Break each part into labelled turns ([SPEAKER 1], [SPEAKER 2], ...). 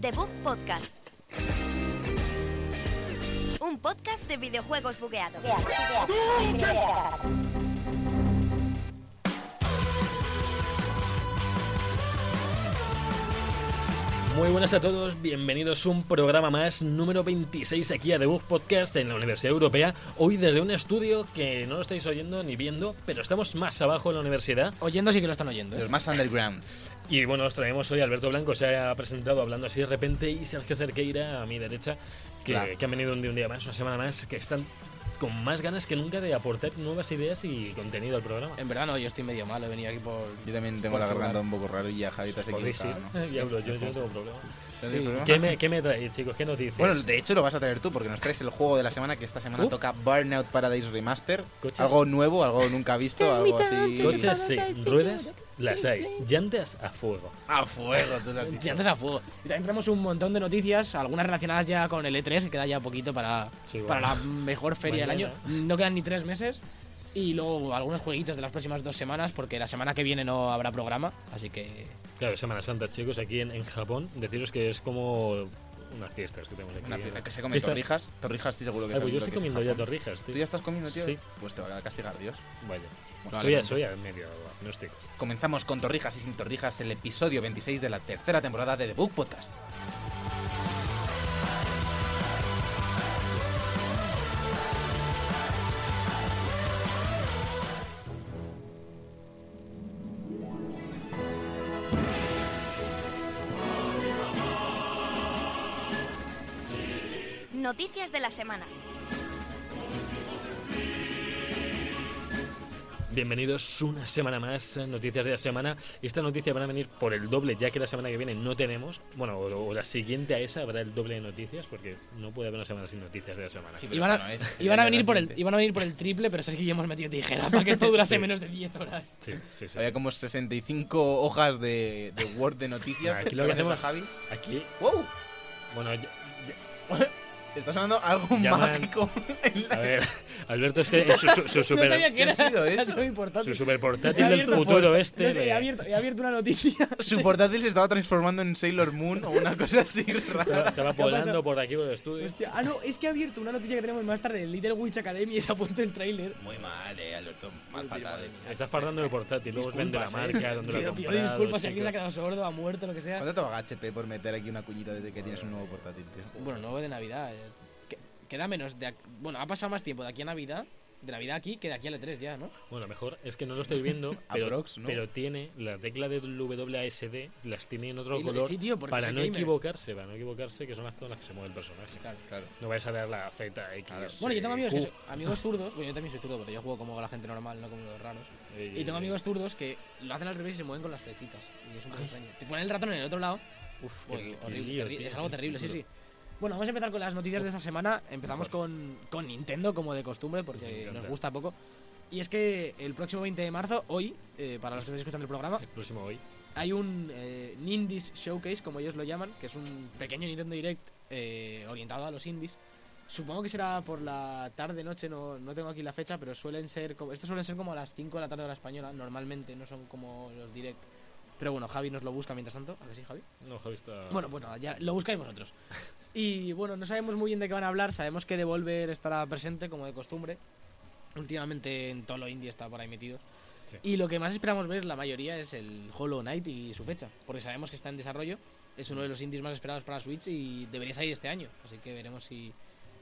[SPEAKER 1] The Bug Podcast. Un podcast de videojuegos bugueados.
[SPEAKER 2] Muy buenas a todos, bienvenidos a un programa más, número 26 aquí a The Bug Podcast en la Universidad Europea. Hoy desde un estudio que no lo estáis oyendo ni viendo, pero estamos más abajo en la universidad.
[SPEAKER 3] Oyendo sí que lo están oyendo. ¿eh?
[SPEAKER 4] Los más underground.
[SPEAKER 2] Y bueno, os traemos hoy a Alberto Blanco, se ha presentado hablando así de repente, y Sergio Cerqueira a mi derecha, que,
[SPEAKER 4] Claro.
[SPEAKER 2] que han venido un día, un día más, una semana más, que están con más ganas que nunca de aportar nuevas ideas y contenido al programa.
[SPEAKER 3] En verdad no, yo estoy medio malo, he venido aquí por...
[SPEAKER 4] Yo también tengo
[SPEAKER 3] Por
[SPEAKER 4] la
[SPEAKER 3] jugar.
[SPEAKER 4] garganta un poco raro y ya Javi te has
[SPEAKER 2] Podéis ir,
[SPEAKER 4] equivocado, ¿no?
[SPEAKER 2] Eh, ya hablo yo, yo no tengo problema.
[SPEAKER 4] ¿No tienes problema?
[SPEAKER 2] ¿Qué me, qué me traéis, chicos? ¿Qué noticias?
[SPEAKER 4] Bueno, de hecho lo vas a traer tú porque nos traes el juego de la semana que esta semana
[SPEAKER 2] Uh.
[SPEAKER 4] toca Burnout Paradise Remaster.
[SPEAKER 2] Coches.
[SPEAKER 4] Algo nuevo, algo nunca visto, algo así.
[SPEAKER 2] Coches sí, ruedas las hay, llantas a fuego.
[SPEAKER 4] a fuego, tú lo has dicho.
[SPEAKER 3] Llantas a fuego. Y también tenemos un montón de noticias, algunas relacionadas ya con el E3, que queda ya poquito para,
[SPEAKER 2] Sí, bueno.
[SPEAKER 3] para la mejor feria del
[SPEAKER 2] Mañana.
[SPEAKER 3] año. No quedan ni tres meses. Y luego algunos jueguitos de las próximas dos semanas, porque la semana que viene no habrá programa, así que...
[SPEAKER 2] Claro, Semana Santa, chicos, aquí en, en Japón, deciros que es como unas fiestas que tenemos aquí.
[SPEAKER 4] Una
[SPEAKER 2] en la-
[SPEAKER 4] fiesta que se come
[SPEAKER 2] Fiesta-
[SPEAKER 4] torrijas. Torrijas estoy seguro que
[SPEAKER 2] Ay,
[SPEAKER 4] es
[SPEAKER 2] pues yo
[SPEAKER 4] algo
[SPEAKER 2] estoy
[SPEAKER 4] que se
[SPEAKER 2] comiendo ya
[SPEAKER 4] escapa.
[SPEAKER 2] torrijas,
[SPEAKER 4] ¿Tú
[SPEAKER 2] tío.
[SPEAKER 4] ya estás comiendo, tío?
[SPEAKER 2] Sí.
[SPEAKER 4] Pues te va a castigar Dios.
[SPEAKER 2] Vaya. Soy ya,
[SPEAKER 4] Probablemente.
[SPEAKER 2] soy ya medio agnóstico.
[SPEAKER 4] Comenzamos con Torrijas y sin Torrijas, el episodio 26 de la tercera temporada de The Book Podcast.
[SPEAKER 1] Noticias de la semana.
[SPEAKER 2] Bienvenidos una semana más a Noticias de la Semana. Y Esta noticia van a venir por el doble, ya que la semana que viene no tenemos. Bueno, o, o la siguiente a esa habrá el doble de noticias, porque no puede haber una semana sin Noticias de la Semana.
[SPEAKER 4] Sí, pero
[SPEAKER 3] Iban a,
[SPEAKER 4] esta no es,
[SPEAKER 3] iban, a
[SPEAKER 4] ya
[SPEAKER 3] venir
[SPEAKER 4] la
[SPEAKER 3] por el,
[SPEAKER 4] siguiente.
[SPEAKER 3] iban a venir por el triple, pero Sergio y yo hemos metido tijera para que esto durase
[SPEAKER 2] Sí.
[SPEAKER 3] menos de 10 horas.
[SPEAKER 2] Sí, sí, sí.
[SPEAKER 4] Había como 65 hojas de, de Word de noticias.
[SPEAKER 2] Aquí lo que
[SPEAKER 4] Gracias a
[SPEAKER 2] hacemos-
[SPEAKER 4] Javi.
[SPEAKER 2] Aquí,
[SPEAKER 4] ¡Wow!
[SPEAKER 2] bueno, ya-
[SPEAKER 4] Está sonando algo
[SPEAKER 2] Llaman-
[SPEAKER 4] mágico. en
[SPEAKER 2] ya-
[SPEAKER 4] la-
[SPEAKER 2] a ver, Alberto, es que su, su- su
[SPEAKER 3] no
[SPEAKER 2] super,
[SPEAKER 3] sabía que
[SPEAKER 4] ¿qué ha
[SPEAKER 3] era,
[SPEAKER 4] sido
[SPEAKER 3] era
[SPEAKER 4] eso?
[SPEAKER 3] tan importante.
[SPEAKER 2] su
[SPEAKER 3] He
[SPEAKER 2] superportátil del
[SPEAKER 3] abierto
[SPEAKER 2] futuro
[SPEAKER 3] puertas.
[SPEAKER 2] este.
[SPEAKER 3] No sé,
[SPEAKER 2] de-
[SPEAKER 3] he, abierto, he abierto una noticia.
[SPEAKER 4] Su portátil se estaba transformando en Sailor Moon o una cosa así
[SPEAKER 2] Estaba,
[SPEAKER 4] rara.
[SPEAKER 2] estaba
[SPEAKER 3] ¿Qué ha pasado?
[SPEAKER 2] volando por aquí por el estudio.
[SPEAKER 3] Hostia, ah, no, es que he abierto una noticia que tenemos más tarde de Little Witch Academy y se ha puesto el tráiler.
[SPEAKER 4] Muy mal, eh, Alberto. Mal fatal.
[SPEAKER 2] Estás fardando el portátil, luego os vende la
[SPEAKER 4] Disculpas,
[SPEAKER 2] marca, donde lo ha
[SPEAKER 3] Pido, ¿eh? pido
[SPEAKER 2] comprado.
[SPEAKER 3] disculpas si alguien se ha
[SPEAKER 2] chicos.
[SPEAKER 3] quedado sordo, ha muerto, lo que sea.
[SPEAKER 4] ¿Cuánto te paga HP por meter aquí una cuñita desde que tienes un nuevo portátil, tío?
[SPEAKER 3] Bueno, nuevo de Navidad. eh. Que- Queda menos de. ac- Bueno, ha pasado más tiempo de aquí a Navidad, de Navidad aquí, que de aquí al E3 ya, ¿no?
[SPEAKER 2] Bueno, mejor es que no lo estoy viendo, pero,
[SPEAKER 4] Aprox, ¿no?
[SPEAKER 2] pero tiene la tecla de WASD, las tiene en otro
[SPEAKER 3] Y lo-
[SPEAKER 2] color
[SPEAKER 3] sí, tío, porque
[SPEAKER 2] para
[SPEAKER 3] soy
[SPEAKER 2] no
[SPEAKER 3] gamer.
[SPEAKER 2] equivocarse, para no equivocarse, que son las con las que se mueve el personaje.
[SPEAKER 3] Claro.
[SPEAKER 4] Claro.
[SPEAKER 2] No vais a ver la Z, X.
[SPEAKER 4] Claro.
[SPEAKER 3] Bueno, yo tengo amigos, que
[SPEAKER 2] Q,
[SPEAKER 3] son- amigos zurdos. Bueno, yo también soy zurdo, pero yo juego como la gente normal, no como los raros.
[SPEAKER 2] eh,
[SPEAKER 3] Y tengo amigos zurdos que lo hacen al revés y se mueven con las flechitas. Y es un poco extraño. Te ponen el ratón en el otro lado.
[SPEAKER 2] Uf,
[SPEAKER 3] Uy,
[SPEAKER 2] qué- qué
[SPEAKER 3] horrible,
[SPEAKER 2] lío,
[SPEAKER 3] terri-
[SPEAKER 2] tío,
[SPEAKER 3] es algo
[SPEAKER 2] el
[SPEAKER 3] terrible, sí,
[SPEAKER 2] futuro.
[SPEAKER 3] sí. Bueno, vamos a empezar con las noticias de esta semana. Empezamos con, con Nintendo, como de costumbre,
[SPEAKER 2] Me
[SPEAKER 3] porque
[SPEAKER 2] encanta.
[SPEAKER 3] nos gusta poco. Y es que el próximo 20 de marzo, hoy, eh, para los que estáis escuchando el programa,
[SPEAKER 2] El próximo hoy.
[SPEAKER 3] hay un eh, Nindies Showcase, como ellos lo llaman, que es un pequeño Nintendo Direct eh, orientado a los indies. Supongo que será por la tarde, noche, no, no tengo aquí la fecha, pero suelen ser. como- Estos suelen ser como a las 5 de la tarde de la española, normalmente, no son como los direct. Pero bueno, Javi nos lo busca mientras tanto. ¿A que sí, Javi?
[SPEAKER 2] No, Javi está.
[SPEAKER 3] Bueno, pues nada, ya lo buscáis vosotros. Y bueno, no sabemos muy bien de qué van a hablar, sabemos que Devolver estará presente, como de costumbre. Últimamente en todo lo indie está por ahí metido.
[SPEAKER 2] Sí.
[SPEAKER 3] Y lo que más esperamos ver, la mayoría, es el Hollow Knight y su fecha, porque sabemos que está en desarrollo, es uno de los indies más esperados para Switch y debería salir este año, así que veremos si,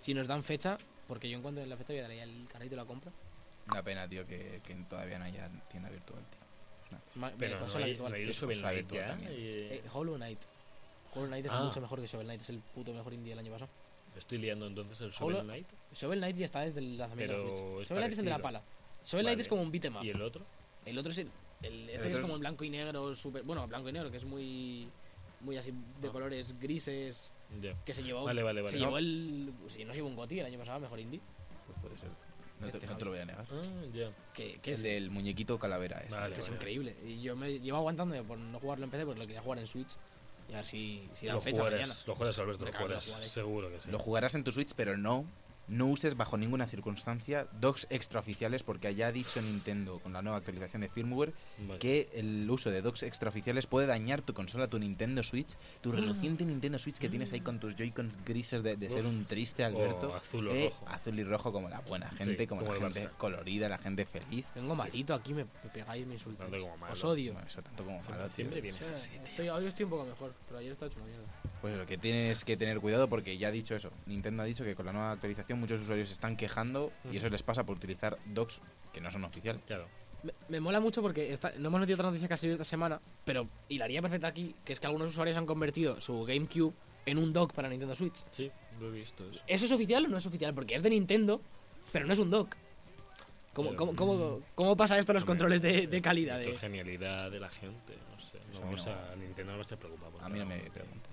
[SPEAKER 3] si nos dan fecha, porque yo en cuanto en la fecha voy a daría el carrito de la compra.
[SPEAKER 4] Una pena, tío, que, que todavía no haya tienda virtual, tío.
[SPEAKER 3] Ma- de
[SPEAKER 2] pero no
[SPEAKER 3] consola
[SPEAKER 2] hay,
[SPEAKER 3] virtual.
[SPEAKER 2] no hay
[SPEAKER 4] Eso
[SPEAKER 2] Shovel
[SPEAKER 4] es la
[SPEAKER 2] Knight
[SPEAKER 4] virtual
[SPEAKER 2] ya.
[SPEAKER 4] también.
[SPEAKER 2] eh,
[SPEAKER 3] Eh, Hollow Knight. Hollow Knight es
[SPEAKER 2] Ah.
[SPEAKER 3] mucho mejor que Shovel Knight, es el puto mejor indie del año pasado.
[SPEAKER 2] Estoy liando entonces el Shovel
[SPEAKER 3] Hollow-
[SPEAKER 2] Knight
[SPEAKER 3] Shovel Knight ya está desde el lanzamiento
[SPEAKER 2] Pero
[SPEAKER 3] de Switch.
[SPEAKER 2] es
[SPEAKER 3] Shovel Knight es el de la
[SPEAKER 2] parecido.
[SPEAKER 3] pala. Shovel Knight
[SPEAKER 2] Vale.
[SPEAKER 3] es como un beat'em
[SPEAKER 2] y
[SPEAKER 3] up.
[SPEAKER 2] el otro.
[SPEAKER 3] El otro es el, el- este
[SPEAKER 4] otro
[SPEAKER 3] que es
[SPEAKER 4] es-
[SPEAKER 3] como en blanco y negro, super, bueno, blanco y negro, que es muy muy así de
[SPEAKER 2] Ah.
[SPEAKER 3] colores grises,
[SPEAKER 2] Ya.
[SPEAKER 3] que se llevó
[SPEAKER 2] Vale, vale,
[SPEAKER 3] se
[SPEAKER 2] vale.
[SPEAKER 3] llevó el si no se llevó un GOTY el año pasado, mejor indie,
[SPEAKER 4] Pues puede ser. No te,
[SPEAKER 3] Este
[SPEAKER 4] no te lo voy a negar.
[SPEAKER 2] Ah, ya.
[SPEAKER 3] que, que
[SPEAKER 4] Que es
[SPEAKER 3] es,
[SPEAKER 4] del muñequito calavera este.
[SPEAKER 2] Ah, Vale,
[SPEAKER 3] que es
[SPEAKER 2] vale.
[SPEAKER 3] increíble. Y yo me llevo aguantando por no jugarlo en PC porque lo quería jugar en Switch y a ver si si dan
[SPEAKER 2] Lo
[SPEAKER 3] fecha mañana.
[SPEAKER 2] jugarás, lo jugarás, Alberto,
[SPEAKER 3] Me
[SPEAKER 2] lo
[SPEAKER 3] cago en la
[SPEAKER 2] jugarás.
[SPEAKER 3] jugada.
[SPEAKER 2] Seguro que sí.
[SPEAKER 4] Lo jugarás en tu Switch, pero no No uses bajo ninguna circunstancia docs extraoficiales porque ya ha dicho Nintendo con la nueva actualización de firmware
[SPEAKER 2] Vale.
[SPEAKER 4] que el uso de docs extraoficiales puede dañar tu consola, tu Nintendo Switch, tu reluciente Nintendo Switch que tienes ahí con tus Joy-Cons grises de, de ser
[SPEAKER 2] Uf.
[SPEAKER 4] un triste Alberto.
[SPEAKER 2] O azul o
[SPEAKER 4] Eh,
[SPEAKER 2] rojo.
[SPEAKER 4] azul y rojo como la buena gente,
[SPEAKER 2] Sí,
[SPEAKER 4] como,
[SPEAKER 2] como
[SPEAKER 4] la
[SPEAKER 2] el
[SPEAKER 4] gente
[SPEAKER 2] Barça.
[SPEAKER 4] colorida, la gente feliz.
[SPEAKER 3] Vengo malito aquí, me, me pegáis, me insultáis.
[SPEAKER 2] Tanto como malo.
[SPEAKER 3] Os odio.
[SPEAKER 4] No, eso tanto como
[SPEAKER 2] Siempre-
[SPEAKER 4] malo, tío.
[SPEAKER 2] siempre vienes
[SPEAKER 3] Sí,
[SPEAKER 2] así, tío.
[SPEAKER 3] estoy- hoy estoy un poco mejor, pero ayer estaba hecho una mierda.
[SPEAKER 4] Pues lo que tienes que tener cuidado porque ya ha dicho eso. Nintendo ha dicho que con la nueva actualización muchos usuarios se están quejando y eso les pasa por utilizar docs que no son oficiales.
[SPEAKER 2] Claro.
[SPEAKER 3] Me, me mola mucho porque está- no hemos metido otra noticia que ha salido esta semana, pero hilaría perfecta aquí, que es que algunos usuarios han convertido su GameCube en un dock para Nintendo Switch.
[SPEAKER 2] Sí, lo he visto eso.
[SPEAKER 3] ¿Eso es oficial o no es oficial? Porque es de Nintendo, pero no es un dock. ¿Cómo,
[SPEAKER 2] Pero, mm,
[SPEAKER 3] cómo, cómo- cómo pasa esto en los
[SPEAKER 2] Hombre,
[SPEAKER 3] controles de, de
[SPEAKER 2] es
[SPEAKER 3] calidad?
[SPEAKER 2] la
[SPEAKER 3] de-
[SPEAKER 2] genialidad de la gente, no sé.
[SPEAKER 4] eh. Eso
[SPEAKER 2] No,
[SPEAKER 4] a mí
[SPEAKER 2] vamos
[SPEAKER 4] no.
[SPEAKER 2] a Nintendo no se preocupa. por
[SPEAKER 4] A mí no
[SPEAKER 2] cada
[SPEAKER 4] me
[SPEAKER 2] uno.
[SPEAKER 4] preguntes.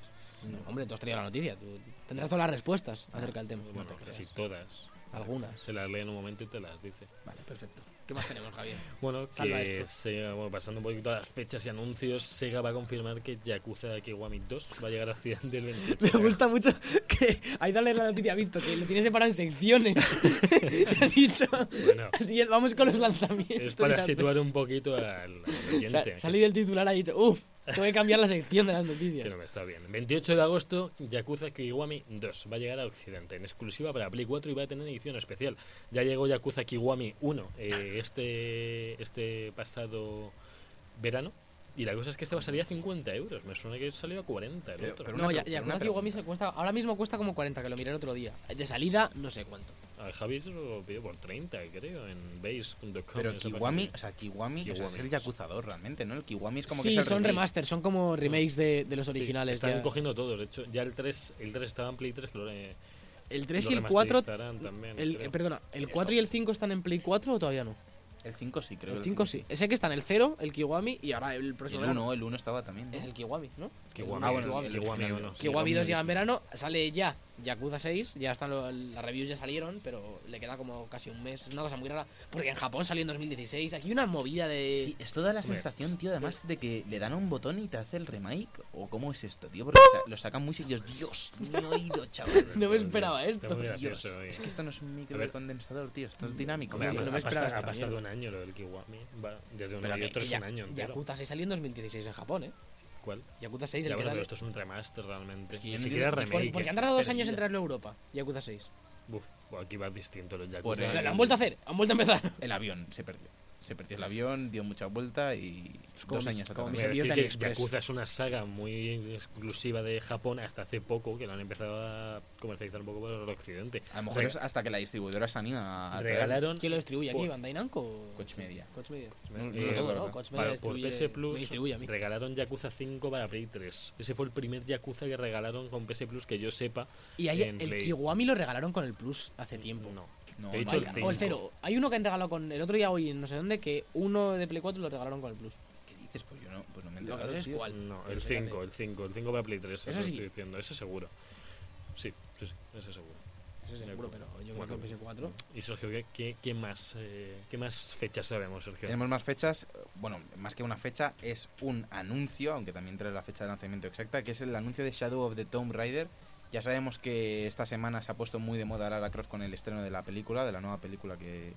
[SPEAKER 3] No, hombre, tú has traído la noticia, tú tendrás todas las respuestas acerca del tema.
[SPEAKER 2] Ah, Bueno, casi todas.
[SPEAKER 3] Algunas.
[SPEAKER 2] Se las lee en un momento y te las dice.
[SPEAKER 3] Vale, perfecto. ¿Qué más tenemos, Javier?
[SPEAKER 2] Bueno,
[SPEAKER 3] Salva
[SPEAKER 2] que
[SPEAKER 3] esto.
[SPEAKER 2] Sega, bueno, pasando un poquito a las fechas y anuncios, Sega va a confirmar que Yakuza Kiwami 2 va a llegar a Occidente el 28.
[SPEAKER 3] Me gusta mucho que ahí dale la noticia, ha visto que lo tiene separado en secciones. ha dicho.
[SPEAKER 2] Bueno,
[SPEAKER 3] "Así es, Vamos con los lanzamientos.
[SPEAKER 2] es para
[SPEAKER 3] las
[SPEAKER 2] situar
[SPEAKER 3] fechas".
[SPEAKER 2] un poquito al, al
[SPEAKER 3] O
[SPEAKER 2] oyente.
[SPEAKER 3] sea,
[SPEAKER 2] que
[SPEAKER 3] salí del titular, ha dicho, uff, tengo que cambiar la sección de las
[SPEAKER 2] Que
[SPEAKER 3] noticias.
[SPEAKER 2] no me está bien. 28 de agosto, Yakuza Kiwami 2 va a llegar a Occidente en exclusiva para Play 4 y va a tener edición especial. Ya llegó Yakuza Kiwami 1 eh, este, este pasado verano. Y la cosa es que este va a salir a 50 euros. Me suena que salió a 40 el
[SPEAKER 4] Pero-
[SPEAKER 2] otro.
[SPEAKER 4] pero
[SPEAKER 3] No,
[SPEAKER 4] una
[SPEAKER 3] ya,
[SPEAKER 4] pre-
[SPEAKER 3] ya,
[SPEAKER 4] una
[SPEAKER 3] Kodaki Wami se cuesta, ahora mismo cuesta como 40, que lo miré el otro día. De salida, no sé cuánto.
[SPEAKER 2] A Javi se lo pidió por 30, creo, en base.com.
[SPEAKER 4] Pero
[SPEAKER 2] esa
[SPEAKER 4] Kiwami,
[SPEAKER 2] página.
[SPEAKER 4] o sea, Kiwami, o sea,
[SPEAKER 2] Kiwami.
[SPEAKER 4] es el yacuzador realmente, ¿no? El Kiwami es como
[SPEAKER 3] sí,
[SPEAKER 4] que es el
[SPEAKER 3] son
[SPEAKER 4] remake.
[SPEAKER 3] remasters, son como remakes de, de los
[SPEAKER 2] Ah. Sí,
[SPEAKER 3] originales.
[SPEAKER 2] están
[SPEAKER 3] ya.
[SPEAKER 2] cogiendo todos. De hecho, ya el 3, el 3 estaba en Play 3. que lo re-
[SPEAKER 3] El 3
[SPEAKER 2] lo
[SPEAKER 3] y el 4.
[SPEAKER 2] remasterizarán también,
[SPEAKER 3] el-
[SPEAKER 2] creo.
[SPEAKER 3] eh, perdona, ¿el
[SPEAKER 2] Esto.
[SPEAKER 3] 4 y el 5 están en Play 4 o todavía no?
[SPEAKER 4] El 5 sí, creo.
[SPEAKER 3] el 5 sí. Ese que están el 0, el Kiwami y ahora el próximo.
[SPEAKER 4] El
[SPEAKER 3] verano.
[SPEAKER 4] 1, el 1 estaba también. ¿no?
[SPEAKER 3] Es el Kiwami, ¿no?
[SPEAKER 2] Kiwami,
[SPEAKER 4] Ah, bueno,
[SPEAKER 2] el
[SPEAKER 4] el
[SPEAKER 2] Kiwami
[SPEAKER 4] original.
[SPEAKER 2] 1. Pues sí.
[SPEAKER 3] Kiwami
[SPEAKER 4] Kiwami
[SPEAKER 3] 2 llega en
[SPEAKER 4] original.
[SPEAKER 3] verano, sale ya Yakuza 6, ya están lo- las reviews ya salieron, pero le queda como casi un mes. Es una cosa muy rara, porque en Japón salió en 2016, aquí una movida de...
[SPEAKER 4] Sí, esto da la
[SPEAKER 2] Hombre.
[SPEAKER 4] sensación, tío, además de que le dan a un botón y te hace el remake. ¿O cómo es esto, tío? Porque sa- lo sacan muy serios. Dios, no he oído, chaval.
[SPEAKER 3] No me esperaba
[SPEAKER 2] Está
[SPEAKER 3] esto.
[SPEAKER 2] muy
[SPEAKER 4] Dios,
[SPEAKER 2] gracioso. y-
[SPEAKER 4] es que esto no es un micro
[SPEAKER 2] A ver.
[SPEAKER 4] de condensador, tío. Esto es dinámico.
[SPEAKER 2] Hombre,
[SPEAKER 4] tío.
[SPEAKER 3] no
[SPEAKER 2] ha-
[SPEAKER 3] me
[SPEAKER 2] ha
[SPEAKER 3] esperaba
[SPEAKER 2] pasado-
[SPEAKER 3] esta
[SPEAKER 2] ha pasado
[SPEAKER 3] mierda.
[SPEAKER 2] un año lo del Kiwami. Va desde un
[SPEAKER 3] Pero
[SPEAKER 2] año y
[SPEAKER 3] que-
[SPEAKER 2] otro
[SPEAKER 3] que
[SPEAKER 2] es
[SPEAKER 3] ya-
[SPEAKER 2] un año entero.
[SPEAKER 3] Yakuza 6 salió en 2016 en Japón, ¿eh?
[SPEAKER 2] ¿Cuál?
[SPEAKER 3] Yakuza 6,
[SPEAKER 2] Ya,
[SPEAKER 3] el que
[SPEAKER 2] bueno, pero
[SPEAKER 3] sale...
[SPEAKER 2] esto es un remaster realmente.
[SPEAKER 4] Es que yo
[SPEAKER 2] Ni
[SPEAKER 4] no
[SPEAKER 2] siquiera
[SPEAKER 4] entiendo-
[SPEAKER 3] Por-
[SPEAKER 2] remake.
[SPEAKER 3] porque
[SPEAKER 2] eh.
[SPEAKER 3] han tardado dos años
[SPEAKER 4] perdida.
[SPEAKER 3] en traerlo a Europa, Yakuza 6.
[SPEAKER 2] Uf, pues aquí va distinto los Yakuza.
[SPEAKER 4] Por el-
[SPEAKER 3] Lo han vuelto a hacer, han vuelto a empezar.
[SPEAKER 4] El avión se perdió. Se perdió el avión, dio mucha vuelta y
[SPEAKER 3] como
[SPEAKER 4] dos
[SPEAKER 3] mis-
[SPEAKER 4] años
[SPEAKER 3] como
[SPEAKER 4] atrás.
[SPEAKER 2] Voy
[SPEAKER 3] mis
[SPEAKER 2] a decir
[SPEAKER 3] envíos de
[SPEAKER 2] que
[SPEAKER 3] AliExpress.
[SPEAKER 2] Yakuza es una saga muy exclusiva de Japón hasta hace poco, que lo han empezado a comercializar un poco por el occidente.
[SPEAKER 4] A lo mejor
[SPEAKER 2] Rega-
[SPEAKER 4] es hasta que la distribuidora se anima a traer-
[SPEAKER 2] regalaron
[SPEAKER 3] ¿Quién lo distribuye aquí?
[SPEAKER 2] Por-
[SPEAKER 3] ¿Bandai Namco? o-
[SPEAKER 4] Coach Media.
[SPEAKER 3] Coach Media.
[SPEAKER 4] No- no
[SPEAKER 2] Eh,
[SPEAKER 4] lo tengo,
[SPEAKER 2] bueno,
[SPEAKER 4] la
[SPEAKER 3] ¿no?
[SPEAKER 4] verdad.
[SPEAKER 3] Coach Media
[SPEAKER 2] para, por
[SPEAKER 3] distribuye-
[SPEAKER 2] PS
[SPEAKER 3] me
[SPEAKER 2] Plus
[SPEAKER 3] distribuye a mí.
[SPEAKER 2] regalaron Yakuza 5 para Play 3. Ese fue el primer Yakuza que regalaron con PS Plus que yo sepa.
[SPEAKER 3] Y hay, el
[SPEAKER 2] en Play. Mm,
[SPEAKER 3] Kiwami lo regalaron con el Plus hace tiempo.
[SPEAKER 2] No.
[SPEAKER 4] No, Pues
[SPEAKER 2] Te he
[SPEAKER 4] no
[SPEAKER 2] dicho
[SPEAKER 4] hay
[SPEAKER 2] el
[SPEAKER 4] nada.
[SPEAKER 3] O el
[SPEAKER 2] cinco.
[SPEAKER 3] cero. Hay uno que han regalado con el otro día hoy, en no sé dónde, que uno de Play 4 lo regalaron con el Plus.
[SPEAKER 4] ¿Qué dices? Pues yo no, pues no me he
[SPEAKER 3] Lo que
[SPEAKER 4] enterado,
[SPEAKER 3] no sé es
[SPEAKER 4] tío.
[SPEAKER 3] cuál.
[SPEAKER 2] No,
[SPEAKER 3] Pero
[SPEAKER 2] el
[SPEAKER 3] fíjate.
[SPEAKER 2] 5, el 5, el 5 para Play 3, eso
[SPEAKER 3] Eso
[SPEAKER 2] lo
[SPEAKER 3] sí.
[SPEAKER 2] estoy diciendo, ese seguro. Sí, sí, sí, ese seguro.
[SPEAKER 3] Ese es seguro, pero yo
[SPEAKER 2] Bueno.
[SPEAKER 3] creo que en PS4.
[SPEAKER 2] Y Sergio, ¿qué, qué, qué más, eh, ¿qué más fechas sabemos, Sergio?
[SPEAKER 4] Tenemos más fechas. Bueno, más que una fecha, es un anuncio, aunque también trae la fecha de lanzamiento exacta, que es el anuncio de Shadow of the Tomb Raider. Ya sabemos que esta semana se ha puesto muy de moda Lara Croft con el estreno de la película, de la nueva película que,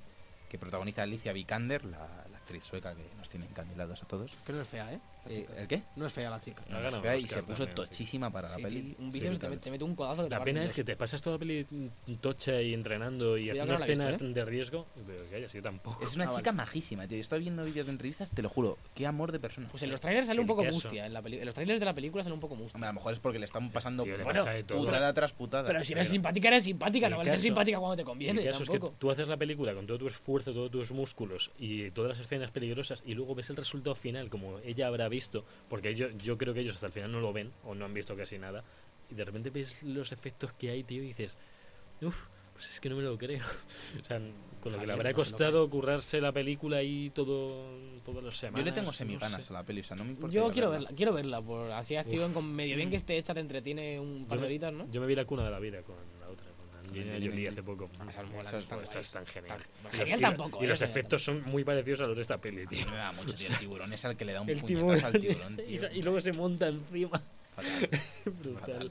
[SPEAKER 4] que protagoniza Alicia Vikander, la, la actriz sueca que nos tiene encandilados a todos.
[SPEAKER 3] Que no es fea, ¿eh? La
[SPEAKER 4] Eh,
[SPEAKER 3] chica.
[SPEAKER 4] ¿El qué?
[SPEAKER 3] No es fea la chica.
[SPEAKER 2] Ha ganado
[SPEAKER 4] Fea
[SPEAKER 2] un
[SPEAKER 4] y
[SPEAKER 2] Oscar
[SPEAKER 4] se puso
[SPEAKER 2] también, así que-
[SPEAKER 4] tochísima para
[SPEAKER 3] Sí,
[SPEAKER 4] la peli.
[SPEAKER 3] tío, Un
[SPEAKER 4] Sí,
[SPEAKER 3] vídeo que te,
[SPEAKER 4] brutal.
[SPEAKER 3] met- te mete un codazo. que te
[SPEAKER 2] La
[SPEAKER 3] parte
[SPEAKER 2] pena
[SPEAKER 3] en
[SPEAKER 2] es que
[SPEAKER 3] dos.
[SPEAKER 2] te pasas toda la peli mm, tocha y entrenando y
[SPEAKER 3] Cuidado
[SPEAKER 2] haciendo
[SPEAKER 3] que no la he visto, ¿eh?
[SPEAKER 2] escenas de riesgo. Pero que haya sido tampoco.
[SPEAKER 4] Es una
[SPEAKER 3] Ah, vale.
[SPEAKER 4] chica majísima, tío. Estoy viendo vídeos de entrevistas, te lo juro. Qué amor de persona.
[SPEAKER 3] Pues en los trailers sale un
[SPEAKER 2] El
[SPEAKER 3] poco
[SPEAKER 2] queso.
[SPEAKER 3] mustia. En, la peli- en los trailers de la película sale un poco mustia.
[SPEAKER 4] Hombre, a lo mejor es porque le están pasando
[SPEAKER 2] Tío, le
[SPEAKER 4] bueno,
[SPEAKER 2] pasa de todo.
[SPEAKER 4] putada tras putada.
[SPEAKER 3] Pero si eres
[SPEAKER 2] pero-
[SPEAKER 3] simpática, eres simpática.
[SPEAKER 2] el
[SPEAKER 3] No vale ser
[SPEAKER 2] caso-
[SPEAKER 3] simpática cuando te
[SPEAKER 2] El
[SPEAKER 3] conviene.
[SPEAKER 2] caso es que
[SPEAKER 3] Tampoco.
[SPEAKER 2] tú haces la película con todo tu esfuerzo, todos tus músculos y todas las escenas peligrosas y luego ves el resultado final como ella habrá visto, porque ellos, yo creo que ellos hasta el final no lo ven o no han visto casi nada y de repente ves los efectos que hay, tío, y dices, uff, pues es que no me lo creo. o sea, con lo que
[SPEAKER 3] Javier,
[SPEAKER 2] le habrá
[SPEAKER 3] no se lo
[SPEAKER 2] costado currarse la película y todo, todas las semanas.
[SPEAKER 4] Yo le tengo
[SPEAKER 2] no
[SPEAKER 4] semiganas
[SPEAKER 2] sé.
[SPEAKER 4] a la peli, o sea, no me importa. ir
[SPEAKER 3] Yo
[SPEAKER 4] a
[SPEAKER 3] quiero verla, quiero verla. Por así acción,
[SPEAKER 2] Uf.
[SPEAKER 3] con medio bien que esté hecha, te entretiene un par
[SPEAKER 2] Yo
[SPEAKER 3] de
[SPEAKER 2] me-
[SPEAKER 3] horitas, ¿no?
[SPEAKER 2] Yo me vi la cuna de la vida con la otra, con Angelina
[SPEAKER 4] Angelina
[SPEAKER 2] Jolie
[SPEAKER 4] Jolie.
[SPEAKER 2] hace poco.
[SPEAKER 3] Ah, esas molan,
[SPEAKER 2] Esas-
[SPEAKER 3] están
[SPEAKER 2] esas
[SPEAKER 3] guays.
[SPEAKER 2] están geniales.
[SPEAKER 3] Tan-
[SPEAKER 2] Y los-
[SPEAKER 3] genial
[SPEAKER 2] y los-
[SPEAKER 3] tampoco,
[SPEAKER 2] Y
[SPEAKER 3] eh,
[SPEAKER 2] los
[SPEAKER 3] genial
[SPEAKER 2] efectos son muy parecidos a los de esta peli,
[SPEAKER 4] A mí
[SPEAKER 2] tío.
[SPEAKER 4] me da mucho, tío. El tiburón es al que le da un
[SPEAKER 2] El
[SPEAKER 4] puñetazo
[SPEAKER 2] tiburón.
[SPEAKER 4] al tiburón,
[SPEAKER 2] y,
[SPEAKER 4] tío.
[SPEAKER 2] sa- y luego se monta encima.
[SPEAKER 4] Fatal,
[SPEAKER 2] Brutal.
[SPEAKER 4] fatal.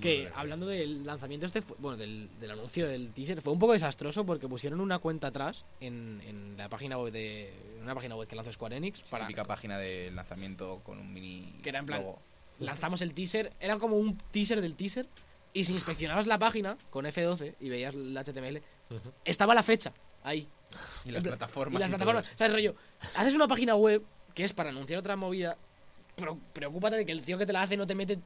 [SPEAKER 3] Que hablando del lanzamiento este, fue- bueno, del, del anuncio del teaser, fue un poco desastroso porque pusieron una cuenta atrás en, en la página web de en una página web que lanzó Square Enix para
[SPEAKER 4] Típica página de lanzamiento con un mini.
[SPEAKER 3] Que era en plan-
[SPEAKER 4] logo.
[SPEAKER 3] lanzamos el teaser, era como un teaser del teaser y si inspeccionabas la página con F12 y veías el HTML,
[SPEAKER 2] Ujú.
[SPEAKER 3] estaba la fecha ahí.
[SPEAKER 4] Y las
[SPEAKER 3] en plan-
[SPEAKER 4] plataformas.
[SPEAKER 3] Y las
[SPEAKER 4] y todo
[SPEAKER 3] plataformas,
[SPEAKER 4] eso.
[SPEAKER 3] ¿sabes, rollo? Haces una página web que es para anunciar otra movida, pero preocúpate de que el tío que te la hace no te mete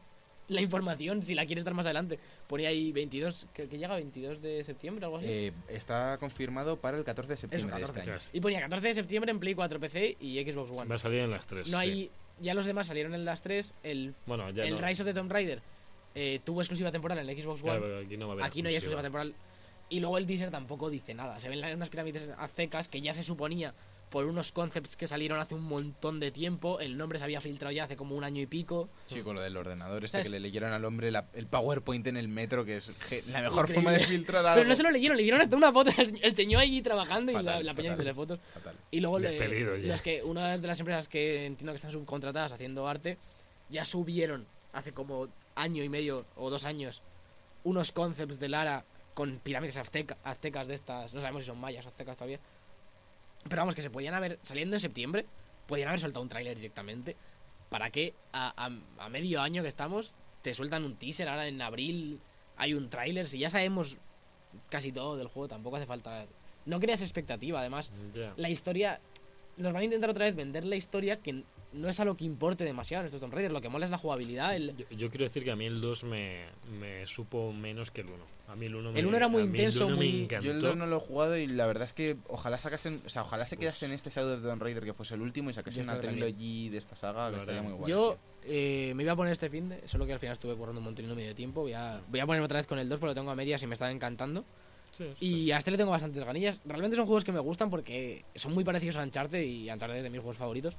[SPEAKER 3] la información si la quieres dar más adelante. Ponía ahí 22, creo que llega 22 de septiembre o algo así.
[SPEAKER 4] Eh, está confirmado para el 14 de septiembre de
[SPEAKER 3] 14,
[SPEAKER 4] este año.
[SPEAKER 2] Yes.
[SPEAKER 3] Y ponía 14 de septiembre en Play 4 PC y Xbox One.
[SPEAKER 2] Va a salir en las tres.
[SPEAKER 3] No
[SPEAKER 2] sí.
[SPEAKER 3] hay. Ya los demás salieron en las 3. El,
[SPEAKER 2] Bueno, ya
[SPEAKER 3] el
[SPEAKER 2] no.
[SPEAKER 3] Rise of the Tomb Raider eh, tuvo exclusiva temporal en el Xbox One.
[SPEAKER 2] Claro, pero aquí no va a haber
[SPEAKER 3] Aquí no hay exclusiva
[SPEAKER 2] exclusiva.
[SPEAKER 3] temporal. Y luego el teaser tampoco dice nada. Se ven la- unas pirámides aztecas que ya se suponía por unos concepts que salieron hace un montón de tiempo. El nombre se había filtrado ya hace como un año y pico.
[SPEAKER 4] Sí, con lo del ordenador, este
[SPEAKER 3] ¿Sabes?
[SPEAKER 4] que le leyeron al hombre la- el PowerPoint en el metro, que es ge- la mejor forma de
[SPEAKER 3] Increíble.
[SPEAKER 4] filtrar algo.
[SPEAKER 3] Pero no se lo leyeron, le dieron hasta una foto. El señor allí trabajando y la,
[SPEAKER 4] Fatal,
[SPEAKER 3] la peña
[SPEAKER 4] fatal.
[SPEAKER 3] de las fotos.
[SPEAKER 4] Fatal.
[SPEAKER 3] Y luego le-
[SPEAKER 2] Despedido ya.
[SPEAKER 3] los que una de las empresas que entiendo que están subcontratadas haciendo arte ya subieron hace como año y medio o dos años unos concepts de Lara con pirámides azteca- aztecas de estas, no sabemos si son mayas o aztecas todavía. Pero vamos, que se podían haber, saliendo en septiembre, podían haber soltado un tráiler directamente. ¿Para que a, a- a medio año que estamos te sueltan un teaser? Ahora en abril hay un tráiler, si ya sabemos casi todo del juego, tampoco hace falta... No creas expectativa, además
[SPEAKER 2] Ya.
[SPEAKER 3] la historia. Nos van a intentar otra vez vender la historia que n- no es a lo que importe demasiado en estos Tomb Raiders. Lo que mola es la jugabilidad. El,
[SPEAKER 2] Yo, yo quiero decir que a mí el 2 me, me supo menos que el 1. A mí el 1
[SPEAKER 3] El uno era muy intenso, muy-
[SPEAKER 2] Me
[SPEAKER 3] Yo
[SPEAKER 2] encantó.
[SPEAKER 4] Yo el 2 no lo he jugado y la verdad es que ojalá sacasen, o sea, ojalá se quedasen en este Shadow of the Tomb Raider que fuese el último
[SPEAKER 3] Yo
[SPEAKER 4] y sacasen una
[SPEAKER 3] creo que también.
[SPEAKER 4] trilogía de esta saga
[SPEAKER 2] Lo
[SPEAKER 4] que estaría
[SPEAKER 2] harán.
[SPEAKER 4] muy guay.
[SPEAKER 3] yo
[SPEAKER 4] tío.
[SPEAKER 3] eh, me iba a poner este fin de. Solo que al final estuve borrando un montón y no me dio tiempo. Voy a, voy a ponerme otra vez con el 2 porque lo tengo a medias y me está encantando.
[SPEAKER 2] Sí, está
[SPEAKER 3] Y a este le tengo bastantes ganillas. Realmente son juegos que me gustan porque son muy parecidos a Uncharted y Uncharted es de mis juegos favoritos.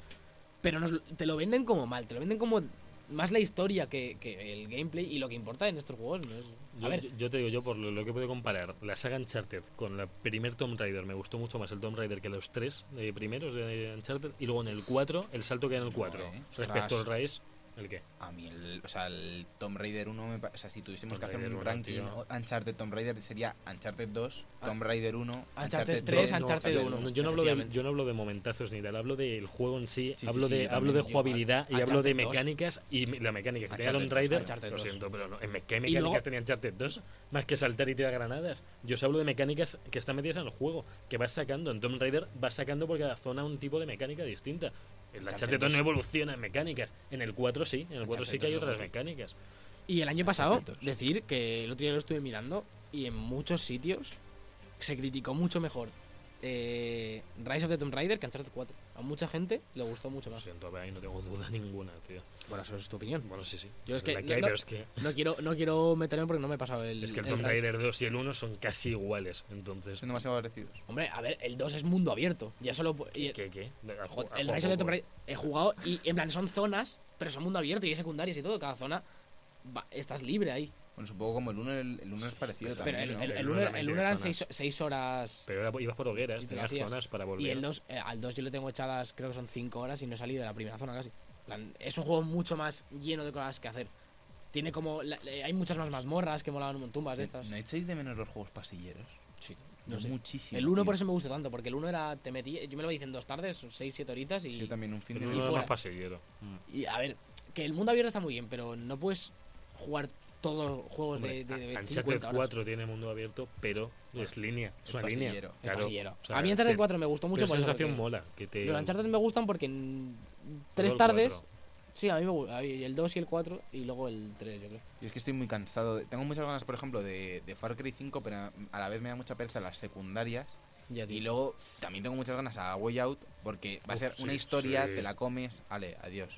[SPEAKER 3] Pero nos, te lo venden como mal. Te lo venden como más la historia que, que el gameplay y lo que importa en estos juegos. No es, a
[SPEAKER 2] Yo,
[SPEAKER 3] ver,
[SPEAKER 2] yo- yo te digo, yo por lo, lo que puedo comparar la saga Uncharted con la primer Tomb Raider, me gustó mucho más el Tomb Raider que los tres eh, primeros de Uncharted. Y luego en el 4, el salto que hay en el 4.
[SPEAKER 4] Guay, ¿eh?
[SPEAKER 2] respecto
[SPEAKER 4] Ostras.
[SPEAKER 2] al Rise, ¿el qué?
[SPEAKER 4] A mí, el, o sea, el Tomb Raider 1, me pa- o sea, si tuviésemos
[SPEAKER 2] Tomb
[SPEAKER 4] que hacer
[SPEAKER 2] Raider
[SPEAKER 4] un
[SPEAKER 2] 1,
[SPEAKER 4] ranking
[SPEAKER 2] tío.
[SPEAKER 4] o- Uncharted Tomb Raider, sería Uncharted 2, Tomb Raider 1, Uncharted,
[SPEAKER 3] Ah. tres,
[SPEAKER 4] 3,
[SPEAKER 3] Uncharted
[SPEAKER 2] no,
[SPEAKER 3] 1,
[SPEAKER 2] no, Yo no, hablo de,
[SPEAKER 3] efectivamente.
[SPEAKER 2] yo no hablo de momentazos ni tal, hablo del juego en sí,
[SPEAKER 4] Sí, sí,
[SPEAKER 2] hablo,
[SPEAKER 4] sí,
[SPEAKER 2] de,
[SPEAKER 4] yo
[SPEAKER 2] hablo de
[SPEAKER 4] también, yo igual.
[SPEAKER 2] jugabilidad y hablo de
[SPEAKER 3] Uncharted 2.
[SPEAKER 2] mecánicas. Y me- la mecánica que tenía
[SPEAKER 4] Uncharted
[SPEAKER 2] Tomb
[SPEAKER 4] 2,
[SPEAKER 2] Raider,
[SPEAKER 3] Uncharted
[SPEAKER 2] lo
[SPEAKER 3] 2.
[SPEAKER 2] siento, pero no, en me- ¿qué mecánicas
[SPEAKER 3] luego-
[SPEAKER 2] tenía Uncharted 2? Más que saltar y tirar granadas. Yo os hablo de mecánicas que están metidas en el juego, que vas sacando. En Tomb Raider vas sacando por cada zona un tipo de mecánica distinta. El Uncharted
[SPEAKER 4] Uncharted
[SPEAKER 2] 2 no
[SPEAKER 4] 2.
[SPEAKER 2] evoluciona en mecánicas. En el 4 sí, en el 4 sí
[SPEAKER 4] Uncharted
[SPEAKER 2] que hay
[SPEAKER 4] 2 es
[SPEAKER 2] otras
[SPEAKER 4] otro.
[SPEAKER 2] mecánicas.
[SPEAKER 3] Y el año pasado,
[SPEAKER 4] Uncharted dos.
[SPEAKER 3] decir que el otro día lo estuve mirando y en muchos sitios se criticó mucho mejor eh, Rise of the Tomb Raider que Uncharted 4. A mucha gente le gustó mucho
[SPEAKER 2] Lo
[SPEAKER 3] más.
[SPEAKER 2] siento, pero ahí no tengo duda ninguna, tío.
[SPEAKER 3] Bueno, eso es tu opinión.
[SPEAKER 2] Bueno, sí, sí.
[SPEAKER 3] Yo es
[SPEAKER 2] La
[SPEAKER 3] que-
[SPEAKER 2] hay,
[SPEAKER 3] no, no.
[SPEAKER 2] pero es que
[SPEAKER 3] No quiero, no quiero meterme porque no me he pasado el.
[SPEAKER 2] Es que el
[SPEAKER 3] el
[SPEAKER 2] Tomb
[SPEAKER 3] Rise.
[SPEAKER 2] Raider 2 y el 1 son casi iguales, entonces...
[SPEAKER 4] Son demasiado parecidos.
[SPEAKER 3] Hombre, a ver, el 2 es mundo abierto. Ya solo. po- y-
[SPEAKER 2] ¿Qué, qué? qué? Ha
[SPEAKER 3] jo-
[SPEAKER 2] ju- ha
[SPEAKER 3] el
[SPEAKER 2] jugado
[SPEAKER 3] Rise of the
[SPEAKER 2] poco.
[SPEAKER 3] Tomb Raider he jugado y en plan son zonas, pero son mundo abierto y hay secundarias y todo. Cada zona va- estás libre ahí.
[SPEAKER 4] Bueno, supongo como el 1, el, el uno es parecido
[SPEAKER 2] pero
[SPEAKER 3] Pero
[SPEAKER 4] también,
[SPEAKER 3] el,
[SPEAKER 4] ¿no?
[SPEAKER 3] el,
[SPEAKER 2] El
[SPEAKER 3] el
[SPEAKER 2] uno
[SPEAKER 3] uno era-
[SPEAKER 2] realmente
[SPEAKER 3] el uno
[SPEAKER 2] hay
[SPEAKER 3] eran
[SPEAKER 2] zonas.
[SPEAKER 3] 6 hogueras.
[SPEAKER 2] Pero era- ibas por hogueras,
[SPEAKER 3] Y te lo
[SPEAKER 2] tenías
[SPEAKER 3] hacías.
[SPEAKER 2] zonas para volver.
[SPEAKER 3] Y el 2, eh, al 2 yo le tengo echadas, creo que son 5 horas y no he salido de la primera zona casi. En plan, Es un juego mucho más lleno de cosas que hacer. Tiene como. la- eh, hay muchas más mazmorras que molaban un tumbas de estas.
[SPEAKER 4] ¿No echáis de menos los juegos pasilleros?
[SPEAKER 3] Sí,
[SPEAKER 4] Yo
[SPEAKER 3] no sé.
[SPEAKER 4] Muchísimo.
[SPEAKER 3] El 1
[SPEAKER 4] tío.
[SPEAKER 3] por eso me gustó tanto, porque el 1 era. Te metí, yo me lo hice en dos tardes, 6-7 horitas y.
[SPEAKER 4] Sí, yo también un fin
[SPEAKER 2] El
[SPEAKER 4] de
[SPEAKER 3] y
[SPEAKER 2] uno
[SPEAKER 4] semana.
[SPEAKER 2] era
[SPEAKER 3] fuera. Pues
[SPEAKER 2] más pasillero.
[SPEAKER 3] y a ver, que el mundo abierto está muy bien, pero no puedes jugar todos los juegos de,
[SPEAKER 2] Hombre,
[SPEAKER 3] de, de
[SPEAKER 2] a-
[SPEAKER 3] 50
[SPEAKER 2] Uncharted
[SPEAKER 3] horas.
[SPEAKER 2] 4 tiene mundo abierto, pero es línea. Es
[SPEAKER 4] es
[SPEAKER 2] una línea.
[SPEAKER 4] pasillero,
[SPEAKER 3] Es pasillero.
[SPEAKER 2] o sea,
[SPEAKER 3] a mí Uncharted
[SPEAKER 2] tiene-
[SPEAKER 3] 4 me gustó mucho
[SPEAKER 2] tiene
[SPEAKER 3] por eso,
[SPEAKER 2] sensación
[SPEAKER 3] porque
[SPEAKER 2] mola. Que te,
[SPEAKER 3] Los Uncharted me gustan porque en
[SPEAKER 2] Todo
[SPEAKER 3] tres
[SPEAKER 2] el
[SPEAKER 3] tardes.
[SPEAKER 2] cuatro.
[SPEAKER 3] Sí, a mí me gusta. El 2 y el 4 y luego el 3, yo creo.
[SPEAKER 4] Yo es que estoy muy cansado. de- Tengo muchas ganas, por ejemplo, de, de Far Cry 5, pero a la vez me da mucha pereza las secundarias.
[SPEAKER 3] Ya,
[SPEAKER 4] Y luego también tengo muchas ganas a Way Out, porque va a
[SPEAKER 2] Uf,
[SPEAKER 4] ser una
[SPEAKER 2] sí,
[SPEAKER 4] historia,
[SPEAKER 2] sí.
[SPEAKER 4] te la comes, ale, adiós.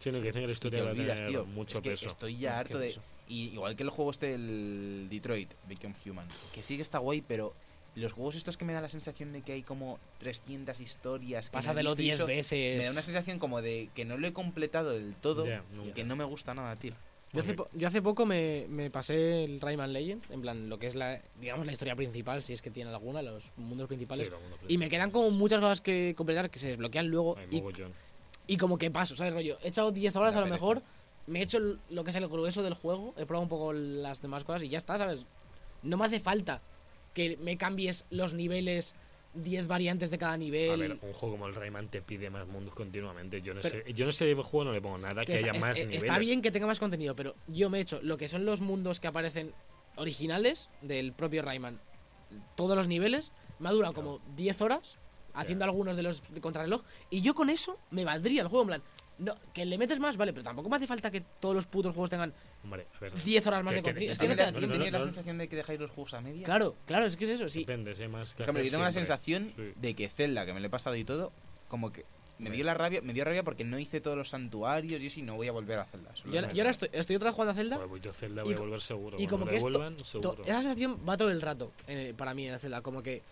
[SPEAKER 2] Sí, no, que tiene la
[SPEAKER 4] Y
[SPEAKER 2] historia
[SPEAKER 4] te
[SPEAKER 2] va a
[SPEAKER 4] olvidas,
[SPEAKER 2] tener
[SPEAKER 4] tío.
[SPEAKER 2] mucho
[SPEAKER 4] es que
[SPEAKER 2] peso.
[SPEAKER 4] estoy ya
[SPEAKER 3] Qué
[SPEAKER 4] harto de...
[SPEAKER 3] peso.
[SPEAKER 4] Y igual que el juego este, el Detroit, Become Human, que sí que está guay, pero... Los juegos estos que me da la sensación de que hay como 300 historias... que no he
[SPEAKER 3] Pásatelo
[SPEAKER 4] visto y
[SPEAKER 3] 10
[SPEAKER 4] eso-
[SPEAKER 3] veces.
[SPEAKER 4] Me da una sensación como de que no lo he completado del todo
[SPEAKER 2] Ya,
[SPEAKER 4] y
[SPEAKER 2] nunca.
[SPEAKER 4] que no me gusta nada, tío.
[SPEAKER 3] Yo hace,
[SPEAKER 2] Ok.
[SPEAKER 3] po- yo hace poco me, me pasé el Rayman Legends, en plan, lo que es la, digamos, la historia principal, si es que tiene alguna, los mundos
[SPEAKER 2] Sí,
[SPEAKER 3] principales.
[SPEAKER 2] lo mundo
[SPEAKER 3] y me quedan como muchas cosas que completar que se desbloquean luego
[SPEAKER 2] Hay
[SPEAKER 3] y,
[SPEAKER 2] mogollón.
[SPEAKER 3] y como que paso, ¿sabes? Rollo, he echado 10 horas a
[SPEAKER 4] Da
[SPEAKER 3] lo
[SPEAKER 4] pereza.
[SPEAKER 3] mejor me he hecho el- lo que es el grueso del juego, he probado un poco las demás cosas y ya está, ¿sabes? No me hace falta que me cambies los niveles, 10 variantes de cada nivel.
[SPEAKER 2] A ver, un juego como el Rayman te pide más mundos continuamente. Yo no sé, yo no sé de juego no le pongo nada que,
[SPEAKER 3] Que
[SPEAKER 2] haya
[SPEAKER 3] está,
[SPEAKER 2] más
[SPEAKER 3] es-
[SPEAKER 2] niveles.
[SPEAKER 3] está bien que tenga más contenido, pero yo me he hecho lo que son los mundos que aparecen originales del propio Rayman. Todos los niveles. Me ha durado como 10 horas haciendo
[SPEAKER 2] Claro.
[SPEAKER 3] algunos de los de contrarreloj. Y yo con eso me valdría el juego. En plan, no, que le metes más, vale, pero tampoco me hace falta que todos los putos juegos tengan
[SPEAKER 2] Hombre, a ver,
[SPEAKER 3] 10 horas más
[SPEAKER 2] Que-
[SPEAKER 3] de
[SPEAKER 2] que-
[SPEAKER 3] contenido. Es
[SPEAKER 2] que
[SPEAKER 3] que no te da
[SPEAKER 2] no-
[SPEAKER 4] Yo
[SPEAKER 3] tiempo.
[SPEAKER 4] tenía la
[SPEAKER 2] no.
[SPEAKER 4] sensación de que dejáis los juegos a medias.
[SPEAKER 3] Claro, claro, es que es eso. Sí,
[SPEAKER 2] depende, si hay más que
[SPEAKER 4] Por ejemplo,
[SPEAKER 2] hacer
[SPEAKER 4] yo tengo la
[SPEAKER 2] siempre.
[SPEAKER 4] sensación
[SPEAKER 2] Sí.
[SPEAKER 4] de que Zelda, que me lo he pasado y todo, como que me dio la rabia, me dio rabia porque no hice todos los santuarios y si no voy a volver a Zelda. solo
[SPEAKER 3] yo,
[SPEAKER 4] me-
[SPEAKER 3] ahora- yo ahora estoy, estoy otra vez jugando a Zelda.
[SPEAKER 2] Joder, pues yo Zelda voy
[SPEAKER 3] Y
[SPEAKER 2] a
[SPEAKER 3] co-
[SPEAKER 2] volver seguro.
[SPEAKER 3] y
[SPEAKER 2] Cuando
[SPEAKER 3] como
[SPEAKER 2] me
[SPEAKER 3] que esto-
[SPEAKER 2] devuelvan,
[SPEAKER 3] To-
[SPEAKER 2] seguro.
[SPEAKER 3] esa sensación va todo el rato eh, para mí en el Zelda. Como que.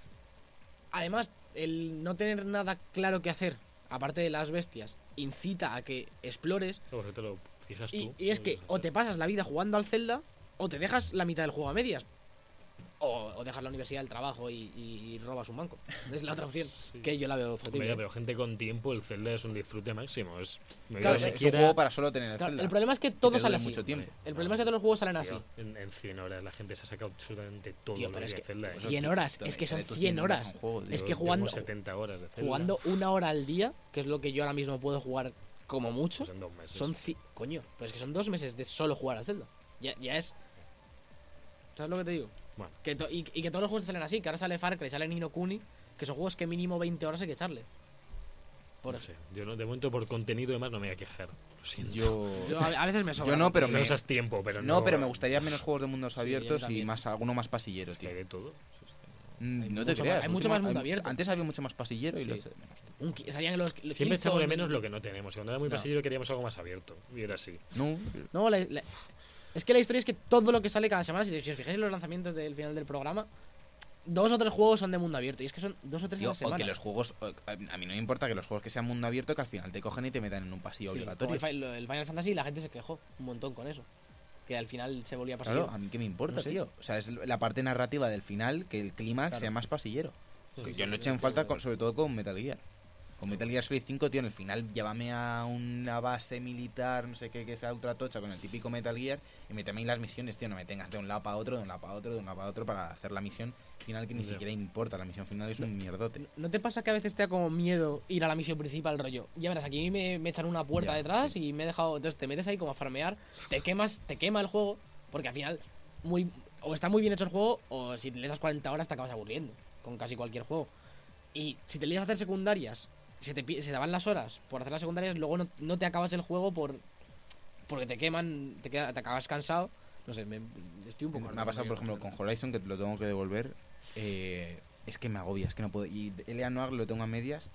[SPEAKER 3] Además, el no tener nada claro que hacer, aparte de las bestias, incita a que explores.
[SPEAKER 2] O sea, te lo fijas
[SPEAKER 3] Y,
[SPEAKER 2] tú, Mm.
[SPEAKER 3] y es que o te pasas la vida jugando al Zelda, o te dejas la mitad del juego a medias. O, o dejas la universidad, el trabajo y, y robas un banco. Es la otra opción
[SPEAKER 2] Sí.
[SPEAKER 3] que yo la veo
[SPEAKER 2] Hombre,
[SPEAKER 3] factible. ¿eh?
[SPEAKER 2] pero gente con tiempo, el Zelda es un disfrute máximo. Es, me digo,
[SPEAKER 3] Claro,
[SPEAKER 4] es,
[SPEAKER 3] que
[SPEAKER 4] es
[SPEAKER 2] siquiera-
[SPEAKER 4] un juego para solo tener el
[SPEAKER 3] Claro,
[SPEAKER 4] Zelda.
[SPEAKER 3] el problema es que
[SPEAKER 4] que
[SPEAKER 3] todo
[SPEAKER 4] te
[SPEAKER 3] sale
[SPEAKER 4] dure
[SPEAKER 3] así.
[SPEAKER 4] mucho tiempo.
[SPEAKER 3] El problema es que todos los juegos salen así.
[SPEAKER 2] Tío, en, en 100 horas la gente se ha sacado absolutamente todo
[SPEAKER 3] Tío,
[SPEAKER 2] lo
[SPEAKER 3] pero
[SPEAKER 2] que
[SPEAKER 3] es
[SPEAKER 2] hay
[SPEAKER 3] que
[SPEAKER 2] en Zelda. ¿eh?
[SPEAKER 3] 100 horas, es que son 100 horas. es
[SPEAKER 2] Yo
[SPEAKER 3] que jugando-
[SPEAKER 2] Tengo 70 horas de Zelda.
[SPEAKER 3] Jugando una hora al día, que es lo que yo ahora mismo puedo jugar como mucho.
[SPEAKER 2] Pues en dos meses.
[SPEAKER 3] Son ci- Coño, pero es que son dos meses de solo jugar al Zelda. Ya, ya es. ¿Sabes lo que te digo?
[SPEAKER 2] Bueno.
[SPEAKER 3] Que to- y, y que todos los juegos salen así, que ahora sale Far Cry, sale Nino Kuni, que son juegos que mínimo 20 horas hay que echarle. Por
[SPEAKER 2] No sé, yo no, de momento por contenido y demás no me voy a quejar. Lo siento.
[SPEAKER 4] Yo,
[SPEAKER 3] Yo a, a veces me sobra.
[SPEAKER 4] Yo no, pero
[SPEAKER 2] no
[SPEAKER 4] me-
[SPEAKER 2] usas tiempo, pero no.
[SPEAKER 4] no, pero me gustaría menos juegos de mundos
[SPEAKER 3] Sí, yo
[SPEAKER 4] abiertos y
[SPEAKER 3] también.
[SPEAKER 4] más alguno más pasillero, tío.
[SPEAKER 2] Que de todo.
[SPEAKER 4] Mm,
[SPEAKER 3] hay
[SPEAKER 4] No te
[SPEAKER 3] mucho
[SPEAKER 4] creas.
[SPEAKER 3] más- hay mucho
[SPEAKER 4] última-
[SPEAKER 3] más mundo abierto.
[SPEAKER 4] Antes había mucho más pasillero y
[SPEAKER 3] Sí.
[SPEAKER 4] lo eché de menos. tío.
[SPEAKER 3] Un qui- salían los, los
[SPEAKER 2] Siempre echamos de
[SPEAKER 3] Killzone.
[SPEAKER 2] menos lo que no tenemos. Cuando era muy
[SPEAKER 4] No.
[SPEAKER 2] pasillero queríamos algo más abierto. Y era así.
[SPEAKER 4] No,
[SPEAKER 3] No, la- la- es que la historia es que todo lo que sale cada semana, si, si os fijáis en los lanzamientos del final del programa, dos o tres juegos son de mundo abierto. Y es que son dos o tres
[SPEAKER 4] tío,
[SPEAKER 3] a la
[SPEAKER 4] o
[SPEAKER 3] semana.
[SPEAKER 4] que los juegos. o- A a mí no me importa que los juegos que sean mundo abierto que al final te cogen y te metan en un pasillo
[SPEAKER 3] Sí, como
[SPEAKER 4] obligatorio.
[SPEAKER 3] el, fi- lo- el Final Fantasy la gente se quejó un montón con eso. Que al final se volvía a pasar.
[SPEAKER 4] Claro, a mí qué me importa,
[SPEAKER 3] No sé.
[SPEAKER 4] tío. O sea, es la parte narrativa del final que el clímax
[SPEAKER 3] Claro.
[SPEAKER 4] sea más pasillero. Que
[SPEAKER 2] Sí,
[SPEAKER 4] yo
[SPEAKER 2] sí,
[SPEAKER 4] lo
[SPEAKER 2] sí,
[SPEAKER 4] eché en
[SPEAKER 2] sí,
[SPEAKER 4] falta,
[SPEAKER 2] sí.
[SPEAKER 4] con- sobre todo con Metal Gear. Con Metal Gear Solid 5, tío, en el final llévame a una base militar, no sé qué, que sea ultra tocha con el típico Metal Gear y méteme ahí las misiones, tío. No me tengas de un lado para otro, de un lado para otro, de un lado para otro para hacer la misión final que ni
[SPEAKER 2] Ya.
[SPEAKER 4] siquiera importa. La misión final es un mierdote.
[SPEAKER 3] ¿No te pasa que a veces te da como miedo ir a la misión principal, rollo? Ya verás, aquí me, me echan una puerta
[SPEAKER 4] Ya,
[SPEAKER 3] detrás y me he dejado. Entonces te metes ahí como a farmear, te quemas, te quema el juego, porque al final, muy, o está muy bien hecho el juego, o si te lees las 40 horas te acabas aburriendo, con casi cualquier juego. Y si te lees a hacer secundarias, se te, pi- se te van las horas por hacer las secundarias, luego no, no te acabas el juego por porque te queman, te, queda- te acabas cansado. No sé, me, estoy un poco.
[SPEAKER 4] Me ha pasado, por ejemplo, con Horizon, que lo tengo que devolver. eh, es que me agobia, es que no puedo. Y L.A. Noir lo tengo a medias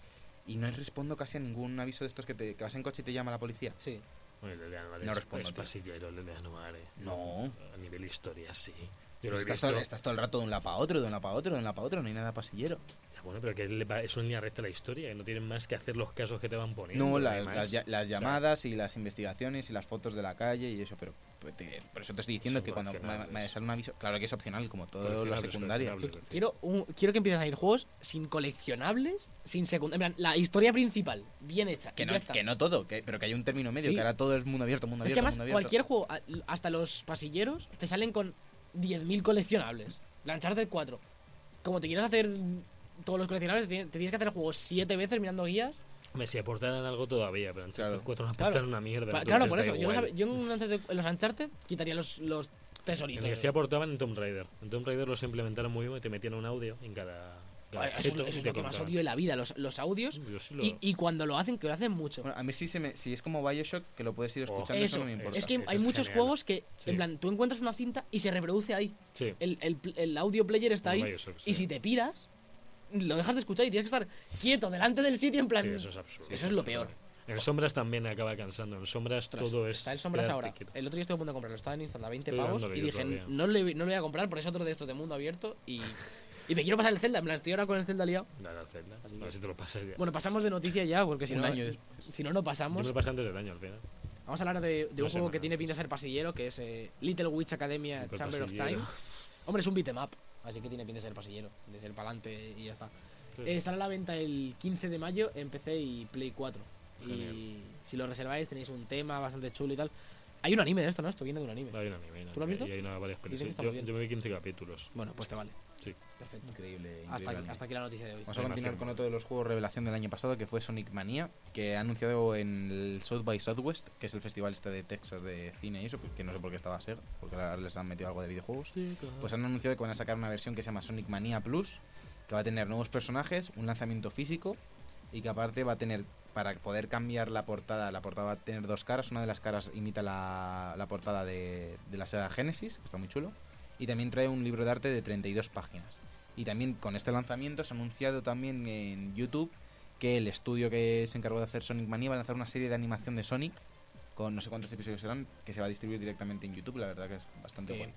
[SPEAKER 4] y no respondo casi a ningún aviso de estos que, te, que vas en coche y te llama la policía.
[SPEAKER 3] Sí.
[SPEAKER 2] Bueno, el Leano
[SPEAKER 4] No
[SPEAKER 2] es,
[SPEAKER 4] respondo,
[SPEAKER 2] es
[SPEAKER 4] tío.
[SPEAKER 2] pasillero, el Leano Mare.
[SPEAKER 4] No.
[SPEAKER 2] eh. A nivel historia, sí. Yo lo he
[SPEAKER 4] Estás
[SPEAKER 2] visto.
[SPEAKER 4] todo, estás todo el rato de un lado para otro, de un lado para otro, de un lado para otro, no hay nada pasillero.
[SPEAKER 2] Ya, bueno, pero que es, le va- es una línea recta la historia. Que no tienen más que hacer los casos que te van poniendo.
[SPEAKER 4] No,
[SPEAKER 2] hay
[SPEAKER 4] la-
[SPEAKER 2] más.
[SPEAKER 4] las, ya- las
[SPEAKER 2] sea-
[SPEAKER 4] llamadas y las investigaciones y las fotos de la calle y eso, pero pero te- por eso te estoy diciendo
[SPEAKER 2] Son
[SPEAKER 4] que cuando me,
[SPEAKER 2] opcionales.
[SPEAKER 4] me sale un aviso, claro que es opcional, como todo
[SPEAKER 2] Coleccionables,
[SPEAKER 4] la secundaria.
[SPEAKER 2] coleccionables, tío.
[SPEAKER 3] Quiero, un- quiero que empiecen a ir juegos sin coleccionables, sin secundarias. La historia principal, bien hecha.
[SPEAKER 4] Que
[SPEAKER 3] y
[SPEAKER 4] no,
[SPEAKER 3] ya está.
[SPEAKER 4] que no todo, que- pero que hay un término medio,
[SPEAKER 3] Sí.
[SPEAKER 4] que ahora todo es mundo abierto, mundo
[SPEAKER 3] es
[SPEAKER 4] abierto.
[SPEAKER 3] que además,
[SPEAKER 4] mundo abierto.
[SPEAKER 3] cualquier juego, a- hasta los pasilleros, te salen con 10.000 coleccionables. Lancharte 4. Como te quieras hacer todos los coleccionables, te, te tienes que hacer el juego 7 veces mirando guías.
[SPEAKER 2] Me si aportaran algo todavía, pero antes
[SPEAKER 4] Claro.
[SPEAKER 2] los cuatro no
[SPEAKER 3] Claro.
[SPEAKER 2] aportaron una mierda.
[SPEAKER 3] Pa- claro, por eso. Yo, no sab- yo en, un Uncharted- en los Uncharted quitaría los, los
[SPEAKER 2] En
[SPEAKER 3] tesoritos.
[SPEAKER 2] el que sí aportaban en Tomb Raider. En Tomb Raider los implementaron muy bien y te metían un audio en cada. cada
[SPEAKER 3] Eso, es-
[SPEAKER 2] objeto
[SPEAKER 3] eso
[SPEAKER 2] y
[SPEAKER 3] es
[SPEAKER 2] te
[SPEAKER 3] lo que más
[SPEAKER 2] contaban.
[SPEAKER 3] odio de la vida, los, los audios.
[SPEAKER 2] Yo sí lo-
[SPEAKER 3] Y, y cuando lo hacen, que lo hacen mucho.
[SPEAKER 4] Bueno, a mí sí se me, si es como Bioshock, que lo puedes ir
[SPEAKER 2] Oh.
[SPEAKER 4] escuchando, eso,
[SPEAKER 3] Eso,
[SPEAKER 4] no me importa.
[SPEAKER 3] es que
[SPEAKER 2] Eso
[SPEAKER 3] hay
[SPEAKER 2] es
[SPEAKER 3] muchos
[SPEAKER 2] genial.
[SPEAKER 3] juegos que,
[SPEAKER 2] Sí.
[SPEAKER 3] en plan, tú encuentras una cinta y se reproduce ahí.
[SPEAKER 2] Sí.
[SPEAKER 3] El, el pl- el audio player está
[SPEAKER 2] Como
[SPEAKER 3] ahí.
[SPEAKER 2] Bioshock, sí.
[SPEAKER 3] Y si te piras, lo dejas de escuchar y tienes que estar quieto delante del sitio, en plan.
[SPEAKER 2] Sí, eso es absurdo.
[SPEAKER 3] eso es lo peor.
[SPEAKER 2] En Sombras también acaba cansando. En Sombras
[SPEAKER 3] Ostras,
[SPEAKER 2] todo es.
[SPEAKER 3] está en sombras
[SPEAKER 2] quedarte
[SPEAKER 3] ahora.
[SPEAKER 2] quieto.
[SPEAKER 3] El otro día estuve a punto de comprarlo. Estaba en Instant a 20
[SPEAKER 2] Estoy
[SPEAKER 3] pavos.
[SPEAKER 2] dándole
[SPEAKER 3] Y
[SPEAKER 2] yo
[SPEAKER 3] dije,
[SPEAKER 2] todavía.
[SPEAKER 3] no, le, no le voy a comprar porque es otro de estos de mundo abierto. Y, y me quiero pasar el Zelda. En plan, estoy ahora con el Zelda liado.
[SPEAKER 2] Dale al Zelda. A ver si te lo pasas ya.
[SPEAKER 3] Bueno, pasamos de noticia ya, porque si
[SPEAKER 4] Un
[SPEAKER 3] no. eh,
[SPEAKER 4] año después.
[SPEAKER 3] Si no, no
[SPEAKER 2] yo
[SPEAKER 3] pasamos.
[SPEAKER 2] me lo pasé antes del año al final.
[SPEAKER 3] Vamos a hablar de, de un
[SPEAKER 2] Una
[SPEAKER 3] juego que
[SPEAKER 2] semana
[SPEAKER 3] tiene pinta de
[SPEAKER 2] antes.
[SPEAKER 3] ser pasillero, que es eh, Little Witch Academia
[SPEAKER 2] Super
[SPEAKER 3] Chamber of
[SPEAKER 2] pasillero.
[SPEAKER 3] Time. Hombre, es un beat'em up, así que tiene pinta de ser pasillero, de ser pa'lante y ya está. Eh, sale a la venta el 15 de mayo en PC y Play 4. Y
[SPEAKER 2] Genial.
[SPEAKER 3] si lo reserváis tenéis un tema bastante chulo y tal. Hay un anime de esto, ¿no? Esto viene de un anime.
[SPEAKER 2] No, hay un anime, hay un
[SPEAKER 3] ¿Tú lo has
[SPEAKER 2] anime,
[SPEAKER 3] visto?
[SPEAKER 2] y hay una- varias pelis.
[SPEAKER 3] Dicen que está
[SPEAKER 2] Yo,
[SPEAKER 3] muy bien.
[SPEAKER 2] yo me vi 15 capítulos.
[SPEAKER 3] Bueno, pues te vale.
[SPEAKER 2] Sí.
[SPEAKER 3] Perfecto.
[SPEAKER 4] Increíble,
[SPEAKER 3] Hasta aquí,
[SPEAKER 4] increíble.
[SPEAKER 3] hasta aquí la noticia de hoy.
[SPEAKER 4] Vamos
[SPEAKER 2] Hay
[SPEAKER 4] a
[SPEAKER 2] más
[SPEAKER 4] continuar
[SPEAKER 2] tiempo.
[SPEAKER 4] con otro de los juegos revelación del año pasado, que fue Sonic Mania, que ha anunciado en el South by Southwest, que es el festival este de Texas de cine y eso, que no sé por qué estaba a ser, porque ahora les han metido algo de videojuegos.
[SPEAKER 3] eh,
[SPEAKER 4] Pues han anunciado que van a sacar una versión que se llama Sonic Mania Plus, que va a tener nuevos personajes, un lanzamiento físico y que aparte va a tener, para poder cambiar la portada, la portada va a tener dos caras, una de las caras imita la, la portada de, de la saga Genesis, que está muy chulo, y también trae un libro de arte de 32 páginas. Y también con este lanzamiento se ha anunciado también en YouTube que el estudio que se encargó de hacer Sonic Mania va a lanzar una serie de animación de Sonic con no sé cuántos episodios serán, que se va a distribuir directamente en YouTube, la verdad que es bastante
[SPEAKER 3] Sí.
[SPEAKER 4] guay.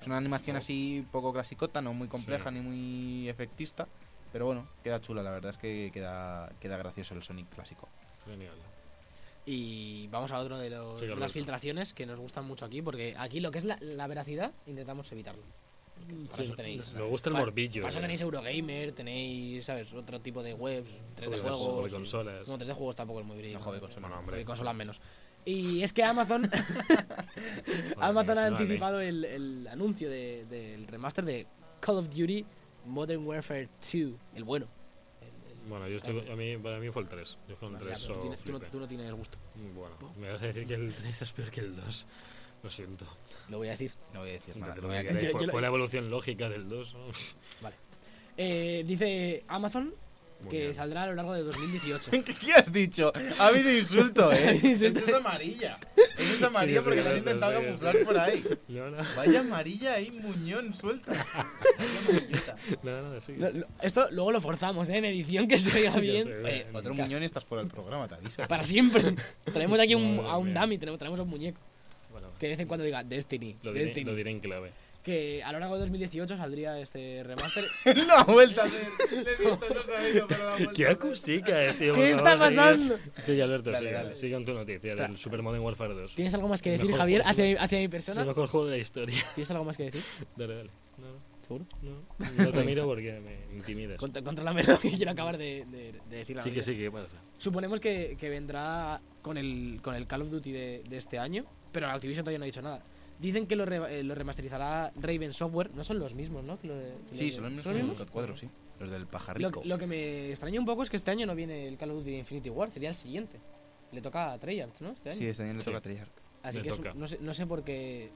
[SPEAKER 4] Es una animación así poco clasicota, no muy compleja
[SPEAKER 2] Sí.
[SPEAKER 4] ni muy efectista, pero bueno, queda chula, la verdad es que queda, queda gracioso el Sonic clásico.
[SPEAKER 2] Genial.
[SPEAKER 3] Y vamos a otro de, los-
[SPEAKER 2] Sí,
[SPEAKER 3] de las
[SPEAKER 2] Alberto.
[SPEAKER 3] filtraciones que nos gustan mucho aquí, porque aquí lo que es la, la veracidad intentamos evitarlo. Para
[SPEAKER 2] Sí,
[SPEAKER 3] eso tenéis.
[SPEAKER 2] me gusta el
[SPEAKER 3] pa-
[SPEAKER 2] morbillo.
[SPEAKER 3] Para eso
[SPEAKER 2] eh.
[SPEAKER 3] tenéis Eurogamer, tenéis, ¿sabes? Otro tipo de webs, 3D
[SPEAKER 2] Joder,
[SPEAKER 3] juegos.
[SPEAKER 2] joder, consolas.
[SPEAKER 3] No, 3D juegos tampoco es muy brillo.
[SPEAKER 4] No, joder, consola.
[SPEAKER 2] Bueno, hombre.
[SPEAKER 3] Joder, consolas menos. Y es que Amazon,
[SPEAKER 2] Joder,
[SPEAKER 3] Amazon
[SPEAKER 2] es
[SPEAKER 3] ha
[SPEAKER 2] una
[SPEAKER 3] anticipado el, el anuncio de- del remaster de Call of Duty Modern Warfare 2, el bueno. El-
[SPEAKER 2] ley.
[SPEAKER 3] el-
[SPEAKER 2] Bueno, yo estoy, a mí, para mí fue el 3. Yo con el
[SPEAKER 3] Vale,
[SPEAKER 2] 3
[SPEAKER 3] ya, pero
[SPEAKER 2] solo
[SPEAKER 3] tú, tienes- tú no,
[SPEAKER 2] flipé.
[SPEAKER 3] tú no tienes gusto,
[SPEAKER 2] Bueno, me vas a decir que el 3 es peor que el 2. Lo siento.
[SPEAKER 3] lo voy a decir.
[SPEAKER 4] No voy a decir nada,
[SPEAKER 2] Te
[SPEAKER 4] no
[SPEAKER 2] lo
[SPEAKER 4] voy a
[SPEAKER 2] diré.
[SPEAKER 4] creer.
[SPEAKER 3] yo-
[SPEAKER 2] fue,
[SPEAKER 3] yo lo-
[SPEAKER 2] fue la evolución lógica del 2. ¿no?
[SPEAKER 3] Eh, dice Amazon
[SPEAKER 2] Muy
[SPEAKER 3] que
[SPEAKER 2] bien.
[SPEAKER 3] saldrá a lo largo de 2018.
[SPEAKER 4] ¿Qué, qué has dicho? Ha habido insulto, ¿eh?
[SPEAKER 3] Insulto.
[SPEAKER 4] Eso es amarilla. Eso es
[SPEAKER 2] Sí,
[SPEAKER 4] amarilla
[SPEAKER 2] eso
[SPEAKER 4] porque
[SPEAKER 2] que
[SPEAKER 4] lo has
[SPEAKER 2] es,
[SPEAKER 4] intentado
[SPEAKER 2] eso que es.
[SPEAKER 4] camuflar por ahí.
[SPEAKER 2] No, no,
[SPEAKER 4] Vaya amarilla ahí, muñón, suelta. Vaya amarillota.
[SPEAKER 2] no, no, sigue,
[SPEAKER 3] No,
[SPEAKER 2] sigue.
[SPEAKER 3] lo- esto luego lo forzamos, ¿eh? En edición que se oiga
[SPEAKER 2] Ya
[SPEAKER 3] bien.
[SPEAKER 2] sé.
[SPEAKER 4] Oye, otro
[SPEAKER 3] Ya.
[SPEAKER 4] muñón y estás fuera del programa, te aviso.
[SPEAKER 3] Para siempre. Traemos aquí un-
[SPEAKER 2] Madre
[SPEAKER 3] a un
[SPEAKER 2] mía.
[SPEAKER 3] dummy, tenemos, traemos a un muñeco.
[SPEAKER 2] Bueno,
[SPEAKER 3] Que de vez en cuando diga Destiny.
[SPEAKER 2] lo diré,
[SPEAKER 3] Destiny.
[SPEAKER 2] lo diré en clave.
[SPEAKER 3] Que a lo largo de 2018 saldría este remaster.
[SPEAKER 4] Lo ha vuelto a hacer. Le he visto, no sabía, pero lo ha vuelto
[SPEAKER 2] ¡Qué
[SPEAKER 4] a hacer.
[SPEAKER 2] acusica es, tío!
[SPEAKER 3] ¿Qué
[SPEAKER 2] por
[SPEAKER 3] está
[SPEAKER 2] favor, sigue.
[SPEAKER 3] pasando?
[SPEAKER 2] Sigue, Alberto,
[SPEAKER 4] Dale,
[SPEAKER 2] sigue.
[SPEAKER 4] dale.
[SPEAKER 2] Sigue con tu noticia del
[SPEAKER 3] Espera.
[SPEAKER 2] Super Modern Warfare 2.
[SPEAKER 3] ¿Tienes algo más que
[SPEAKER 2] El
[SPEAKER 3] decir,
[SPEAKER 2] mejor
[SPEAKER 3] Javier?
[SPEAKER 2] juego, sí.
[SPEAKER 3] Hacia, mi- hacia
[SPEAKER 2] Es
[SPEAKER 3] mi
[SPEAKER 2] el
[SPEAKER 3] persona.
[SPEAKER 2] mejor juego de la historia.
[SPEAKER 3] ¿Tienes algo más que decir?
[SPEAKER 2] Dale, dale. No, no,
[SPEAKER 3] ¿Seguro?
[SPEAKER 2] no, no te miro porque me intimidas.
[SPEAKER 3] Cont contrólame lo que quiero acabar de, de- de decir. la
[SPEAKER 2] Sí, que
[SPEAKER 3] noticia.
[SPEAKER 2] sí, que pasa.
[SPEAKER 3] Suponemos que, que vendrá con el, con el Call of Duty de, de este año, pero Activision todavía no ha dicho nada. Dicen que lo, re- eh, lo remasterizará Raven Software. No son los mismos, ¿no? Que lo de- que
[SPEAKER 4] Sí,
[SPEAKER 3] lo-
[SPEAKER 4] son los mismos
[SPEAKER 3] ¿son
[SPEAKER 4] que los Cut 4, sí. Los del
[SPEAKER 3] Lo,
[SPEAKER 4] pajarrico.
[SPEAKER 3] lo que me extraña un poco es que este año no viene el Call of Duty Infinity War, sería el siguiente. Le toca a Treyarch, ¿no? Este año.
[SPEAKER 4] Sí, este año le
[SPEAKER 2] Sí.
[SPEAKER 4] toca a Treyarch.
[SPEAKER 3] Así
[SPEAKER 2] le
[SPEAKER 3] que es un-
[SPEAKER 2] toca.
[SPEAKER 3] no, sé, no sé por qué.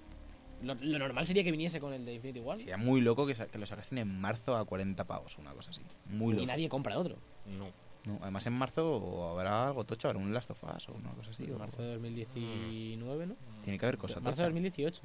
[SPEAKER 3] Lo, lo normal sería que viniese con el de Infinity War.
[SPEAKER 4] Sería muy loco que, sa- que lo sacasen en marzo a 40 pavos, una cosa así. Muy
[SPEAKER 3] y
[SPEAKER 4] loco.
[SPEAKER 3] nadie compra otro.
[SPEAKER 2] No.
[SPEAKER 4] No, además, en marzo habrá algo tocho, habrá un Last of Us o una cosa así. o-
[SPEAKER 3] marzo de 2019, ¿no?
[SPEAKER 4] Tiene que haber cosas
[SPEAKER 3] Marzo de 2018.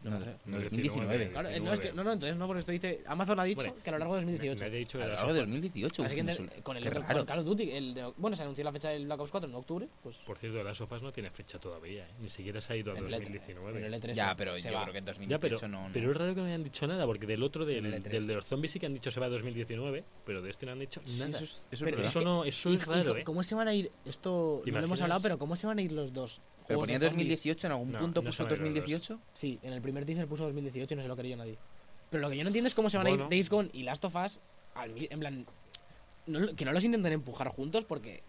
[SPEAKER 4] No,
[SPEAKER 3] No,
[SPEAKER 4] de-
[SPEAKER 3] marzo-
[SPEAKER 4] no, 2019.
[SPEAKER 3] Claro, eh, no, es que, no, no, entonces no, porque esto dice. Amazon ha dicho
[SPEAKER 2] Bueno,
[SPEAKER 3] que a lo largo de 2018.
[SPEAKER 2] Nadie ha dicho que
[SPEAKER 4] Claro,
[SPEAKER 2] era
[SPEAKER 4] algo de
[SPEAKER 2] software.
[SPEAKER 4] 2018.
[SPEAKER 3] Así que
[SPEAKER 4] uf,
[SPEAKER 3] ente-
[SPEAKER 4] no sé,
[SPEAKER 3] con el
[SPEAKER 4] qué
[SPEAKER 3] otro, con
[SPEAKER 4] raro.
[SPEAKER 3] Call of Duty, el de- bueno, se anunció la fecha del Black Ops 4 en octubre, pues
[SPEAKER 2] Por cierto, las sofás no tiene fecha todavía. ¿eh? Ni siquiera se ha ido a
[SPEAKER 3] en el E3, en el E
[SPEAKER 2] 2019.
[SPEAKER 3] E3
[SPEAKER 4] Ya,
[SPEAKER 3] se-
[SPEAKER 4] pero
[SPEAKER 3] se
[SPEAKER 4] yo
[SPEAKER 3] va.
[SPEAKER 4] creo que en
[SPEAKER 2] Ya,
[SPEAKER 4] 2018
[SPEAKER 3] E
[SPEAKER 2] pero,
[SPEAKER 4] no. no.
[SPEAKER 2] pero es raro que no hayan dicho nada, porque del otro,
[SPEAKER 4] En
[SPEAKER 2] del,
[SPEAKER 4] el E3.
[SPEAKER 2] del de los zombies sí que han dicho se va a 2019, pero de este no han dicho
[SPEAKER 4] Sí,
[SPEAKER 2] nada.
[SPEAKER 4] eso es, eso es
[SPEAKER 3] Pero
[SPEAKER 4] verdad.
[SPEAKER 2] Eso
[SPEAKER 3] que-
[SPEAKER 2] no, eso
[SPEAKER 3] ¿Y-
[SPEAKER 2] es
[SPEAKER 3] y
[SPEAKER 2] raro,
[SPEAKER 3] co-
[SPEAKER 2] ¿eh?
[SPEAKER 3] ¿Cómo se van a ir? Esto
[SPEAKER 2] ¿Te
[SPEAKER 3] no lo hemos
[SPEAKER 2] imaginas?
[SPEAKER 3] hablado, pero ¿cómo se van a ir los dos?
[SPEAKER 4] Pero
[SPEAKER 3] Juegos
[SPEAKER 4] ponía
[SPEAKER 3] de zombies.
[SPEAKER 4] 2018 en algún
[SPEAKER 2] No,
[SPEAKER 4] punto,
[SPEAKER 2] no
[SPEAKER 4] puso
[SPEAKER 2] son euros.
[SPEAKER 4] 2018.
[SPEAKER 3] Sí, en el primer teaser puso 2018 y no se lo quería nadie. Pero lo que yo no entiendo es cómo se van a
[SPEAKER 2] Bueno.
[SPEAKER 3] ir Days Gone y Last of Us al mi- en plan no lo- que no los intenten empujar juntos porque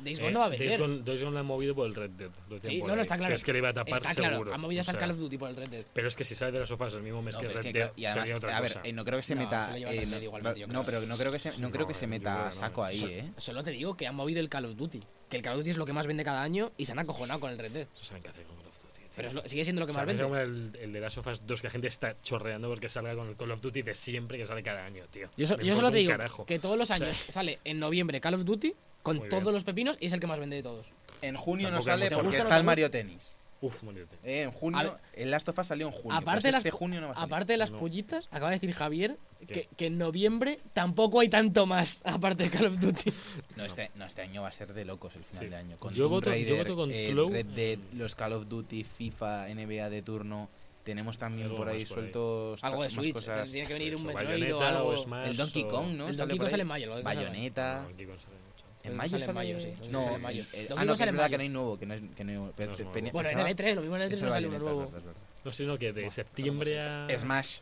[SPEAKER 3] Days Gone
[SPEAKER 2] Eh,
[SPEAKER 3] no va a
[SPEAKER 2] Days
[SPEAKER 3] vender.
[SPEAKER 2] Gone- Days Gone la han movido por el Red Dead. Lo
[SPEAKER 3] sí,
[SPEAKER 2] tienen por
[SPEAKER 3] no, no
[SPEAKER 2] ahí,
[SPEAKER 3] está claro.
[SPEAKER 2] Que es que le iba a tapar
[SPEAKER 3] está claro,
[SPEAKER 2] seguro.
[SPEAKER 3] han movido
[SPEAKER 2] o
[SPEAKER 3] hasta el
[SPEAKER 2] sea,
[SPEAKER 3] Call of Duty por el Red Dead.
[SPEAKER 2] Pero es que si sale de las sofás el mismo mes
[SPEAKER 4] No,
[SPEAKER 2] que
[SPEAKER 4] pero es
[SPEAKER 2] Red
[SPEAKER 4] que,
[SPEAKER 2] Dead,
[SPEAKER 4] claro, y además,
[SPEAKER 2] sería otra
[SPEAKER 4] a ver,
[SPEAKER 2] cosa.
[SPEAKER 4] eh, no creo que se
[SPEAKER 3] No,
[SPEAKER 4] meta.
[SPEAKER 3] se lo llevan
[SPEAKER 4] eh,
[SPEAKER 3] Red Dead
[SPEAKER 4] no,
[SPEAKER 3] igualmente, yo
[SPEAKER 4] no,
[SPEAKER 3] creo.
[SPEAKER 4] pero no creo que se, no
[SPEAKER 2] No, eh,
[SPEAKER 4] creo que
[SPEAKER 2] yo
[SPEAKER 4] se
[SPEAKER 2] creo que
[SPEAKER 4] meta
[SPEAKER 2] no.
[SPEAKER 4] a saco ahí,
[SPEAKER 2] Sí.
[SPEAKER 4] ¿eh?
[SPEAKER 3] Solo te digo que han movido el Call of Duty, que el Call of Duty es lo que más vende cada año y se han acojonado con el Red Dead.
[SPEAKER 2] No saben qué hacer con Call of Duty. tío.
[SPEAKER 3] Pero es lo- sigue siendo lo que
[SPEAKER 2] O sea,
[SPEAKER 3] más
[SPEAKER 2] no es
[SPEAKER 3] vende.
[SPEAKER 2] como el, el de las sofás 2 que la gente está chorreando porque salga con el Call of Duty de siempre que sale cada año, tío.
[SPEAKER 3] Yo, so-
[SPEAKER 2] Me
[SPEAKER 3] yo
[SPEAKER 2] importa
[SPEAKER 3] solo te
[SPEAKER 2] un
[SPEAKER 3] digo
[SPEAKER 2] carajo.
[SPEAKER 3] que todos los
[SPEAKER 2] O sea-
[SPEAKER 3] años sale en noviembre Call of Duty con
[SPEAKER 2] Muy
[SPEAKER 3] todos
[SPEAKER 2] bien.
[SPEAKER 3] los pepinos y es el que más vende de todos.
[SPEAKER 4] En junio no
[SPEAKER 2] Tampoco hay
[SPEAKER 4] sale
[SPEAKER 2] mucha
[SPEAKER 4] porque
[SPEAKER 3] razón.
[SPEAKER 4] está el Mario Tennis.
[SPEAKER 2] Uf, morirte.
[SPEAKER 4] Eh, en
[SPEAKER 3] A
[SPEAKER 4] junio,
[SPEAKER 3] ver-
[SPEAKER 4] el Last of Us salió en junio.
[SPEAKER 3] Aparte
[SPEAKER 4] pues
[SPEAKER 3] de las
[SPEAKER 4] este
[SPEAKER 3] pu-
[SPEAKER 4] junio no va a salir.
[SPEAKER 3] Aparte de las
[SPEAKER 2] No.
[SPEAKER 3] pollitas, acaba de decir Javier que,
[SPEAKER 2] ¿Qué?
[SPEAKER 3] que en noviembre tampoco hay tanto más aparte de Call of Duty.
[SPEAKER 4] No, este, no, este año va a ser de locos el final
[SPEAKER 2] Sí.
[SPEAKER 4] de año. Con
[SPEAKER 2] Yo
[SPEAKER 4] Tomb
[SPEAKER 2] voto- yo
[SPEAKER 4] Raider,
[SPEAKER 2] voto con
[SPEAKER 4] el
[SPEAKER 2] Clow.
[SPEAKER 4] Red Dead, los Call of Duty, FIFA, NBA de turno. Tenemos también
[SPEAKER 2] Algo
[SPEAKER 4] por ahí
[SPEAKER 2] más por ahí.
[SPEAKER 4] sueltos.
[SPEAKER 3] Algo de
[SPEAKER 4] más
[SPEAKER 3] Switch,
[SPEAKER 4] cosas.
[SPEAKER 3] tiene que venir
[SPEAKER 2] Eso,
[SPEAKER 3] un
[SPEAKER 2] o
[SPEAKER 3] Metroid o
[SPEAKER 2] Bayonetta
[SPEAKER 3] algo.
[SPEAKER 2] o Smash
[SPEAKER 4] El Donkey
[SPEAKER 2] o-
[SPEAKER 4] Kong, ¿no?
[SPEAKER 3] El
[SPEAKER 4] sale
[SPEAKER 3] Donkey
[SPEAKER 4] por
[SPEAKER 3] Kong
[SPEAKER 4] ahí.
[SPEAKER 3] sale en mayo, lo de que sale en mayo.
[SPEAKER 2] No,
[SPEAKER 4] Bayonetta.
[SPEAKER 2] Donkey Kong sale mucho.
[SPEAKER 3] Creo
[SPEAKER 4] En
[SPEAKER 3] que
[SPEAKER 4] mayo
[SPEAKER 3] sale en
[SPEAKER 4] sale-
[SPEAKER 3] mayo, sí, creo que
[SPEAKER 4] No,
[SPEAKER 3] sale en mayo.
[SPEAKER 4] el- el-
[SPEAKER 3] Donkey
[SPEAKER 4] ah,
[SPEAKER 3] Kong
[SPEAKER 4] no,
[SPEAKER 3] sale
[SPEAKER 4] es
[SPEAKER 3] en
[SPEAKER 4] verdad
[SPEAKER 3] mayo.
[SPEAKER 4] que no hay nuevo. Que no hay, que no hay- pe-
[SPEAKER 2] No es
[SPEAKER 4] pe-
[SPEAKER 2] nuevo.
[SPEAKER 4] pe-
[SPEAKER 3] Bueno, en
[SPEAKER 4] pensaba-
[SPEAKER 3] el E3, lo mismo en el
[SPEAKER 4] es
[SPEAKER 3] E3
[SPEAKER 4] el
[SPEAKER 3] no sale uno
[SPEAKER 4] Bayonetta,
[SPEAKER 3] nuevo.
[SPEAKER 4] es verdad, es verdad.
[SPEAKER 2] No sé, no, que de septiembre a...
[SPEAKER 4] Smash.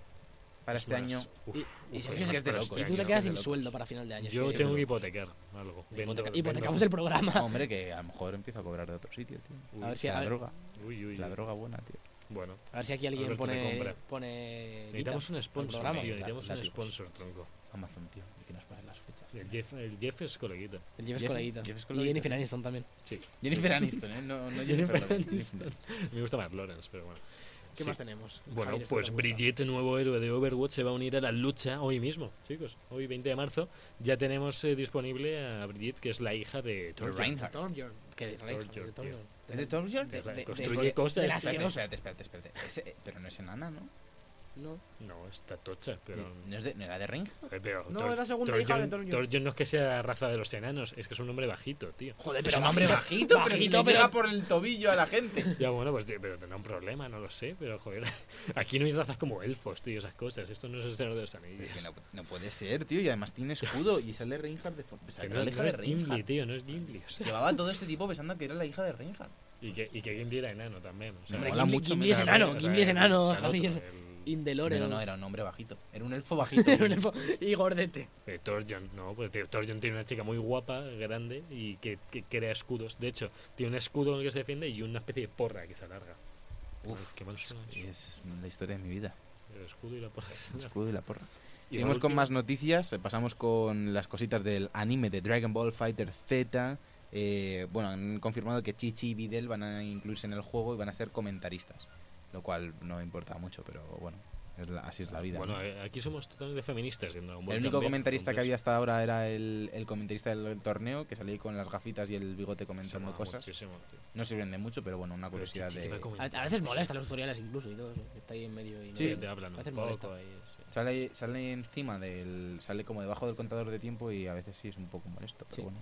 [SPEAKER 4] para
[SPEAKER 2] Es
[SPEAKER 4] este
[SPEAKER 2] unas-
[SPEAKER 4] año.
[SPEAKER 2] uf,
[SPEAKER 3] Y-
[SPEAKER 2] uf,
[SPEAKER 3] y se-
[SPEAKER 2] unas
[SPEAKER 3] es que es de
[SPEAKER 2] para
[SPEAKER 3] locos.
[SPEAKER 2] este
[SPEAKER 3] Y tú te
[SPEAKER 2] año.
[SPEAKER 3] quedas
[SPEAKER 4] de
[SPEAKER 3] sin
[SPEAKER 4] locos.
[SPEAKER 3] sueldo para final de año. es
[SPEAKER 2] Yo
[SPEAKER 3] que-
[SPEAKER 2] tengo que hipotecar algo. Vendo-
[SPEAKER 3] Hipoteca-
[SPEAKER 2] vendo-
[SPEAKER 3] Hipotecamos el programa.
[SPEAKER 4] Ah, Hombre, que a lo mejor empiezo a cobrar de otro sitio, tío.
[SPEAKER 2] Uy,
[SPEAKER 3] A ver si-
[SPEAKER 4] la
[SPEAKER 3] a ver-
[SPEAKER 4] droga,
[SPEAKER 2] Uy, uy,
[SPEAKER 4] la
[SPEAKER 2] uy.
[SPEAKER 4] droga buena, tío.
[SPEAKER 2] Bueno,
[SPEAKER 3] A ver si aquí
[SPEAKER 2] A
[SPEAKER 3] alguien
[SPEAKER 2] ver quién le compra.
[SPEAKER 3] pone. pone
[SPEAKER 2] necesitamos
[SPEAKER 3] guita
[SPEAKER 2] un
[SPEAKER 3] al
[SPEAKER 2] sponsor, ¿eh?
[SPEAKER 3] programa.
[SPEAKER 2] tío.
[SPEAKER 4] La-
[SPEAKER 2] Necesitamos un
[SPEAKER 4] látigos.
[SPEAKER 2] sponsor, tronco.
[SPEAKER 4] Amazon, tío. Y que nos paguen las fechas. tío.
[SPEAKER 2] El Jeff, el Jeff es coleguita.
[SPEAKER 3] El Jeff es
[SPEAKER 4] Jeff-
[SPEAKER 3] coleguita.
[SPEAKER 4] Jeff es
[SPEAKER 3] Y
[SPEAKER 4] coleguita.
[SPEAKER 3] Jennifer Aniston también.
[SPEAKER 2] Sí.
[SPEAKER 4] Jennifer Aniston, ¿eh? No, no Jennifer Lawrence, Jennifer Aniston.
[SPEAKER 2] Me gusta más Lawrence, pero bueno.
[SPEAKER 3] ¿Qué
[SPEAKER 2] Sí.
[SPEAKER 3] más tenemos?
[SPEAKER 2] Bueno,
[SPEAKER 3] Javier, esto
[SPEAKER 2] pues
[SPEAKER 3] te gusta.
[SPEAKER 2] Brigitte, nuevo héroe de Overwatch, se va a unir a la lucha hoy mismo, chicos. Hoy, 20 de marzo, ya tenemos eh, disponible a Brigitte, que es la hija de
[SPEAKER 4] Pero
[SPEAKER 2] Thor.
[SPEAKER 4] Reinhardt.
[SPEAKER 3] Thornbjörn. Que de Reinhardt,
[SPEAKER 2] Thornbjörn,
[SPEAKER 3] de
[SPEAKER 2] tío.
[SPEAKER 3] Thornbjörn.
[SPEAKER 4] ¿Es de Tom York?
[SPEAKER 3] de- de- de-
[SPEAKER 2] Construye
[SPEAKER 3] de-
[SPEAKER 2] cosas.
[SPEAKER 3] de las
[SPEAKER 2] Espérate,
[SPEAKER 3] que
[SPEAKER 4] Espérate,
[SPEAKER 3] no-
[SPEAKER 4] espérate, espérate, espérate. Ese- eh, pero no es enana, ¿no?
[SPEAKER 3] No.
[SPEAKER 2] No, está tocha, pero...
[SPEAKER 4] ¿No, es de, ¿No era de Reinhardt?
[SPEAKER 2] eh, pero
[SPEAKER 3] No,
[SPEAKER 2] Thor-
[SPEAKER 3] es la segunda hija de
[SPEAKER 2] Thorjorn-
[SPEAKER 3] Thorjorn.
[SPEAKER 2] Thorjorn no es que sea la raza de los enanos, es que es un hombre bajito, tío.
[SPEAKER 3] Joder,
[SPEAKER 4] Es un hombre bajito, pero si
[SPEAKER 3] bajito,
[SPEAKER 4] le
[SPEAKER 3] pero-
[SPEAKER 4] llega por el tobillo a la gente.
[SPEAKER 2] Ya, bueno, pues tío, pero tendrá un problema, no lo sé, pero joder, aquí no hay razas como elfos, tío, esas cosas. Esto no es el Señor de los
[SPEAKER 4] Pero
[SPEAKER 2] Anillos.
[SPEAKER 4] es que no, no puede ser, tío. Y además tiene escudo y sale Reinhardt de forma.
[SPEAKER 2] Que no,
[SPEAKER 4] la hija
[SPEAKER 2] no
[SPEAKER 4] de
[SPEAKER 2] es Gimli,
[SPEAKER 4] Reinhardt.
[SPEAKER 2] tío, no es Gimli. o sea,
[SPEAKER 4] Llevaba todo este tipo pensando que era la hija de Reinhardt.
[SPEAKER 2] y, que, y que Gimli era enano también. O sea,
[SPEAKER 4] Me
[SPEAKER 3] Hombre,
[SPEAKER 4] mola
[SPEAKER 3] Gimli-
[SPEAKER 4] mucho,
[SPEAKER 3] Gimli
[SPEAKER 4] me
[SPEAKER 3] es
[SPEAKER 4] sale
[SPEAKER 3] enano,
[SPEAKER 2] o sea,
[SPEAKER 3] Gimli es
[SPEAKER 2] el- o
[SPEAKER 3] enano,
[SPEAKER 2] sea, el otro,
[SPEAKER 3] Javier.
[SPEAKER 2] el-
[SPEAKER 3] Indelore.
[SPEAKER 4] No, no, era un hombre bajito. Era un elfo bajito.
[SPEAKER 3] Era un elfo. Y gordete.
[SPEAKER 2] Eh, Torjon, no, pues tío, Torjon tiene una chica muy guapa, grande y que, que crea escudos. De hecho, tiene un escudo en el que se defiende y una especie de porra que se alarga.
[SPEAKER 4] Uf,
[SPEAKER 2] qué mal suena eso.
[SPEAKER 4] es la historia de mi vida.
[SPEAKER 2] El escudo y la porra que se
[SPEAKER 4] El
[SPEAKER 2] alarga.
[SPEAKER 4] escudo y la porra.
[SPEAKER 2] Y
[SPEAKER 4] Seguimos
[SPEAKER 2] por
[SPEAKER 4] con
[SPEAKER 2] último-
[SPEAKER 4] más noticias, eh, pasamos con las cositas del anime de Dragon Ball Fighter Z. Eh, bueno, han confirmado que Chichi y Videl van a incluirse en el juego y van a ser comentaristas, lo cual no importa mucho, pero bueno, es la- así es la vida.
[SPEAKER 2] Bueno,
[SPEAKER 4] ¿no?
[SPEAKER 2] eh, aquí somos totalmente feministas. en Dragon Ball
[SPEAKER 4] el único
[SPEAKER 2] también,
[SPEAKER 4] comentarista que había
[SPEAKER 2] entonces,
[SPEAKER 4] hasta ahora era el, el comentarista del torneo, que salía ahí con las gafitas y el bigote
[SPEAKER 2] se
[SPEAKER 4] comentando
[SPEAKER 2] mola
[SPEAKER 4] cosas.
[SPEAKER 2] muchísimo, tío.
[SPEAKER 4] No sirven de mucho, pero bueno, una
[SPEAKER 2] Pero
[SPEAKER 4] curiosidad
[SPEAKER 2] Chichi te va
[SPEAKER 4] de...
[SPEAKER 3] A,
[SPEAKER 2] comentando.
[SPEAKER 3] a veces molesta los tutoriales incluso y todo. eso. Está ahí en medio y no-
[SPEAKER 2] Sí, te hablan un
[SPEAKER 3] a veces
[SPEAKER 2] poco
[SPEAKER 3] molesta.
[SPEAKER 2] ahí, sí.
[SPEAKER 4] Sale, sale encima del... sale como debajo del contador de tiempo y a veces sí es un poco molesto, pero
[SPEAKER 3] Sí.
[SPEAKER 4] bueno,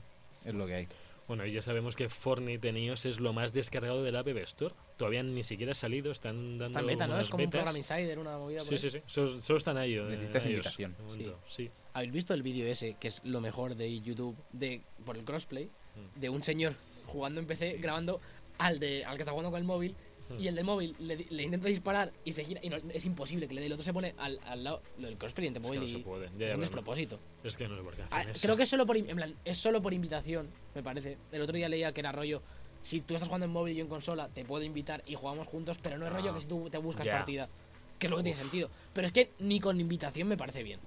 [SPEAKER 4] es lo que hay.
[SPEAKER 2] Bueno, y ya sabemos que Fortnite en iOS es lo más descargado del App Store. Todavía ni siquiera ha salido, están dando
[SPEAKER 3] Está en beta, ¿no?
[SPEAKER 2] unas
[SPEAKER 3] Es como un
[SPEAKER 2] betas.
[SPEAKER 3] programa insider, una movida por
[SPEAKER 2] Sí,
[SPEAKER 3] ahí.
[SPEAKER 2] sí, sí. Solo, solo están ahí. eh,
[SPEAKER 4] Necesitas
[SPEAKER 2] en iOS,
[SPEAKER 4] invitación.
[SPEAKER 2] de momento, sí.
[SPEAKER 3] ¿Habéis visto el vídeo ese, que es lo mejor de YouTube, de por el crossplay,
[SPEAKER 2] Mm.
[SPEAKER 3] de un señor jugando en PC,
[SPEAKER 2] Sí.
[SPEAKER 3] grabando al de al que está jugando con el móvil,
[SPEAKER 2] Mm.
[SPEAKER 3] y el del móvil le, di- le intenta disparar y se gira, y no- es imposible que le dé, el otro se pone al, al lado, lo del crossplay entre
[SPEAKER 2] Es que
[SPEAKER 3] móvil
[SPEAKER 2] no se
[SPEAKER 3] y...
[SPEAKER 2] puede. ya, ya
[SPEAKER 3] Es un
[SPEAKER 2] veremos.
[SPEAKER 3] despropósito.
[SPEAKER 2] Es que no sé por qué hacen
[SPEAKER 3] Ah,
[SPEAKER 2] eso.
[SPEAKER 3] creo que es solo por, in- en plan, es solo por invitación, me parece. El otro día leía que era rollo, si tú estás jugando en móvil y yo en consola, te puedo invitar y jugamos juntos, pero no es rollo
[SPEAKER 2] Ah,
[SPEAKER 3] que si tú te buscas
[SPEAKER 2] ya.
[SPEAKER 3] partida, que es lo que tiene
[SPEAKER 2] Uf.
[SPEAKER 3] sentido. Pero es que ni con invitación me parece bien.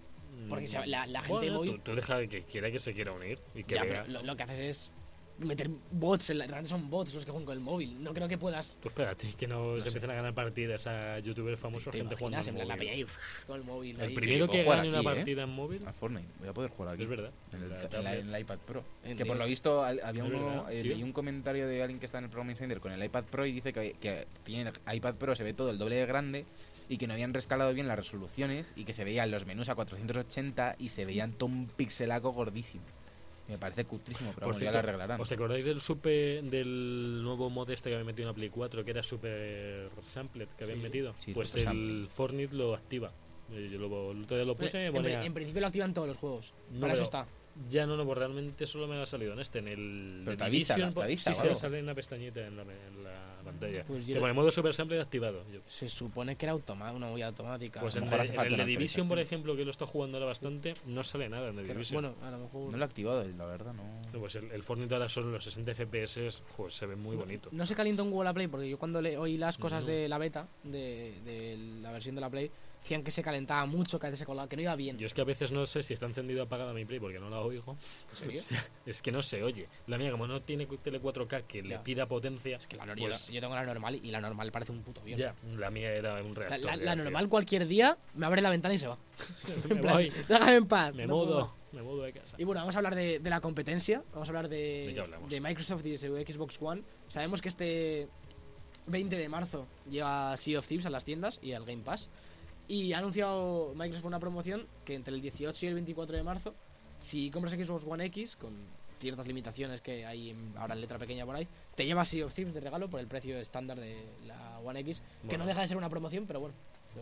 [SPEAKER 3] porque se- la- la gente
[SPEAKER 2] Bueno,
[SPEAKER 3] móvil-
[SPEAKER 2] Tú, tú deja que quiera que se quiera unir y que
[SPEAKER 3] Ya,
[SPEAKER 2] vea.
[SPEAKER 3] pero lo, lo que haces es meter bots, en la, realmente son bots los que juegan con el móvil. No creo que puedas.
[SPEAKER 2] Tú espérate que no, se
[SPEAKER 4] sé.
[SPEAKER 2] empiecen a ganar partidas a youtubers famosos,
[SPEAKER 3] te
[SPEAKER 2] gente jugando
[SPEAKER 3] imaginas,
[SPEAKER 2] al
[SPEAKER 3] en plan, la
[SPEAKER 2] móvil.
[SPEAKER 3] peña ahí, uf, con el móvil.
[SPEAKER 2] El
[SPEAKER 3] ahí.
[SPEAKER 2] primero
[SPEAKER 4] puedo
[SPEAKER 2] que
[SPEAKER 4] jugar
[SPEAKER 2] gane una
[SPEAKER 4] aquí, ¿eh?
[SPEAKER 2] partida en móvil,
[SPEAKER 3] Ah,
[SPEAKER 4] A Fortnite, voy a poder jugar aquí.
[SPEAKER 2] es verdad.
[SPEAKER 4] En
[SPEAKER 2] En
[SPEAKER 4] el,
[SPEAKER 2] la
[SPEAKER 4] en la-
[SPEAKER 2] tablet.
[SPEAKER 4] en el iPad Pro.
[SPEAKER 3] En
[SPEAKER 4] que por lo
[SPEAKER 3] directo.
[SPEAKER 4] visto al- había
[SPEAKER 2] Es
[SPEAKER 4] uno,
[SPEAKER 2] verdad,
[SPEAKER 4] eh,
[SPEAKER 2] tío.
[SPEAKER 4] leí un comentario de alguien que está en el programa Insider con el iPad Pro y dice que, que tiene el iPad Pro, se ve todo el doble de grande y que no habían rescalado bien las resoluciones y que se veían los menús a 480 y se veían todo un pixelaco gordísimo. Me parece cutrísimo, pero
[SPEAKER 2] Por
[SPEAKER 4] bueno, ya
[SPEAKER 2] cierto,
[SPEAKER 4] lo arreglarán.
[SPEAKER 2] ¿Os acordáis del super, del nuevo mod este que habían metido en la Play 4, que era Super Samplet que habían
[SPEAKER 3] Sí,
[SPEAKER 2] metido?
[SPEAKER 4] sí,
[SPEAKER 2] pues
[SPEAKER 4] Super
[SPEAKER 2] el
[SPEAKER 4] Samplet.
[SPEAKER 2] Fortnite lo activa. Eh, Yo lo, el otro día lo
[SPEAKER 3] Hombre,
[SPEAKER 2] puse y me
[SPEAKER 3] en,
[SPEAKER 2] ponía...
[SPEAKER 3] pri- en principio lo activan todos los juegos.
[SPEAKER 2] No,
[SPEAKER 3] Para eso
[SPEAKER 2] pero-
[SPEAKER 3] está.
[SPEAKER 2] Ya no, no, pues realmente solo me ha salido en este, en el
[SPEAKER 4] Pero
[SPEAKER 2] de
[SPEAKER 4] te avisa,
[SPEAKER 2] Division,
[SPEAKER 4] te
[SPEAKER 2] po-
[SPEAKER 4] avisa
[SPEAKER 2] sí,
[SPEAKER 4] o
[SPEAKER 2] sí,
[SPEAKER 4] algo.
[SPEAKER 2] sale en una pestañita en la, en la pantalla.
[SPEAKER 3] Pues yo
[SPEAKER 2] que
[SPEAKER 3] lo-
[SPEAKER 2] pone modo Super Sampler activado. Yo,
[SPEAKER 3] Se supone que era automa- una movida automática.
[SPEAKER 2] pues
[SPEAKER 4] a lo
[SPEAKER 2] en,
[SPEAKER 4] mejor
[SPEAKER 2] de-
[SPEAKER 4] hace
[SPEAKER 2] en
[SPEAKER 4] falta
[SPEAKER 2] el de
[SPEAKER 4] una
[SPEAKER 2] Division, por
[SPEAKER 4] actualización.
[SPEAKER 2] ejemplo, que lo está jugando ahora bastante, no sale nada en The
[SPEAKER 4] Pero,
[SPEAKER 2] Division.
[SPEAKER 3] bueno, a lo mejor.
[SPEAKER 4] No lo he activado, la verdad, no.
[SPEAKER 2] No, pues el, el Fortnite ahora son los 60 FPS, joder, se ve muy bonito.
[SPEAKER 3] No se calienta un huevo la Play, porque yo cuando le oí las cosas
[SPEAKER 2] No.
[SPEAKER 3] de la beta, de, de la versión de la Play, decían que se calentaba mucho, que a veces se colaba, que no iba bien.
[SPEAKER 2] Yo es que a veces no sé si está encendido o apagada mi Play porque no la oigo.
[SPEAKER 3] ¿En serio?
[SPEAKER 2] Es que no se oye. La mía, como no tiene cu- tele 4K que le
[SPEAKER 3] Ya.
[SPEAKER 2] pida potencia,
[SPEAKER 3] Es que la nor-
[SPEAKER 2] pues,
[SPEAKER 3] yo, yo tengo la normal y la normal parece un puto avión.
[SPEAKER 2] ya, la mía era un
[SPEAKER 3] La,
[SPEAKER 2] reactor.
[SPEAKER 3] la- la
[SPEAKER 2] ya, tío.
[SPEAKER 3] normal cualquier día me abre la ventana y se va.
[SPEAKER 2] me
[SPEAKER 3] En plan,
[SPEAKER 2] voy,
[SPEAKER 3] Déjame en paz.
[SPEAKER 2] me
[SPEAKER 3] no puedo
[SPEAKER 2] mudo,
[SPEAKER 3] más.
[SPEAKER 2] me mudo de casa.
[SPEAKER 3] Y bueno, vamos a hablar de, de la competencia. Vamos a hablar
[SPEAKER 2] ¿De
[SPEAKER 3] de,
[SPEAKER 2] qué hablamos?
[SPEAKER 3] de Microsoft y de su Xbox One. Sabemos que este 20 de marzo llega Sea of Thieves a las tiendas y al Game Pass. Y ha anunciado Microsoft una promoción que entre el 18 y el 24 de marzo, si compras Xbox One X, con ciertas limitaciones que hay en- ahora en letra pequeña por ahí, te llevas Sea of Thieves de regalo por el precio estándar de la One X, que
[SPEAKER 2] Bueno.
[SPEAKER 3] no deja de ser una promoción, pero bueno.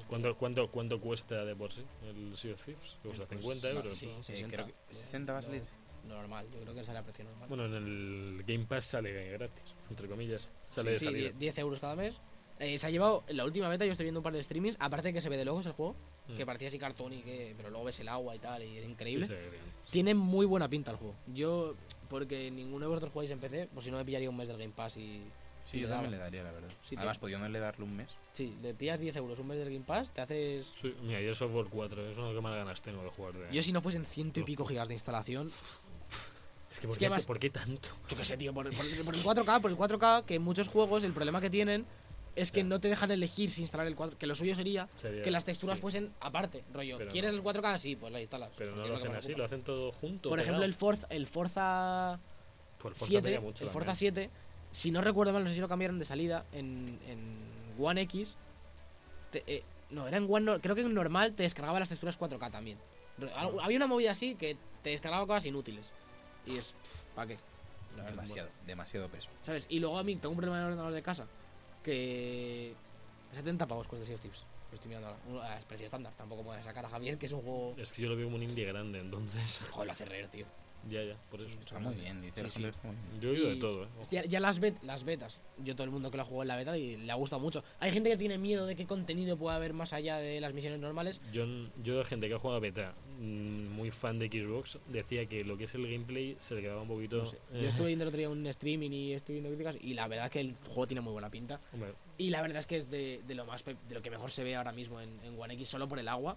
[SPEAKER 2] ¿Cuánto, cuánto, ¿Cuánto cuesta de por sí el Sea of Thieves? Que cuesta 50 euros.
[SPEAKER 3] Pues, sí,
[SPEAKER 2] ¿no?
[SPEAKER 4] Eh, creo que 60 va a salir.
[SPEAKER 3] Lo normal, yo creo que será precio normal.
[SPEAKER 2] Bueno, en el Game Pass sale gratis, entre comillas. Sale
[SPEAKER 3] Sí,
[SPEAKER 2] de
[SPEAKER 3] sí,
[SPEAKER 2] salida.
[SPEAKER 3] die- 10 euros cada mes. Eh, se ha llevado, en la última beta yo estoy viendo un par de streamings, aparte de que se ve de locos el juego,
[SPEAKER 2] Mm.
[SPEAKER 3] que parecía así cartón y que. Pero luego ves el agua y tal, y es increíble.
[SPEAKER 2] Sí, sí, bien.
[SPEAKER 3] Tiene muy buena pinta el juego. Yo, porque ninguno de vosotros jugáis en PC, pues si no me pillaría un mes del Game Pass y.
[SPEAKER 4] Sí,
[SPEAKER 3] y
[SPEAKER 4] yo
[SPEAKER 3] le
[SPEAKER 4] también le
[SPEAKER 3] daba.
[SPEAKER 4] daría, la verdad.
[SPEAKER 3] Sí,
[SPEAKER 4] Además,
[SPEAKER 3] tío.
[SPEAKER 4] pudiéndole darle un mes.
[SPEAKER 3] Sí, le pillas 10 euros un mes del Game Pass, te haces.
[SPEAKER 2] Sí, mira, yo software 4, es lo que más ganas tengo de jugar. ¿eh? De...
[SPEAKER 3] Yo si no fuesen ciento y pico gigas de instalación,
[SPEAKER 2] Es que, ¿por,
[SPEAKER 3] es que
[SPEAKER 2] qué,
[SPEAKER 3] además-
[SPEAKER 2] ¿por qué tanto?
[SPEAKER 3] yo qué sé, tío, por, por- por el 4K, por el 4K, que muchos juegos el problema que tienen es que
[SPEAKER 2] Ya.
[SPEAKER 3] no te dejan elegir si instalar el 4K, que lo suyo sería
[SPEAKER 2] Sería-
[SPEAKER 3] que las texturas
[SPEAKER 2] sí.
[SPEAKER 3] fuesen aparte, rollo.
[SPEAKER 2] Pero
[SPEAKER 3] ¿Quieres
[SPEAKER 2] no.
[SPEAKER 3] el 4K? Sí, pues la instalas.
[SPEAKER 2] Pero no
[SPEAKER 3] porque
[SPEAKER 2] lo
[SPEAKER 3] es que
[SPEAKER 2] hacen
[SPEAKER 3] me
[SPEAKER 2] así, lo
[SPEAKER 3] ocupa.
[SPEAKER 2] hacen todo junto.
[SPEAKER 3] Por ejemplo, el
[SPEAKER 2] pegado.
[SPEAKER 3] Forza, el Forza
[SPEAKER 2] Por Forza
[SPEAKER 3] 7,
[SPEAKER 2] pega mucho
[SPEAKER 3] el Forza
[SPEAKER 2] también.
[SPEAKER 3] 7, si no recuerdo mal, no sé si lo cambiaron de salida en, en One X. te- eh, no, era en One, no- creo que en normal te descargaba las texturas 4K también. Re-
[SPEAKER 2] Ah.
[SPEAKER 3] al- Había una movida así que te descargaba cosas inútiles. Y es, ¿para qué? La verdad,
[SPEAKER 4] Demasiado, demasiado peso.
[SPEAKER 3] bueno. ¿Sabes? Y luego a mí tengo un problema en el ordenador de casa que 70 pavos cuesta Sea of Thieves. Lo estoy mirando ahora. Ah, Es precio estándar, tampoco me van a sacar a Javier, que es un juego.
[SPEAKER 2] Es que yo lo veo como un indie grande, entonces.
[SPEAKER 3] Joder, lo hace reír, tío.
[SPEAKER 2] ya, ya, por eso.
[SPEAKER 4] Está muy bien, dice
[SPEAKER 3] Sí,
[SPEAKER 4] la
[SPEAKER 3] sí.
[SPEAKER 4] gente que está muy bien.
[SPEAKER 2] Yo he oído
[SPEAKER 3] Y-
[SPEAKER 2] de todo, ¿eh? Ojo.
[SPEAKER 3] Ya, ya las, bet- las betas. Yo todo el mundo que lo ha jugado en la beta y le ha gustado mucho. Hay gente que tiene miedo de qué contenido puede haber más allá de las misiones normales.
[SPEAKER 2] Yo, yo de gente que ha jugado a beta, mm, muy fan de Xbox, decía que lo que es el gameplay se le quedaba un poquito.
[SPEAKER 3] No sé. Yo
[SPEAKER 2] eh,
[SPEAKER 3] estuve viendo el otro día un streaming y estuve viendo críticas y la verdad es que el juego tiene muy buena pinta.
[SPEAKER 2] eh, hombre,
[SPEAKER 3] Y la verdad es que es de, de lo más pe- de lo que mejor se ve ahora mismo en, en One X solo por el agua.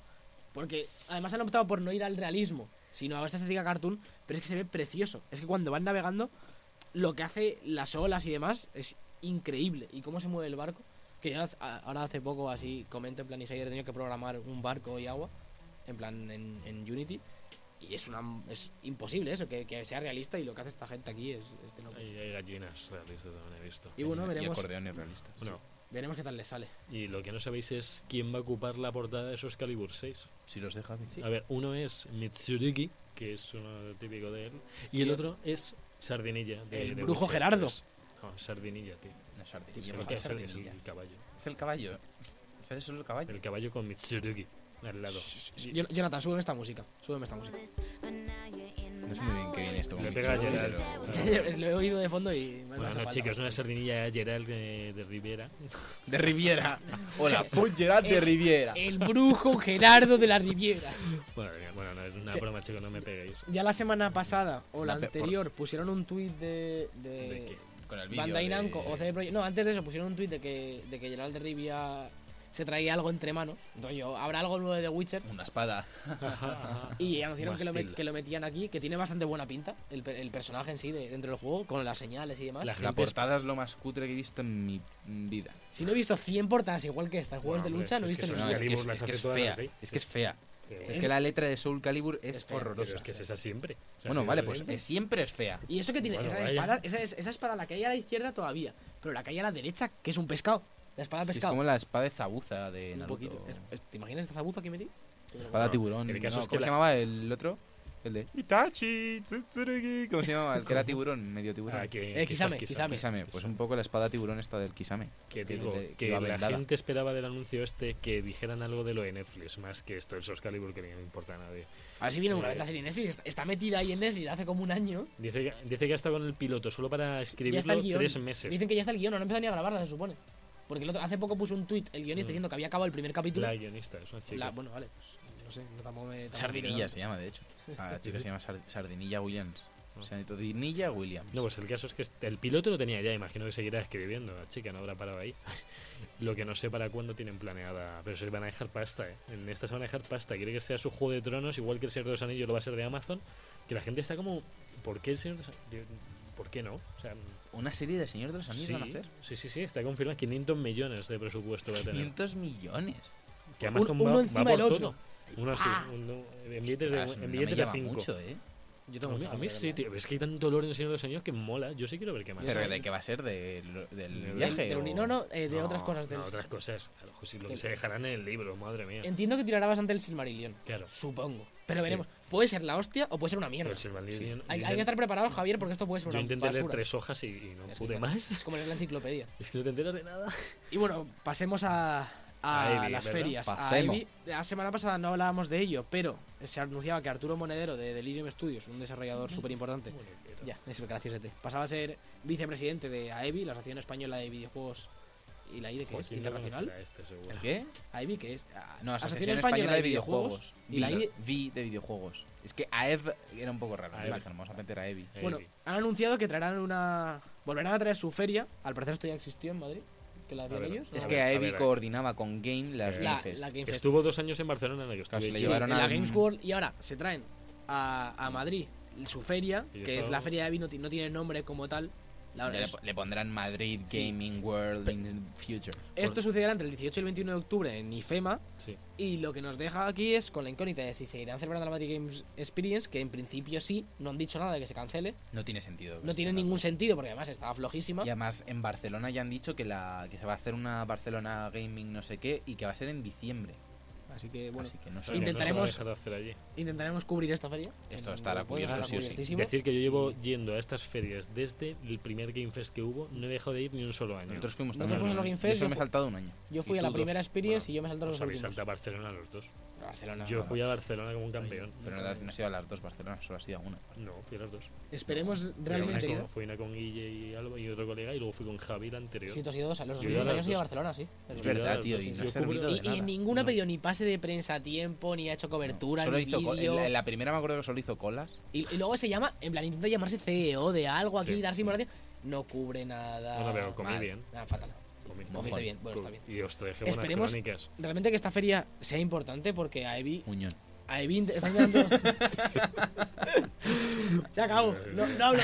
[SPEAKER 3] Porque además han optado por no ir al realismo, sino a esta estética cartoon, pero es que se ve precioso. Es que cuando van navegando, lo que hace las olas y demás es increíble. Y cómo se mueve el barco. Que ya hace- a- ahora hace poco así comento en plan Insider he tenido que programar un barco y agua. En plan en, en Unity. Y es una es imposible eso, que, que sea realista y lo que hace esta gente aquí es, es de locos.
[SPEAKER 2] hay, hay gallinas realistas también he visto.
[SPEAKER 3] Y bueno,
[SPEAKER 4] Y- Y
[SPEAKER 3] veremos,
[SPEAKER 4] acordeón irrealista.
[SPEAKER 2] Bueno,
[SPEAKER 3] veremos qué tal les sale.
[SPEAKER 2] y lo que no sabéis es quién va a ocupar la portada de esos Calibur 6.
[SPEAKER 4] Si los deja bien.
[SPEAKER 2] A ver, uno es Mitsurugi, que es uno típico de él, y el otro es Sardinilla. De,
[SPEAKER 3] El
[SPEAKER 2] de
[SPEAKER 3] brujo
[SPEAKER 2] Witcher
[SPEAKER 3] Gerardo.
[SPEAKER 2] 3. No, Sardinilla, tío.
[SPEAKER 4] No es arte,
[SPEAKER 2] Es
[SPEAKER 4] tío,
[SPEAKER 2] el,
[SPEAKER 4] es
[SPEAKER 2] que- es el- es
[SPEAKER 4] sardinilla.
[SPEAKER 2] el caballo.
[SPEAKER 4] Es el caballo. Sale solo el caballo.
[SPEAKER 2] El caballo con Mitsurugi al lado. Y-
[SPEAKER 3] Jon- Jonathan, súbeme esta música. Súbeme esta música.
[SPEAKER 4] No
[SPEAKER 5] No
[SPEAKER 4] sé muy bien qué viene esto.
[SPEAKER 2] Le
[SPEAKER 4] con
[SPEAKER 2] pega a
[SPEAKER 4] Mitsubishi,
[SPEAKER 2] Gerardo.
[SPEAKER 4] pero-
[SPEAKER 3] Lo he oído de fondo y me ha
[SPEAKER 2] Bueno,
[SPEAKER 3] hecho
[SPEAKER 2] no,
[SPEAKER 3] falta.
[SPEAKER 2] chicos, una sardinilla Gerald de, de Rivera.
[SPEAKER 4] De Riviera. Hola, soy Gerard de
[SPEAKER 3] Eh,
[SPEAKER 4] Riviera.
[SPEAKER 3] El brujo Gerardo de la Riviera.
[SPEAKER 2] Madre mía, Bueno, no, es una broma, chicos, no me peguéis.
[SPEAKER 3] Ya la semana pasada o la
[SPEAKER 4] La pe- por-
[SPEAKER 3] anterior pusieron un tuit de, de,
[SPEAKER 2] ¿De qué?
[SPEAKER 4] Con el vídeo
[SPEAKER 3] Bandai
[SPEAKER 4] de-
[SPEAKER 3] Namco o
[SPEAKER 4] sí.
[SPEAKER 3] CD Projekt. No, antes de eso pusieron un tuit de que, de que Gerald de Rivia se traía algo entre manos. Rollo, habrá algo nuevo de The Witcher.
[SPEAKER 4] Una espada.
[SPEAKER 3] Y
[SPEAKER 2] Ah,
[SPEAKER 3] anunciaron que lo, met-
[SPEAKER 2] Mastil.
[SPEAKER 3] que lo metían aquí, que tiene bastante buena pinta el, per- el personaje en sí de- dentro del juego, con las señales y demás.
[SPEAKER 2] La
[SPEAKER 4] La
[SPEAKER 2] gente es-
[SPEAKER 4] portada es lo más cutre que he visto en mi vida.
[SPEAKER 3] Si no he visto 100 portadas igual que esta en juegos
[SPEAKER 2] Bueno,
[SPEAKER 3] de
[SPEAKER 2] hombre,
[SPEAKER 3] lucha, no he
[SPEAKER 2] es que
[SPEAKER 3] visto
[SPEAKER 2] son
[SPEAKER 4] No,
[SPEAKER 3] ninguna.
[SPEAKER 4] es que es,
[SPEAKER 2] Calibur las
[SPEAKER 4] es que
[SPEAKER 2] hace
[SPEAKER 4] es
[SPEAKER 2] todas
[SPEAKER 4] fea.
[SPEAKER 2] así.
[SPEAKER 4] Es que es fea.
[SPEAKER 2] Pero
[SPEAKER 4] Es que la letra de Soul Calibur es,
[SPEAKER 3] Es fea,
[SPEAKER 2] pero
[SPEAKER 4] horrorosa.
[SPEAKER 2] es que es esa siempre. O sea,
[SPEAKER 4] Bueno,
[SPEAKER 2] si ah,
[SPEAKER 4] vale,
[SPEAKER 2] no
[SPEAKER 4] pues
[SPEAKER 2] siempre-
[SPEAKER 4] eh, siempre es fea.
[SPEAKER 3] Y eso que tiene,
[SPEAKER 2] Bueno,
[SPEAKER 3] esa,
[SPEAKER 2] vaya.
[SPEAKER 3] espada, esa, es- esa espada la que hay a la izquierda todavía, pero la que hay a la derecha, que es un pescado. La espada de
[SPEAKER 4] Sí, es
[SPEAKER 3] pescado.
[SPEAKER 4] como la espada de Zabuza de
[SPEAKER 3] un
[SPEAKER 4] Naruto.
[SPEAKER 3] poquito. Es- es- ¿Te imaginas esta zabuza que metí?
[SPEAKER 4] Espada
[SPEAKER 2] Bueno,
[SPEAKER 4] tiburón.
[SPEAKER 2] el caso
[SPEAKER 4] no,
[SPEAKER 2] es que
[SPEAKER 4] ¿Cómo
[SPEAKER 2] la-
[SPEAKER 4] se llamaba el otro? El de Itachi, Tsurugi. ¿Cómo se llamaba? El que era tiburón, medio tiburón.
[SPEAKER 2] Ah, que,
[SPEAKER 3] Eh,
[SPEAKER 2] que
[SPEAKER 3] Kisame,
[SPEAKER 2] sa- que sa-
[SPEAKER 3] Kisame.
[SPEAKER 4] Kisame, pues un poco la espada tiburón esta del Kisame.
[SPEAKER 2] Que
[SPEAKER 4] que-
[SPEAKER 2] digo,
[SPEAKER 4] que- que
[SPEAKER 2] que
[SPEAKER 4] iba
[SPEAKER 2] la
[SPEAKER 4] blindada.
[SPEAKER 2] gente esperaba del anuncio este que dijeran algo de lo de Netflix, más que esto del Source Calibur que no importa a nadie.
[SPEAKER 3] A ver si viene una
[SPEAKER 2] Eh.
[SPEAKER 3] vez la serie Netflix. está- Está metida ahí en Netflix hace como un año.
[SPEAKER 2] Dice que, dice que ha estado con el piloto solo para
[SPEAKER 3] Ya está el
[SPEAKER 2] escribirlo
[SPEAKER 3] guión.
[SPEAKER 2] tres meses.
[SPEAKER 3] Dicen que ya está el guión, no han empezado ni a grabarla, se supone. Porque el otro, hace poco puso un tuit el guionista
[SPEAKER 2] Mm.
[SPEAKER 3] diciendo que había acabado el primer capítulo.
[SPEAKER 2] La guionista, es una chica.
[SPEAKER 3] La- bueno, vale, pues, no sé, no tampoco me. tampoco me creo
[SPEAKER 4] Sardinilla
[SPEAKER 3] nada.
[SPEAKER 4] se llama, de hecho. Ah, La chica se llama Sar- Sardinilla Williams.
[SPEAKER 2] Ah.
[SPEAKER 4] Sardinilla Williams.
[SPEAKER 2] No, pues el caso es que este- el piloto lo tenía ya, imagino que seguirá escribiendo. La chica no habrá parado ahí. lo que no sé para cuándo tienen planeada. Pero se van a dejar pasta, ¿eh? En esta se van a dejar pasta. Quiere que sea su juego de tronos, igual que el Señor de los Anillos lo va a ser de Amazon. Que la gente está como, ¿por qué el Señor de los Anillos? ¿Por qué no? O sea,
[SPEAKER 4] ¿Una serie de Señor de los Anillos
[SPEAKER 2] sí,
[SPEAKER 4] van a hacer?
[SPEAKER 2] sí, sí, sí, está confirmado 500 millones de presupuesto va a tener.
[SPEAKER 4] 500 millones.
[SPEAKER 2] Que Amazon
[SPEAKER 3] Un- uno
[SPEAKER 2] va, va
[SPEAKER 3] encima
[SPEAKER 2] por
[SPEAKER 3] del otro.
[SPEAKER 2] todo. Uno así,
[SPEAKER 3] ¡Pah!
[SPEAKER 2] uno- en billetes de,
[SPEAKER 4] Ostras,
[SPEAKER 2] en
[SPEAKER 4] Ah, no me
[SPEAKER 2] billetes de
[SPEAKER 4] llama
[SPEAKER 2] 5.
[SPEAKER 4] mucho, ¿eh?
[SPEAKER 3] Yo tengo
[SPEAKER 2] A mí,
[SPEAKER 3] muchas
[SPEAKER 2] a mí
[SPEAKER 3] ganas de
[SPEAKER 2] sí,
[SPEAKER 3] verla.
[SPEAKER 2] tío. pero Es que hay tanto olor en Señor de los Anillos que mola. Yo sí quiero ver qué más.
[SPEAKER 3] Yo
[SPEAKER 4] ¿Pero
[SPEAKER 3] sé.
[SPEAKER 4] de qué va a ser? ¿Del, del
[SPEAKER 2] Del-
[SPEAKER 4] viaje?
[SPEAKER 3] del
[SPEAKER 4] o-
[SPEAKER 3] uni- no, no, eh, de otras cosas del-
[SPEAKER 2] No, otras cosas. Claro, jo, si lo que
[SPEAKER 3] El-
[SPEAKER 2] se dejarán en el libro, madre mía.
[SPEAKER 3] Entiendo que tirará bastante el Silmarillion.
[SPEAKER 2] Claro.
[SPEAKER 3] Supongo. Pero
[SPEAKER 2] Sí.
[SPEAKER 3] veremos. Puede ser la hostia o puede ser una
[SPEAKER 2] Pero
[SPEAKER 3] mierda.
[SPEAKER 2] el Silmarillion-
[SPEAKER 3] Hay,
[SPEAKER 2] yo
[SPEAKER 3] hay que
[SPEAKER 2] intent-
[SPEAKER 3] estar preparado, Javier, porque esto puede ser
[SPEAKER 2] Yo
[SPEAKER 3] una
[SPEAKER 2] intenté leer
[SPEAKER 3] basura.
[SPEAKER 2] tres hojas y, y no
[SPEAKER 3] Es que
[SPEAKER 2] pude
[SPEAKER 3] es- Es
[SPEAKER 2] más.
[SPEAKER 3] como leer la enciclopedia.
[SPEAKER 2] Es que no te enteras de nada.
[SPEAKER 3] Y bueno, pasemos a, a
[SPEAKER 2] A Eevee,
[SPEAKER 3] las
[SPEAKER 2] ¿verdad?
[SPEAKER 3] ferias. A
[SPEAKER 4] Pasemos.
[SPEAKER 3] Eevee. la semana pasada no hablábamos de ello, pero se anunciaba que Arturo Monedero de Delirium Studios, un desarrollador súper importante, este. ya, es gracias a ti, pasaba a ser vicepresidente de AEBI, la Asociación Española de Videojuegos ¿Y la I de qué
[SPEAKER 2] Joaquín
[SPEAKER 3] es?
[SPEAKER 2] no
[SPEAKER 3] ¿Internacional?
[SPEAKER 2] conocerá este, seguro.
[SPEAKER 4] ¿El qué?
[SPEAKER 3] ¿Ahí vi que es? Ah,
[SPEAKER 4] No, Asociación, Española de Videojuegos.
[SPEAKER 3] Y la I,
[SPEAKER 4] Vi de videojuegos. Es que AEV era un poco raro.
[SPEAKER 2] AEV.
[SPEAKER 4] en plan, Vamos a meter a EVI.
[SPEAKER 2] Eh,
[SPEAKER 3] Bueno,
[SPEAKER 2] sí.
[SPEAKER 3] han anunciado que traerán una. Volverán a traer su feria. Al parecer esto ya existió en Madrid. Que la hacían
[SPEAKER 2] ver,
[SPEAKER 3] ellos.
[SPEAKER 2] A
[SPEAKER 4] Es
[SPEAKER 3] ¿no?
[SPEAKER 4] que
[SPEAKER 2] ver, a
[SPEAKER 4] AEVI
[SPEAKER 2] ver, a ver.
[SPEAKER 4] coordinaba con Game las
[SPEAKER 2] Eh,
[SPEAKER 4] Game
[SPEAKER 3] la,
[SPEAKER 4] Fest.
[SPEAKER 3] la Game Fest.
[SPEAKER 2] Estuvo dos años en Barcelona en el que
[SPEAKER 4] Claro, se
[SPEAKER 2] estuve
[SPEAKER 4] le
[SPEAKER 2] yo.
[SPEAKER 3] Sí,
[SPEAKER 4] llevaron
[SPEAKER 3] en la
[SPEAKER 4] al-
[SPEAKER 3] Games World y ahora se traen a, a Madrid su feria,
[SPEAKER 2] Y yo
[SPEAKER 3] que es
[SPEAKER 2] estaba-
[SPEAKER 3] la feria de vino, ti- no tiene nombre como tal. La-
[SPEAKER 4] Ya le,
[SPEAKER 3] es-
[SPEAKER 4] po- le pondrán Madrid
[SPEAKER 3] Sí.
[SPEAKER 4] Gaming World in Future.
[SPEAKER 3] esto sucederá entre el 18 y el 21 de octubre en IFEMA
[SPEAKER 2] Sí.
[SPEAKER 3] y lo que nos deja aquí es con la incógnita de si seguirán celebrando la Madrid Games Experience, que en principio sí, no han dicho nada de que se cancele,
[SPEAKER 4] No tiene sentido.
[SPEAKER 3] no
[SPEAKER 4] este
[SPEAKER 3] tiene
[SPEAKER 4] dato.
[SPEAKER 3] ningún sentido porque además estaba flojísima.
[SPEAKER 4] Y además en Barcelona ya han dicho que la que se va a hacer una Barcelona Gaming no sé qué y que va a ser en diciembre.
[SPEAKER 3] Así que bueno,
[SPEAKER 4] Así que no
[SPEAKER 2] O sea,
[SPEAKER 4] sé.
[SPEAKER 2] que no se va a
[SPEAKER 3] intentaremos-
[SPEAKER 2] dejar de hacer allí.
[SPEAKER 3] intentaremos cubrir esta feria.
[SPEAKER 4] Esto
[SPEAKER 3] En-
[SPEAKER 4] estará
[SPEAKER 3] bueno,
[SPEAKER 4] cubierto sí o sí.
[SPEAKER 3] cubiertísimo.
[SPEAKER 2] Decir que yo llevo yendo a estas ferias desde el primer Game Fest que hubo, no he dejado de ir ni un solo año.
[SPEAKER 4] Nosotros fuimos
[SPEAKER 3] Nosotros
[SPEAKER 4] también.
[SPEAKER 3] fuimos a
[SPEAKER 2] no,
[SPEAKER 3] los
[SPEAKER 2] no,
[SPEAKER 3] Game
[SPEAKER 4] Yo
[SPEAKER 3] Fest,
[SPEAKER 4] solo
[SPEAKER 3] yo,
[SPEAKER 4] me he
[SPEAKER 3] fu-
[SPEAKER 4] saltado un año.
[SPEAKER 3] yo
[SPEAKER 2] y
[SPEAKER 3] fui a
[SPEAKER 2] tú
[SPEAKER 3] la
[SPEAKER 2] dos.
[SPEAKER 3] primera Experience
[SPEAKER 2] Bueno,
[SPEAKER 3] y yo me salté a
[SPEAKER 2] Os
[SPEAKER 3] los
[SPEAKER 2] habéis
[SPEAKER 3] últimos. Ah,
[SPEAKER 2] saltado a Barcelona los dos.
[SPEAKER 4] Barcelona.
[SPEAKER 2] Yo fui a Barcelona como un campeón.
[SPEAKER 4] Pero no, no ha sido a las dos Barcelona, solo ha sido a una.
[SPEAKER 2] No, fui a los dos.
[SPEAKER 3] Esperemos
[SPEAKER 2] Fui a una
[SPEAKER 3] realmente.
[SPEAKER 2] con- Fui una con Guille y Alba y otro colega y luego fui con Javi la anterior.
[SPEAKER 3] Sí, tú has ido dos, a los dos
[SPEAKER 2] Yo he ido a
[SPEAKER 3] últimos años
[SPEAKER 2] las
[SPEAKER 3] he ido a
[SPEAKER 2] dos.
[SPEAKER 3] Barcelona, sí.
[SPEAKER 2] Yo
[SPEAKER 4] Es
[SPEAKER 2] he ido a
[SPEAKER 4] verdad,
[SPEAKER 2] las
[SPEAKER 4] tío,
[SPEAKER 2] dos,
[SPEAKER 4] y
[SPEAKER 2] sí,
[SPEAKER 4] no
[SPEAKER 2] yo
[SPEAKER 4] ha servido
[SPEAKER 2] cubro-
[SPEAKER 4] de
[SPEAKER 3] Y, y
[SPEAKER 4] nada.
[SPEAKER 3] en ninguna
[SPEAKER 2] No.
[SPEAKER 3] ha pedido ni pase de prensa a tiempo, ni ha hecho cobertura,
[SPEAKER 4] Solo
[SPEAKER 3] ni
[SPEAKER 4] hizo co- en,
[SPEAKER 3] vídeo.
[SPEAKER 4] la, en la primera me acuerdo que solo hizo colas.
[SPEAKER 3] Y, y luego se llama, en plan, intenta llamarse CEO de algo aquí,
[SPEAKER 2] Sí.
[SPEAKER 3] darse importancia. No cubre nada.
[SPEAKER 2] No, no, pero comí
[SPEAKER 3] mal.
[SPEAKER 2] bien.
[SPEAKER 3] Nada, fatal.
[SPEAKER 2] Comí-
[SPEAKER 3] Comiste
[SPEAKER 4] Mojón.
[SPEAKER 3] bien, bueno, está bien.
[SPEAKER 2] Y os traje buenas
[SPEAKER 3] Esperemos-
[SPEAKER 2] crónicas.
[SPEAKER 3] Realmente que esta feria sea importante porque a Evi.
[SPEAKER 4] Muñón.
[SPEAKER 3] A Evi int- está intentando. se acabó. No, no hablo.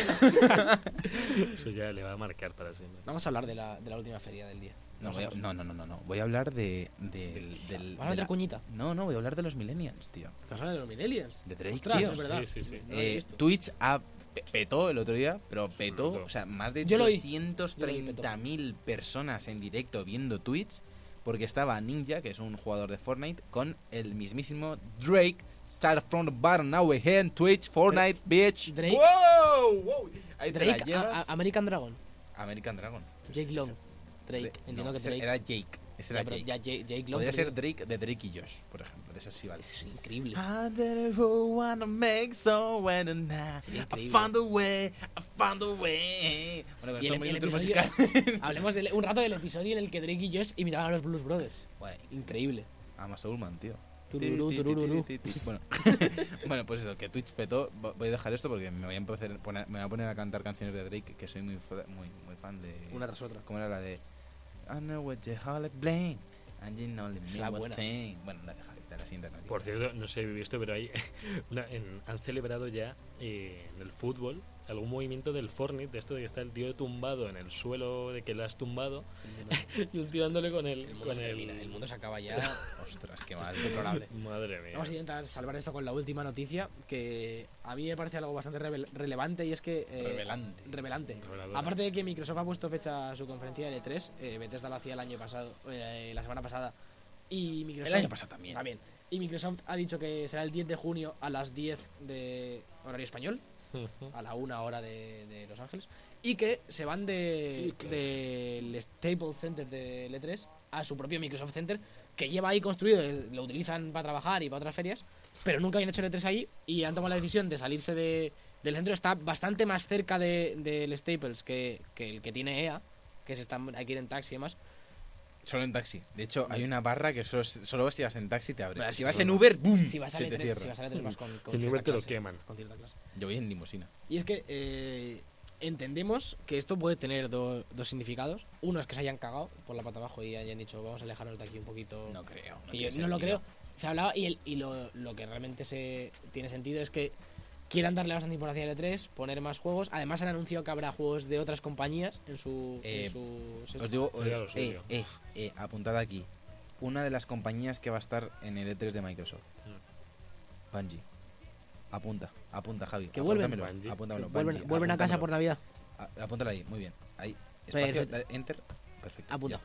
[SPEAKER 2] Eso ya le va a marcar para siempre.
[SPEAKER 3] Vamos a hablar de la, de la última feria del día.
[SPEAKER 4] No,
[SPEAKER 3] Vamos a
[SPEAKER 4] voy a-
[SPEAKER 3] hablar.
[SPEAKER 4] no, no, no, no, no. Voy a hablar de. del- del-
[SPEAKER 3] Vamos a
[SPEAKER 4] de
[SPEAKER 3] meter
[SPEAKER 4] la-
[SPEAKER 3] cuñita.
[SPEAKER 4] No, no, voy a hablar de los Millennials, tío.
[SPEAKER 3] ¿Vas a hablar de los Millennials?
[SPEAKER 4] De Drake,
[SPEAKER 3] Ostras,
[SPEAKER 4] tío.
[SPEAKER 3] es verdad.
[SPEAKER 2] Sí, sí, sí.
[SPEAKER 3] No lo he
[SPEAKER 4] Eh,
[SPEAKER 3] visto.
[SPEAKER 4] Twitch ha pe- petó el otro día, pero petó,
[SPEAKER 2] petó.
[SPEAKER 4] o sea, más de
[SPEAKER 3] Yo lo oí.
[SPEAKER 4] 230.000 personas en directo viendo Twitch, porque estaba Ninja, que es un jugador de Fortnite, con el mismísimo Drake. Start from the bottom, now we here in Twitch, Fortnite, bitch.
[SPEAKER 3] Drake-
[SPEAKER 4] ¡Wow! wow. Ahí te la
[SPEAKER 3] Drake, a-
[SPEAKER 4] llevas.
[SPEAKER 3] a- American Dragon.
[SPEAKER 4] American Dragon.
[SPEAKER 3] Jake Long. Drake.
[SPEAKER 4] No,
[SPEAKER 3] Entiendo que
[SPEAKER 4] ese
[SPEAKER 3] Drake.
[SPEAKER 4] Era Jake. Ese era
[SPEAKER 3] Ya, pero
[SPEAKER 4] Jake.
[SPEAKER 3] ya Jake, Jake Long.
[SPEAKER 4] Podría
[SPEAKER 3] pero-
[SPEAKER 4] ser Drake de Drake y Josh, por ejemplo. De esas sí vale.
[SPEAKER 3] Es increíble.
[SPEAKER 4] I didn't wanna make someone and I,
[SPEAKER 3] Sería
[SPEAKER 4] I
[SPEAKER 3] increíble.
[SPEAKER 4] found a way, I found a way. Bueno, con
[SPEAKER 3] Y
[SPEAKER 4] esto
[SPEAKER 3] el-
[SPEAKER 4] me
[SPEAKER 3] el
[SPEAKER 4] meto en
[SPEAKER 3] episodio-
[SPEAKER 4] musical.
[SPEAKER 3] Hablemos del- un rato del episodio en el que Drake y Josh imitaban a los Blues Brothers.
[SPEAKER 4] Guay.
[SPEAKER 3] Increíble.
[SPEAKER 2] Ah,
[SPEAKER 4] Amas a Ullman, tío.
[SPEAKER 3] Tururú,
[SPEAKER 4] Ti, ti, ti,
[SPEAKER 3] tururú.
[SPEAKER 4] ti, ti, ti. Bueno, bueno, pues eso, que Twitch petó. Vo- Voy a dejar esto porque me voy a, empezar, poner, me voy a poner a cantar canciones de Drake, que soy muy, fa- muy, muy fan de.
[SPEAKER 3] Una tras otra.
[SPEAKER 4] ¿Cómo era la de I know what you all blame? And you know
[SPEAKER 3] Es
[SPEAKER 4] me
[SPEAKER 3] la
[SPEAKER 4] one
[SPEAKER 3] buena.
[SPEAKER 4] thing. Bueno, la dejaré, la siguiente noticia.
[SPEAKER 2] Por cierto, no sé si he visto, pero hay una- en- han celebrado ya eh, en el fútbol algún movimiento del Fortnite, de esto de que está el tío tumbado en el suelo, de que lo has tumbado, y un tío dándole con el...
[SPEAKER 3] El mundo
[SPEAKER 2] con
[SPEAKER 3] se
[SPEAKER 2] el-
[SPEAKER 3] termina, el mundo se acaba ya.
[SPEAKER 4] Ostras, qué mal, deplorable.
[SPEAKER 2] Madre mía.
[SPEAKER 3] Vamos a intentar salvar esto con la última noticia que a mí me parece algo bastante revel- relevante y es que... eh,
[SPEAKER 4] Revelante.
[SPEAKER 3] Revelante.
[SPEAKER 2] Reveladora.
[SPEAKER 3] Aparte de que Microsoft ha puesto fecha a su conferencia de E3, eh, Bethesda la hacía el año pasado, eh, la semana pasada. Y Microsoft...
[SPEAKER 4] El año pasado también.
[SPEAKER 3] También. Y Microsoft ha dicho que será el 10 de junio a las 10 de horario español,
[SPEAKER 2] Ujú.
[SPEAKER 3] a la 1 hora de, de Los Ángeles, y que se van de- del Staples Center de L3 a su propio Microsoft Center, que lleva ahí construido, eh, lo utilizan para trabajar y para otras ferias, pero nunca habían hecho L3 ahí y han tomado la decisión de salirse de- del centro. Está bastante más cerca de- del Staples que, que el que tiene EA, que se están, hay que ir en taxi y demás.
[SPEAKER 4] Solo en taxi. De hecho, hay una barra que solo, solo si vas en taxi te abre.
[SPEAKER 3] Bueno,
[SPEAKER 4] si vas
[SPEAKER 3] bueno.
[SPEAKER 4] en Uber, ¡boom!
[SPEAKER 3] Si vas a
[SPEAKER 4] se te
[SPEAKER 3] L3,
[SPEAKER 4] cierra.
[SPEAKER 3] si vas a L3 vas con, con
[SPEAKER 2] En Uber
[SPEAKER 3] cierta
[SPEAKER 2] te lo
[SPEAKER 3] clase,
[SPEAKER 2] queman.
[SPEAKER 3] Con cierta clase.
[SPEAKER 4] Yo voy en limusina.
[SPEAKER 3] Y es que eh, entendemos que esto puede tener do- dos significados. Uno es que se hayan cagado por la pata abajo y hayan dicho, vamos a alejarnos de aquí un poquito.
[SPEAKER 4] No creo.
[SPEAKER 3] Y yo
[SPEAKER 4] tiene
[SPEAKER 3] no lo
[SPEAKER 4] sentido.
[SPEAKER 3] creo. Se hablaba y, el- y lo, lo que realmente se tiene sentido es que quieran darle bastante importancia al E3, poner más juegos. Además han anunciado que habrá juegos de otras compañías en su... en
[SPEAKER 4] Eh,
[SPEAKER 3] su-
[SPEAKER 4] Os digo,
[SPEAKER 2] Sería lo
[SPEAKER 4] eh,
[SPEAKER 2] suyo.
[SPEAKER 4] eh, eh, apuntad aquí. Una de las compañías que va a estar en el E3 de Microsoft. Bungie. Apunta, apunta, Javi.
[SPEAKER 3] Mm. Que vuelven.
[SPEAKER 4] apúntamelo,
[SPEAKER 2] Bungie.
[SPEAKER 4] apúntamelo,
[SPEAKER 3] vuelven
[SPEAKER 4] Bungie,
[SPEAKER 3] vuelven a casa por
[SPEAKER 4] apúntamelo.
[SPEAKER 3] Navidad.
[SPEAKER 4] A- Apúntalo ahí, muy bien. Ahí. Espacio,
[SPEAKER 3] Perfecto.
[SPEAKER 4] da- enter. Perfecto.
[SPEAKER 3] Apunta.
[SPEAKER 4] ya.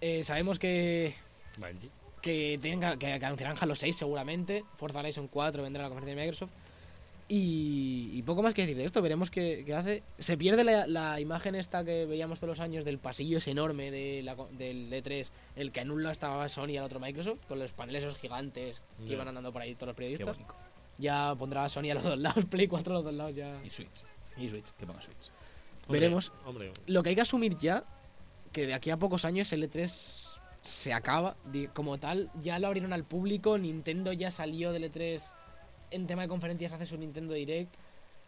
[SPEAKER 3] Eh, sabemos que
[SPEAKER 2] Bungie.
[SPEAKER 3] que, tenga, que, que anunciarán Halo 6 seguramente, Forza Horizon 4 vendrá a la conferencia de Microsoft. Y, y poco más que decir de esto, veremos qué, qué hace. Se pierde la, la imagen esta que veíamos todos los años del pasillo ese enorme de la co- del E3, en el que en un lado estaba Sony y al otro Microsoft, con los paneles esos gigantes que
[SPEAKER 2] Ya.
[SPEAKER 3] iban andando por ahí todos los
[SPEAKER 4] Qué
[SPEAKER 3] periodistas.
[SPEAKER 4] bonito.
[SPEAKER 3] Ya pondrá Sony a los dos lados, Play 4 a los dos lados ya.
[SPEAKER 4] Y Switch.
[SPEAKER 3] Y Switch.
[SPEAKER 4] Que ponga Switch.
[SPEAKER 2] Hombre,
[SPEAKER 3] Veremos.
[SPEAKER 2] Hombre,
[SPEAKER 3] Lo que hay que asumir ya, que de aquí a pocos años el E3 se acaba. Di- Como tal, ya lo abrieron al público. Nintendo ya salió del E3 en tema de conferencias, hace su Nintendo Direct.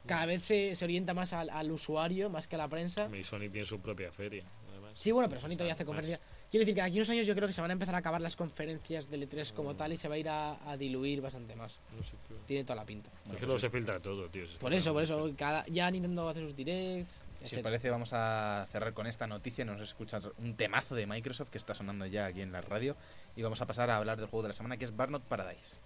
[SPEAKER 3] Cada vez se, se orienta más al, al usuario, más que a la prensa.
[SPEAKER 2] Y Sony tiene su propia feria, además.
[SPEAKER 3] Sí, bueno, pero Sony
[SPEAKER 2] O sea,
[SPEAKER 3] todavía hace
[SPEAKER 2] más-
[SPEAKER 3] conferencias. Quiero decir que de aquí a unos años yo creo que se van a empezar a acabar las conferencias del E3 como tal y se va a ir a, a diluir bastante más.
[SPEAKER 2] no sé, tío.
[SPEAKER 3] Tiene toda la pinta.
[SPEAKER 2] Es que luego se filtra todo, tío. se
[SPEAKER 3] pues Por
[SPEAKER 2] filtra
[SPEAKER 3] eso, por
[SPEAKER 2] mucho.
[SPEAKER 3] eso, cada, ya Nintendo hace sus directs.
[SPEAKER 4] Si
[SPEAKER 3] etcétera.
[SPEAKER 4] os parece, vamos a cerrar con esta noticia. Nos escucha un temazo de Microsoft que está sonando ya aquí en la radio. Y vamos a pasar a hablar del juego de la semana, que es Barnot Paradise.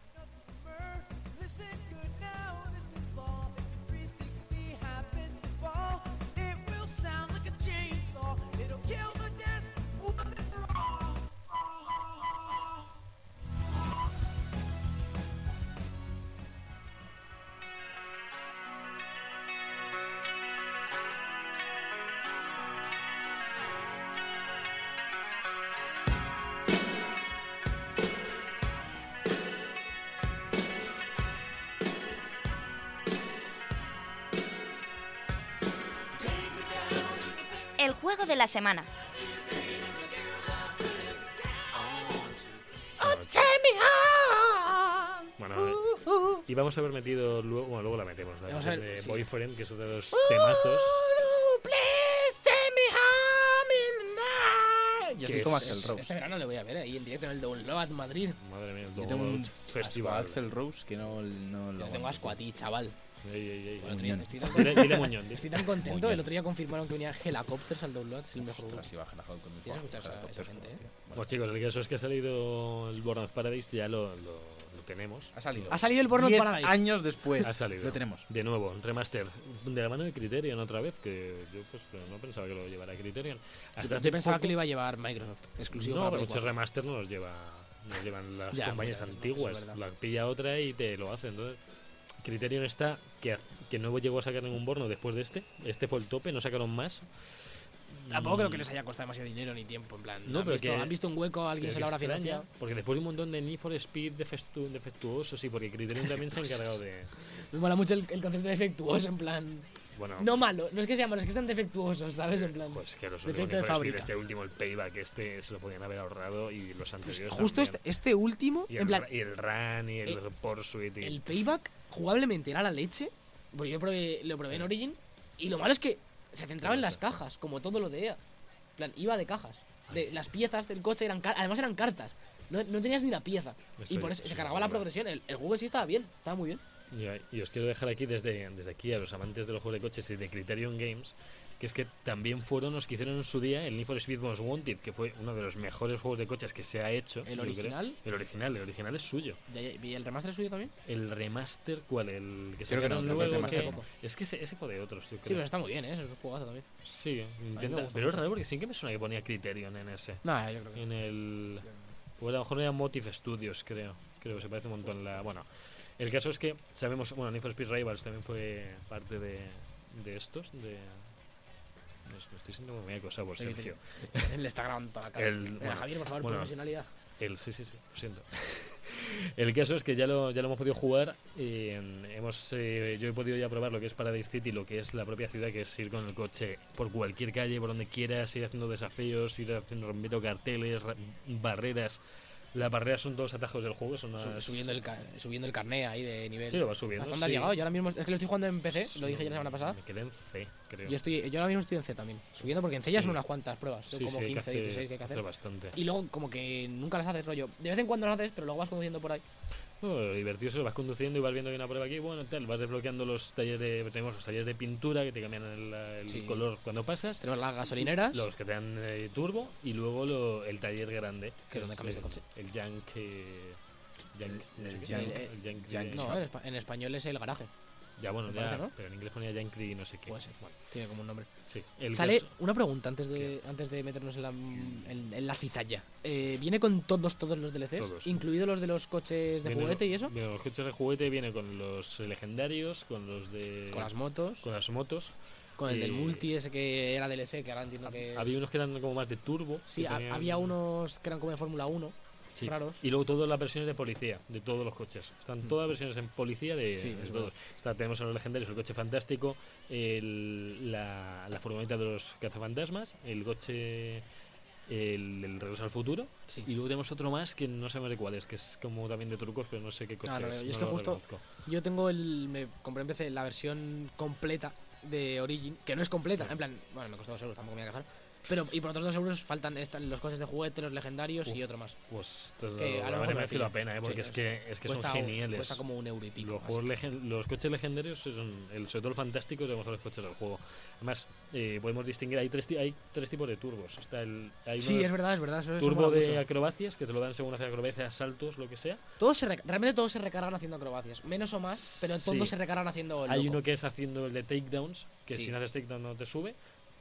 [SPEAKER 5] Listen good now, this is law. If 360 happens to fall, it will sound like a chainsaw. It'll kill the desk once and for all.
[SPEAKER 1] El juego de la semana.
[SPEAKER 2] Bueno, vale. Y vamos a haber metido luego, bueno, luego la metemos, la
[SPEAKER 3] Vamos
[SPEAKER 2] canción
[SPEAKER 3] a ver,
[SPEAKER 2] de
[SPEAKER 3] sí.
[SPEAKER 2] Boyfriend, que es otro de los temazos.
[SPEAKER 4] Yo
[SPEAKER 2] Que
[SPEAKER 4] soy como
[SPEAKER 2] es-
[SPEAKER 4] Axel Rose.
[SPEAKER 3] Este verano le voy a ver ahí en directo en el Download Madrid.
[SPEAKER 2] Madre mía, el
[SPEAKER 4] Yo tengo
[SPEAKER 2] Download
[SPEAKER 4] un asco a
[SPEAKER 2] Festival.
[SPEAKER 4] Axel Rose que no, no
[SPEAKER 3] Yo
[SPEAKER 4] lo.
[SPEAKER 3] tengo asco a ti, chaval.
[SPEAKER 2] Ey, ey, ey.
[SPEAKER 3] Bueno, tío,
[SPEAKER 4] Muñón.
[SPEAKER 3] estoy, tan,
[SPEAKER 2] Dile, dile Muñón, dile.
[SPEAKER 3] estoy tan
[SPEAKER 4] Muy
[SPEAKER 3] contento.
[SPEAKER 4] bien.
[SPEAKER 3] El otro día confirmaron que venían helicópteros al Download. Es el mejor juego.
[SPEAKER 4] Ostras, si baja la juego con mi
[SPEAKER 3] Tienes
[SPEAKER 4] juego,
[SPEAKER 3] que escuchar a
[SPEAKER 4] joder,
[SPEAKER 3] esa
[SPEAKER 4] con
[SPEAKER 3] gente,
[SPEAKER 4] todo, tío. Bueno,
[SPEAKER 2] Bueno, chicos, el caso es que ha salido el Born of Paradise, ya lo, lo, lo tenemos.
[SPEAKER 4] Ha salido.
[SPEAKER 3] Ha salido el Burnout
[SPEAKER 4] Diez
[SPEAKER 3] Paradise. Pues,
[SPEAKER 4] años después.
[SPEAKER 2] Ha salido.
[SPEAKER 4] Lo tenemos.
[SPEAKER 2] De nuevo, un remaster. De la mano de Criterion otra vez, que yo pues no pensaba que lo llevara Criterion. Hasta
[SPEAKER 3] Yo
[SPEAKER 2] hace
[SPEAKER 3] pensaba
[SPEAKER 2] poco-
[SPEAKER 3] que lo iba a llevar Microsoft. Exclusivo
[SPEAKER 2] No,
[SPEAKER 3] para
[SPEAKER 2] pero
[SPEAKER 3] Play
[SPEAKER 2] muchos
[SPEAKER 3] 4.
[SPEAKER 2] remaster no los lleva, no llevan las
[SPEAKER 3] Ya,
[SPEAKER 2] compañías
[SPEAKER 3] muchas, no,
[SPEAKER 2] antiguas.
[SPEAKER 3] eso es verdad.
[SPEAKER 2] la pilla otra y te lo hacen. Entonces, Criterion está que, que no llegó a sacar ningún borno después de este. Este fue el tope, no sacaron más.
[SPEAKER 3] Tampoco creo que
[SPEAKER 2] Mm,
[SPEAKER 3] les haya costado demasiado dinero ni tiempo. En plan,
[SPEAKER 2] No,
[SPEAKER 3] ¿han,
[SPEAKER 2] pero
[SPEAKER 3] visto,
[SPEAKER 2] que-
[SPEAKER 3] han visto un hueco, alguien
[SPEAKER 2] creo
[SPEAKER 3] se
[SPEAKER 2] que
[SPEAKER 3] lo habrá
[SPEAKER 2] extraña,
[SPEAKER 3] financiado.
[SPEAKER 2] Porque después de un montón de Need for Speed defectu- defectuosos y porque Criterion también se ha encargado de.
[SPEAKER 3] Me mola mucho el, el concepto de defectuoso. En plan,
[SPEAKER 2] Bueno,
[SPEAKER 3] no malo. No es que sea malo, es que están defectuosos, ¿sabes? En plan,
[SPEAKER 2] Joder, es que los
[SPEAKER 3] Defecto
[SPEAKER 2] últimos
[SPEAKER 3] de
[SPEAKER 2] Need for Speed,
[SPEAKER 3] fábrica.
[SPEAKER 2] este último, el payback, este se lo podían haber ahorrado y los anteriores.
[SPEAKER 3] justo
[SPEAKER 2] también.
[SPEAKER 3] este, este último.
[SPEAKER 2] Y
[SPEAKER 3] en
[SPEAKER 2] el,
[SPEAKER 3] plan,
[SPEAKER 2] ra- y el run y el,
[SPEAKER 3] el-
[SPEAKER 2] pursuit. Y...
[SPEAKER 3] El payback jugablemente era la leche. Porque yo probé- lo probé en Origin. Y lo malo es que se centraba en las cajas, como todo lo de EA. En plan, iba de cajas. De, las piezas del coche eran car- además eran cartas. No, no tenías ni la pieza.
[SPEAKER 2] Estoy-
[SPEAKER 3] y por eso
[SPEAKER 2] es
[SPEAKER 3] se
[SPEAKER 2] una
[SPEAKER 3] cargaba la
[SPEAKER 2] locura.
[SPEAKER 3] progresión. El, el juego en sí estaba bien, estaba muy bien.
[SPEAKER 2] Y, y os quiero dejar aquí desde, desde aquí a los amantes de los juegos de coches y de Criterion Games, que es que también fueron los que hicieron en su día el Need for Speed Most Wanted, que fue uno de los mejores juegos de coches que se ha hecho.
[SPEAKER 3] ¿El
[SPEAKER 2] yo creo.
[SPEAKER 3] original?
[SPEAKER 2] El original, el original es suyo.
[SPEAKER 3] Ya- ya- ¿Y el remaster es suyo también?
[SPEAKER 2] El remaster, ¿cuál? El que se
[SPEAKER 4] Creo que no, creo que el
[SPEAKER 3] remaster poco.
[SPEAKER 2] Es que ese, ese fue de otros, yo
[SPEAKER 3] Sí, pero
[SPEAKER 2] creo.
[SPEAKER 3] está muy bien, ¿eh? Es un juegazo también.
[SPEAKER 2] Sí, intenta-
[SPEAKER 3] me gusta
[SPEAKER 2] pero es
[SPEAKER 3] mucho.
[SPEAKER 2] raro porque sí que me suena que ponía Criterion en ese.
[SPEAKER 3] No, yo creo que
[SPEAKER 2] En el. Pues a lo mejor era Motive Studios, creo. Creo que se parece un montón la. Bueno, el caso es que sabemos. Bueno, Need for Speed Rivals también fue parte de, de estos. De. no sé, Me estoy sintiendo muy acosado por
[SPEAKER 3] Sí,
[SPEAKER 2] Sergio.
[SPEAKER 3] Él le está grabando toda la cara.
[SPEAKER 2] El-
[SPEAKER 3] Venga,
[SPEAKER 2] bueno,
[SPEAKER 3] Javier, por favor,
[SPEAKER 2] bueno.
[SPEAKER 3] profesionalidad.
[SPEAKER 2] El, sí, sí, sí, lo siento. El caso es que ya lo, ya lo hemos podido jugar. y, mm, hemos, eh, yo he podido ya probar lo que es Paradise City, lo que es la propia ciudad, que es ir con el coche por cualquier calle, por donde quieras, ir haciendo desafíos, ir haciendo rompiendo carteles, ra- barreras. Las barreras son todos atajos del juego, son
[SPEAKER 3] Sub-
[SPEAKER 2] unas-
[SPEAKER 3] Subiendo el, ca- subiendo el carné ahí de nivel.
[SPEAKER 2] pues Sí, lo vas subiendo.
[SPEAKER 3] ¿Hasta dónde has
[SPEAKER 2] sí. Mm,
[SPEAKER 3] llegado? Yo ahora mismo. Es que lo estoy jugando en PC, lo dije ya la semana pasada.
[SPEAKER 2] Me quedé en C, creo.
[SPEAKER 3] Yo, estoy, yo ahora mismo estoy en C también, subiendo porque en C ya
[SPEAKER 2] Sí.
[SPEAKER 3] son unas cuantas pruebas, son
[SPEAKER 2] Sí,
[SPEAKER 3] como
[SPEAKER 2] sí, hay
[SPEAKER 3] 15,
[SPEAKER 2] que hacer,
[SPEAKER 3] 16 que hay que hacer.
[SPEAKER 2] bastante.
[SPEAKER 3] Y luego como que nunca las haces, rollo. De vez en cuando las haces, pero luego vas conduciendo por ahí.
[SPEAKER 2] No, lo divertido es que vas conduciendo y vas viendo que hay una prueba aquí, bueno, tal, vas desbloqueando los talleres de, tenemos los talleres de pintura que te cambian el, el
[SPEAKER 3] Sí.
[SPEAKER 2] color cuando pasas,
[SPEAKER 3] Tenemos las gasolineras.
[SPEAKER 2] los que te dan eh, turbo y luego lo- el taller grande,
[SPEAKER 3] Que es donde cambias de
[SPEAKER 2] el-
[SPEAKER 3] coche.
[SPEAKER 2] El yank eh, yank,
[SPEAKER 4] El- el
[SPEAKER 2] no sé qué,
[SPEAKER 4] yank-
[SPEAKER 2] el yank de-
[SPEAKER 4] yank
[SPEAKER 3] eh, No, en, espa- en español es el garaje,
[SPEAKER 2] eh, ya bueno,
[SPEAKER 3] me
[SPEAKER 2] ya,
[SPEAKER 3] parece, ¿no?
[SPEAKER 2] pero en inglés ponía yankri y no sé qué.
[SPEAKER 3] Puede ser.
[SPEAKER 2] Bueno,
[SPEAKER 3] tiene como un nombre.
[SPEAKER 2] sí, el Mm.
[SPEAKER 3] Sale
[SPEAKER 2] caso-
[SPEAKER 3] una pregunta antes de, antes de meternos en la, en, en la cizalla. Eh, ¿Viene con todos, todos los DLCs?
[SPEAKER 2] Todos.
[SPEAKER 3] ¿Incluidos los de los coches de
[SPEAKER 2] viene-
[SPEAKER 3] juguete y eso?
[SPEAKER 2] viene con los coches de juguete viene con los legendarios, con los de
[SPEAKER 3] Con las motos,
[SPEAKER 2] con las motos.
[SPEAKER 3] con el del
[SPEAKER 2] eh,
[SPEAKER 3] multi ese que era DLC, que ahora entiendo que... es-
[SPEAKER 2] Había unos que eran como más de turbo.
[SPEAKER 3] Sí,
[SPEAKER 2] que
[SPEAKER 3] ha-
[SPEAKER 2] tenían-
[SPEAKER 3] había unos que eran como de Fórmula 1.
[SPEAKER 2] Sí.
[SPEAKER 3] raros.
[SPEAKER 2] Y luego todas las versiones de policía, de todos los coches. Están todas las versiones en policía de,
[SPEAKER 3] Mm. Sí,
[SPEAKER 2] de
[SPEAKER 3] es
[SPEAKER 2] todos. Está, tenemos en los legendarios el coche fantástico, el- la, la furgoneta de los cazafantasmas, el coche el, el Regreso al Futuro.
[SPEAKER 3] Sí.
[SPEAKER 2] Y luego tenemos otro más que no sabemos de cuál es, que es como también de trucos, pero no sé qué coche
[SPEAKER 3] Ah, no
[SPEAKER 2] es.
[SPEAKER 3] veo. Y es
[SPEAKER 2] no
[SPEAKER 3] que
[SPEAKER 2] lo
[SPEAKER 3] justo-
[SPEAKER 2] reconozco.
[SPEAKER 3] Yo tengo el. Me compré en PC la versión completa de Origin, que no es completa. En plan, bueno, me costó 2 euros, tampoco me voy a quejar. Pero, y por otros 2 euros faltan esta- los coches de juguete, los legendarios y
[SPEAKER 2] Uf.
[SPEAKER 3] otro más.
[SPEAKER 2] Pues te lo-
[SPEAKER 3] Que a lo
[SPEAKER 2] habrá
[SPEAKER 3] mejor me
[SPEAKER 2] merecido la
[SPEAKER 3] pillo.
[SPEAKER 2] pena, ¿eh? porque
[SPEAKER 3] Sí,
[SPEAKER 2] es que, es que son
[SPEAKER 3] Cuesta-
[SPEAKER 2] geniales.
[SPEAKER 3] Cuesta como un euro y pico.
[SPEAKER 2] Los,
[SPEAKER 3] así.
[SPEAKER 2] juegos legen- los coches legendarios son, el, sobre todo el fantástico, es de los mejores coches del juego. Además, eh, podemos distinguir, hay tres, ti- hay tres tipos de turbos. Está el, hay uno
[SPEAKER 3] Sí,
[SPEAKER 2] de-
[SPEAKER 3] es verdad, es verdad. Eso, eso
[SPEAKER 2] turbo
[SPEAKER 3] mola
[SPEAKER 2] de
[SPEAKER 3] mucho.
[SPEAKER 2] acrobacias, que te lo dan según hace acrobacias, saltos, lo que sea.
[SPEAKER 3] Todos se reca- Realmente todos se recargan haciendo acrobacias. Menos o más, pero
[SPEAKER 2] Sí.
[SPEAKER 3] todos se recargan haciendo. el
[SPEAKER 2] Hay
[SPEAKER 3] loco.
[SPEAKER 2] uno que es haciendo el de takedowns, que
[SPEAKER 3] Sí.
[SPEAKER 2] si no haces takedown no te sube.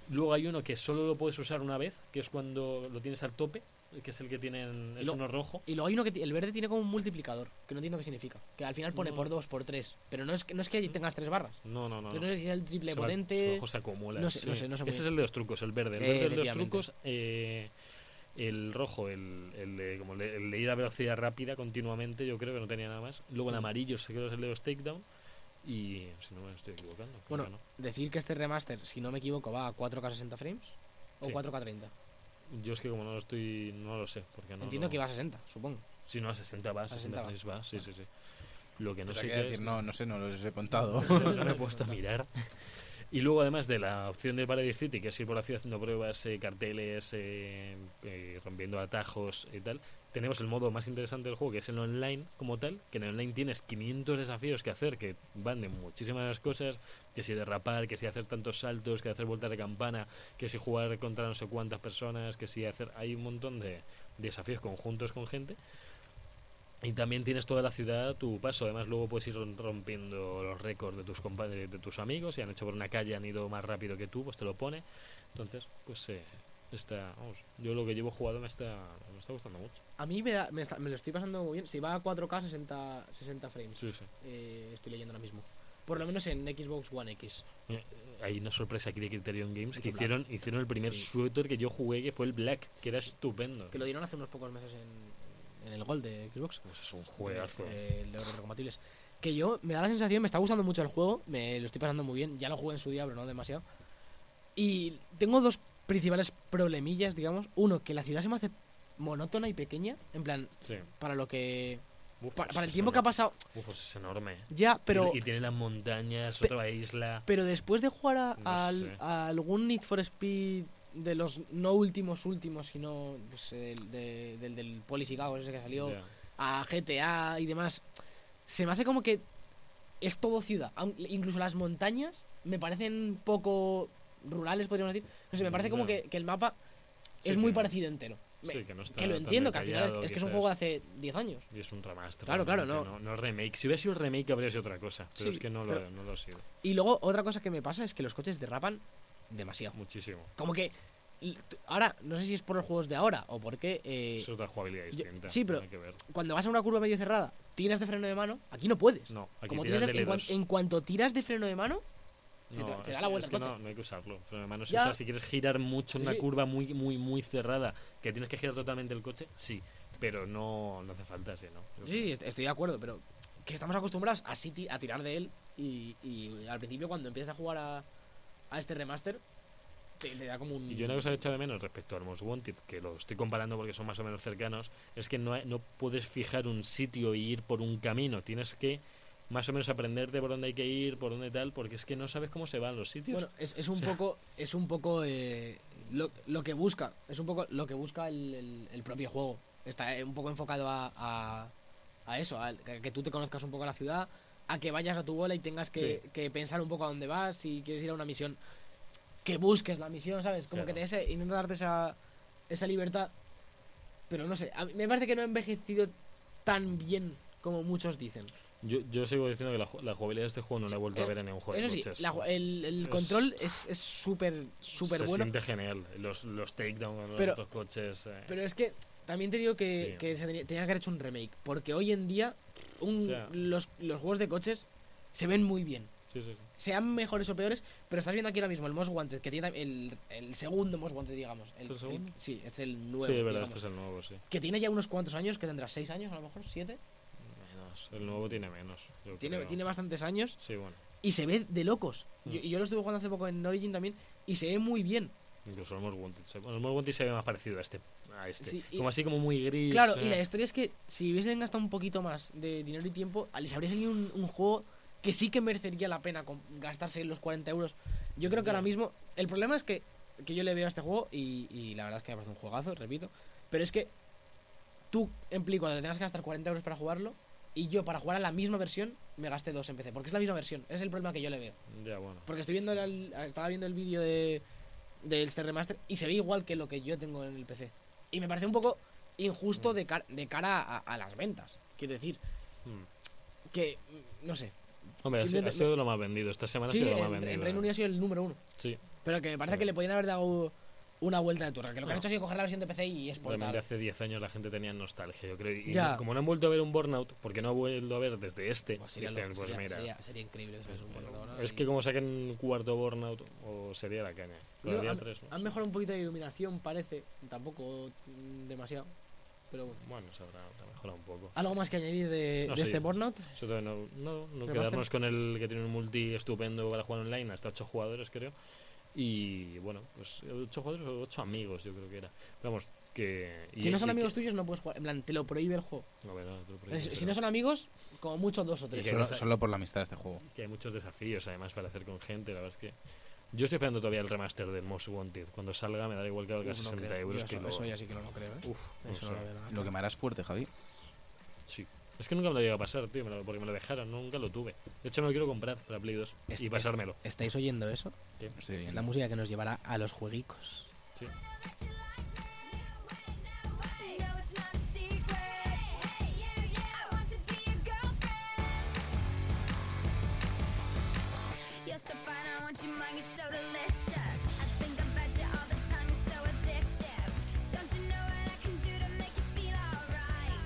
[SPEAKER 2] Luego hay uno que solo lo puedes usar una vez, que es cuando lo tienes al tope, que es el que tienen, es
[SPEAKER 3] Lo-
[SPEAKER 2] uno rojo.
[SPEAKER 3] Y luego hay uno que ti- el verde tiene como un multiplicador, que no entiendo qué significa. Que al final pone
[SPEAKER 2] No.
[SPEAKER 3] por 2, por 3. Pero no es que, no es que tengas tres barras.
[SPEAKER 2] No, no, no.
[SPEAKER 3] Yo
[SPEAKER 2] no.
[SPEAKER 3] no sé si es el triple
[SPEAKER 2] Se va- su
[SPEAKER 3] potente.
[SPEAKER 2] ojo se acumula.
[SPEAKER 3] No sé, no
[SPEAKER 2] sí.
[SPEAKER 3] sé, no sé muy
[SPEAKER 2] Ese es
[SPEAKER 3] bien.
[SPEAKER 2] el de los trucos, el verde. El
[SPEAKER 3] Eh,
[SPEAKER 2] verde es de los
[SPEAKER 3] efectivamente.
[SPEAKER 2] trucos. eh, el rojo, el, el de, como el de- el de ir a velocidad rápida continuamente, yo creo que no tenía nada más. Luego el
[SPEAKER 3] Mm.
[SPEAKER 2] amarillo, se creo que es el de los takedown. Y si no me estoy equivocando. creo
[SPEAKER 3] Bueno,
[SPEAKER 2] que no.
[SPEAKER 3] decir que este remaster, si no me equivoco, va a 4K 60 frames o
[SPEAKER 2] Sí.
[SPEAKER 3] 4K 30.
[SPEAKER 2] Yo es que como no lo estoy, no lo sé. Porque no,
[SPEAKER 3] Entiendo
[SPEAKER 2] no-
[SPEAKER 3] que va a 60, supongo.
[SPEAKER 2] Si no, a 60 va, a 60
[SPEAKER 3] 60 va.
[SPEAKER 2] frames va, sí, sí, sí. Lo que no
[SPEAKER 4] Pensaba
[SPEAKER 2] sé
[SPEAKER 4] que
[SPEAKER 2] qué
[SPEAKER 4] iba a decir,
[SPEAKER 2] es,
[SPEAKER 4] no, no sé, no los he contado.
[SPEAKER 2] no me he puesto a mirar. Y luego, además de la opción de Paradise City, que es ir por la ciudad haciendo pruebas, eh, carteles, eh, eh, rompiendo atajos y tal, tenemos el modo más interesante del juego, que es el online como tal, que en el online tienes 500 desafíos que hacer, que van de muchísimas cosas, que si derrapar, que si hacer tantos saltos, que hacer vueltas de campana, que si jugar contra no sé cuántas personas, que si hacer... Hay un montón de desafíos conjuntos con gente. Y también tienes toda la ciudad a tu paso. Además, luego puedes ir rom- rompiendo los récords de tus compa- de, de tus amigos. Si han hecho por una calle, han ido más rápido que tú, pues te lo pone. Entonces, pues eh, está. Vamos, yo lo que llevo jugado me está, me está gustando mucho.
[SPEAKER 3] A mí me, da- me, está- me lo estoy pasando muy bien. Si va a 4K 60, 60 frames,
[SPEAKER 2] Sí, sí.
[SPEAKER 3] eh, estoy leyendo ahora mismo. Por lo menos en Xbox One X.
[SPEAKER 2] Eh, Hay una sorpresa aquí de Criterion Games que
[SPEAKER 3] Black.
[SPEAKER 2] hicieron, hicieron el primer
[SPEAKER 3] Sí.
[SPEAKER 2] suéter que yo jugué, que fue el Black, que era estupendo.
[SPEAKER 3] Que lo dieron hace unos pocos meses en, en el Gold de Xbox.
[SPEAKER 2] Pues es un juegazo.
[SPEAKER 3] Eh, el de los recompatibles. Que yo, me da la sensación, me está gustando mucho el juego, me lo estoy pasando muy bien, ya lo jugué en su día, pero no demasiado. Y tengo dos principales problemillas, digamos. Uno, que la ciudad se me hace monótona y pequeña, en plan,
[SPEAKER 2] Sí.
[SPEAKER 3] para lo que...
[SPEAKER 2] Uf,
[SPEAKER 3] Para,
[SPEAKER 2] pues
[SPEAKER 3] para el
[SPEAKER 2] es
[SPEAKER 3] tiempo que ha
[SPEAKER 2] enorme.
[SPEAKER 3] pasado,
[SPEAKER 2] Uf, pues es enorme.
[SPEAKER 3] ya, pero...
[SPEAKER 2] Y, y tiene las montañas,
[SPEAKER 3] Pe-
[SPEAKER 2] otra isla.
[SPEAKER 3] Pero después de jugar a,
[SPEAKER 2] No
[SPEAKER 3] al-
[SPEAKER 2] sé.
[SPEAKER 3] a algún Need for Speed de los no últimos últimos, sino pues, el de- del, del Policy Chaos ese que salió,
[SPEAKER 2] Ya.
[SPEAKER 3] a GTA y demás, se me hace como que es todo ciudad. Aun- Incluso las montañas me parecen poco rurales, podríamos decir. No sé, me parece como
[SPEAKER 2] No.
[SPEAKER 3] que, que el mapa
[SPEAKER 2] Sí,
[SPEAKER 3] es muy
[SPEAKER 2] que-
[SPEAKER 3] parecido entero. Me-
[SPEAKER 2] Sí, que, no está
[SPEAKER 3] que lo
[SPEAKER 2] tan
[SPEAKER 3] entiendo, que al final es,
[SPEAKER 2] detallado,
[SPEAKER 3] es que es un
[SPEAKER 2] quizás.
[SPEAKER 3] juego de hace 10 años.
[SPEAKER 2] Y es un remaster.
[SPEAKER 3] Claro, claro,
[SPEAKER 2] realmente,
[SPEAKER 3] no.
[SPEAKER 2] no. es remake. Si hubiera sido remake habría sido otra cosa. Pero
[SPEAKER 3] Sí,
[SPEAKER 2] es que no,
[SPEAKER 3] pero-
[SPEAKER 2] lo, no lo ha sido.
[SPEAKER 3] Y luego otra cosa que me pasa es que los coches derrapan demasiado.
[SPEAKER 2] Muchísimo.
[SPEAKER 3] Como que l- t- ahora, no sé si es por los juegos de ahora o porque eh,
[SPEAKER 2] es otra jugabilidad
[SPEAKER 3] yo-
[SPEAKER 2] distinta.
[SPEAKER 3] sí, pero-
[SPEAKER 2] nada que ver.
[SPEAKER 3] cuando vas a una curva medio cerrada, tiras de freno de mano, aquí no puedes.
[SPEAKER 2] No, aquí
[SPEAKER 3] Como
[SPEAKER 2] tiras
[SPEAKER 3] tiras de-
[SPEAKER 2] de
[SPEAKER 3] en, cuan-
[SPEAKER 2] dedos.
[SPEAKER 3] en cuanto tiras de freno de mano, se
[SPEAKER 2] No,
[SPEAKER 3] te- te
[SPEAKER 2] es
[SPEAKER 3] da
[SPEAKER 2] que-
[SPEAKER 3] la vuelta
[SPEAKER 2] es
[SPEAKER 3] al
[SPEAKER 2] que
[SPEAKER 3] coche.
[SPEAKER 2] no, no hay que usarlo. Freno de mano se
[SPEAKER 3] Ya.
[SPEAKER 2] usa si quieres girar mucho en
[SPEAKER 3] Sí,
[SPEAKER 2] una
[SPEAKER 3] sí.
[SPEAKER 2] curva muy, muy, muy cerrada, que tienes que girar totalmente el coche, sí. Pero no, no hace falta ese, ¿no? Yo
[SPEAKER 3] Sí, sí, est- estoy de acuerdo, pero que estamos acostumbrados a, City, a tirar de él y, y al principio cuando empiezas a jugar a, a este remaster, te, te da como un...
[SPEAKER 2] Y yo una cosa que he echado de menos respecto al Most Wanted, que lo estoy comparando porque son más o menos cercanos, es que no, hay- no puedes fijar un sitio e ir por un camino. Tienes que más o menos aprenderte por dónde hay que ir, por dónde tal, porque es que no sabes cómo se van los sitios.
[SPEAKER 3] Bueno, es, es un poco, es un poco eh, lo, lo que busca, es un poco lo que busca el, el- el propio juego. Está eh, un poco enfocado a, a- a eso, al- a que tú te conozcas un poco la ciudad, a que vayas a tu bola y tengas que, que pensar un poco a dónde vas, si quieres ir a una misión, que busques la misión, ¿sabes? Como que te
[SPEAKER 2] Claro.
[SPEAKER 3] ese, intenta darte esa, esa libertad. Pero no sé, a mí me parece que no ha envejecido tan bien como muchos dicen.
[SPEAKER 2] yo, yo sigo diciendo que la, ju- la jugabilidad de este juego no la he vuelto a
[SPEAKER 3] eh,
[SPEAKER 2] ver en ningún juego
[SPEAKER 3] Eso
[SPEAKER 2] de
[SPEAKER 3] sí,
[SPEAKER 2] coches.
[SPEAKER 3] la ju- el, el
[SPEAKER 2] Es-
[SPEAKER 3] control es es súper, súper
[SPEAKER 2] se
[SPEAKER 3] bueno.
[SPEAKER 2] siente genial. Los, los takedowns, los
[SPEAKER 3] Pero-
[SPEAKER 2] otros coches. eh,
[SPEAKER 3] Pero es que también te digo que,
[SPEAKER 2] Sí.
[SPEAKER 3] que se tenía, tenía que haber hecho un remake. Porque hoy en día un-
[SPEAKER 2] O sea.
[SPEAKER 3] los, los juegos de coches se ven muy bien.
[SPEAKER 2] sí, sí, sí.
[SPEAKER 3] Sean mejores o peores, pero estás viendo aquí ahora mismo el Most Wanted, que tiene tam- el, el segundo Most Wanted, digamos.
[SPEAKER 2] ¿Es el segundo?
[SPEAKER 3] sí, este es el nuevo.
[SPEAKER 2] Sí, es verdad,
[SPEAKER 3] digamos,
[SPEAKER 2] este es el nuevo, sí.
[SPEAKER 3] Que tiene ya unos cuantos años, que tendrá seis años a lo mejor, siete.
[SPEAKER 2] Menos. El nuevo tiene menos. yo
[SPEAKER 3] Tiene,
[SPEAKER 2] creo.
[SPEAKER 3] tiene bastantes años
[SPEAKER 2] Sí, bueno.
[SPEAKER 3] y se ve de locos.
[SPEAKER 2] Mm.
[SPEAKER 3] Yo- Y yo, lo estuve jugando hace poco en Origin también y se ve muy bien.
[SPEAKER 2] Incluso el Most Wanted. se- Bueno, el Most Wanted se ve más parecido a este. A este.
[SPEAKER 3] Sí, y-
[SPEAKER 2] como así, como muy gris.
[SPEAKER 3] Claro, y
[SPEAKER 2] eh.
[SPEAKER 3] la historia es que si hubiesen gastado un poquito más de dinero y tiempo, les habría salido un, un juego que sí que merecería la pena com- gastarse los 40 euros. Yo creo que ahora mismo. El problema es que, que yo le veo a este juego, y, y la verdad es que me parece un juegazo, repito. Pero es que tú en Play cuando te tengas que gastar 40 euros para jugarlo, y yo para jugar a la misma versión me gasté dos en PC, porque es la misma versión. Ese Es el problema que yo le veo.
[SPEAKER 2] Ya, bueno.
[SPEAKER 3] Porque estoy viendo el- estaba viendo el vídeo de del este remaster y se ve igual que lo que yo tengo en el PC. Y me parece un poco injusto de, car- de cara a, a las ventas. Quiero decir,
[SPEAKER 2] Hmm.
[SPEAKER 3] que mm, no sé.
[SPEAKER 2] Hombre, ha sido- ha
[SPEAKER 3] Simplemente-
[SPEAKER 2] sido de lo más vendido. Esta semana ha
[SPEAKER 3] Sí,
[SPEAKER 2] sido de
[SPEAKER 3] en,
[SPEAKER 2] lo más
[SPEAKER 3] en
[SPEAKER 2] vendido.
[SPEAKER 3] Reino
[SPEAKER 2] eh.
[SPEAKER 3] Unido ha sido el número uno.
[SPEAKER 2] Sí,
[SPEAKER 3] Pero que me parece
[SPEAKER 2] Sí.
[SPEAKER 3] que le podían haber dado una vuelta de turra. Que lo que han
[SPEAKER 2] No.
[SPEAKER 3] hecho ha sido coger la versión de PC y exportar.
[SPEAKER 2] realmente hace 10 años la gente tenía nostalgia, yo creo. Y
[SPEAKER 3] Ya.
[SPEAKER 2] no- como no han vuelto a ver un Burnout, porque no ha vuelto a ver desde este,
[SPEAKER 3] Pues sería, lo-
[SPEAKER 2] dicen, pues
[SPEAKER 3] sería-
[SPEAKER 2] mira.
[SPEAKER 3] sería- sería increíble. eso es un
[SPEAKER 2] bueno,
[SPEAKER 3] borrador,
[SPEAKER 2] es
[SPEAKER 3] y-
[SPEAKER 2] que como saquen un cuarto Burnout, o sería la caña. Pero
[SPEAKER 3] Luego
[SPEAKER 2] había
[SPEAKER 3] han,
[SPEAKER 2] tres, ¿no?
[SPEAKER 3] han mejorado un poquito de iluminación, parece. Tampoco mm, demasiado. Pero bueno.
[SPEAKER 2] Bueno, se habrá habrá mejorado un poco.
[SPEAKER 3] ¿Algo más que añadir de,
[SPEAKER 2] No
[SPEAKER 3] de
[SPEAKER 2] sé.
[SPEAKER 3] este Burnout?
[SPEAKER 2] Sobre todo no, no, no
[SPEAKER 3] ¿Remaster?
[SPEAKER 2] quedarnos con el que tiene un multi estupendo para jugar online, hasta 8 jugadores creo. Y bueno, pues 8 jugadores o 8 amigos yo creo que era. Pero vamos, que... y-
[SPEAKER 3] Si no
[SPEAKER 2] y
[SPEAKER 3] son
[SPEAKER 2] que-
[SPEAKER 3] amigos tuyos, no puedes jugar. En plan, te lo prohíbe el juego.
[SPEAKER 2] No, bueno, te lo prohíbo,
[SPEAKER 3] Pues Es- si
[SPEAKER 2] pero
[SPEAKER 3] no son amigos, como mucho dos o tres.
[SPEAKER 2] que
[SPEAKER 4] Solo,
[SPEAKER 2] no sa-
[SPEAKER 4] solo por la amistad de este juego.
[SPEAKER 2] Que hay muchos desafíos además para hacer con gente, la verdad es que... Yo estoy esperando todavía el remaster del Most Wanted. Cuando salga me dará igual que valga
[SPEAKER 3] Uf, no
[SPEAKER 2] 60
[SPEAKER 3] creo.
[SPEAKER 2] euros
[SPEAKER 3] Yo
[SPEAKER 2] que
[SPEAKER 3] eso,
[SPEAKER 2] lo...
[SPEAKER 3] eso ya sí que no lo creo, ¿eh?
[SPEAKER 2] Uf, no
[SPEAKER 3] Eso
[SPEAKER 2] sé.
[SPEAKER 3] no lo veo nada.
[SPEAKER 4] Lo quemarás fuerte, Javi.
[SPEAKER 2] Sí. Es que nunca me lo llegado a pasar, tío, me lo- porque me lo dejaron, nunca lo tuve. De hecho me lo quiero comprar para Play 2 y
[SPEAKER 3] Este-
[SPEAKER 2] pasármelo.
[SPEAKER 3] ¿Estáis oyendo eso?
[SPEAKER 4] Estoy
[SPEAKER 3] Es
[SPEAKER 4] bien.
[SPEAKER 3] la música que nos llevará a los jueguicos.
[SPEAKER 2] Sí.
[SPEAKER 6] No, it's not a secret. Hey, you, yeah, I want to be your girlfriend. You're so fine, I want your mind, you're so delicious. I think about you all the time, you're so addictive. Don't you know what I can do to make you feel alright?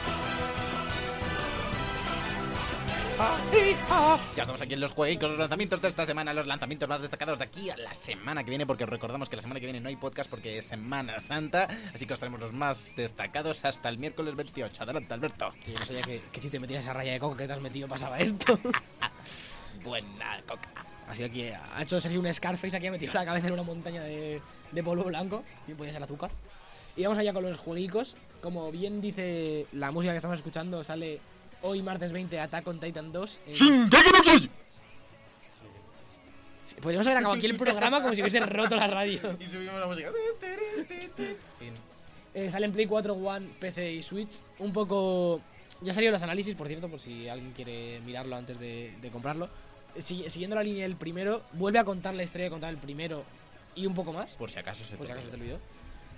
[SPEAKER 4] Ya estamos aquí en los juegos, los lanzamientos de esta semana, los lanzamientos más destacados de aquí a la semana que viene, porque os recordamos que la semana que viene no hay podcast porque es Semana Santa, así que os traemos los más destacados hasta el miércoles 28. Adelante, Alberto.
[SPEAKER 3] Yo no sabía que, que si te metías esa raya de coco que te has metido pasaba esto.
[SPEAKER 4] Buena coca.
[SPEAKER 3] Así que aquí ha hecho Sergio un Scarface, aquí ha metido la cabeza en una montaña de, de polvo blanco, y podía ser azúcar. Y vamos allá con los jueguicos. Como bien dice la música que estamos escuchando, sale hoy martes 20 Attack on Titan 2. en- Sí, Podríamos haber acabado aquí el programa como si hubiese roto la radio.
[SPEAKER 4] Y subimos la música. Fin.
[SPEAKER 3] Eh, sale en Play 4, One, PC y Switch. Un poco... Ya salieron los análisis, por cierto, por si alguien quiere mirarlo antes de, de comprarlo. Eh, sigui- siguiendo la línea del primero, vuelve a contar la historia que contaba el primero y un poco más.
[SPEAKER 4] Por si acaso se
[SPEAKER 3] Por si
[SPEAKER 4] te
[SPEAKER 3] acaso te olvidó.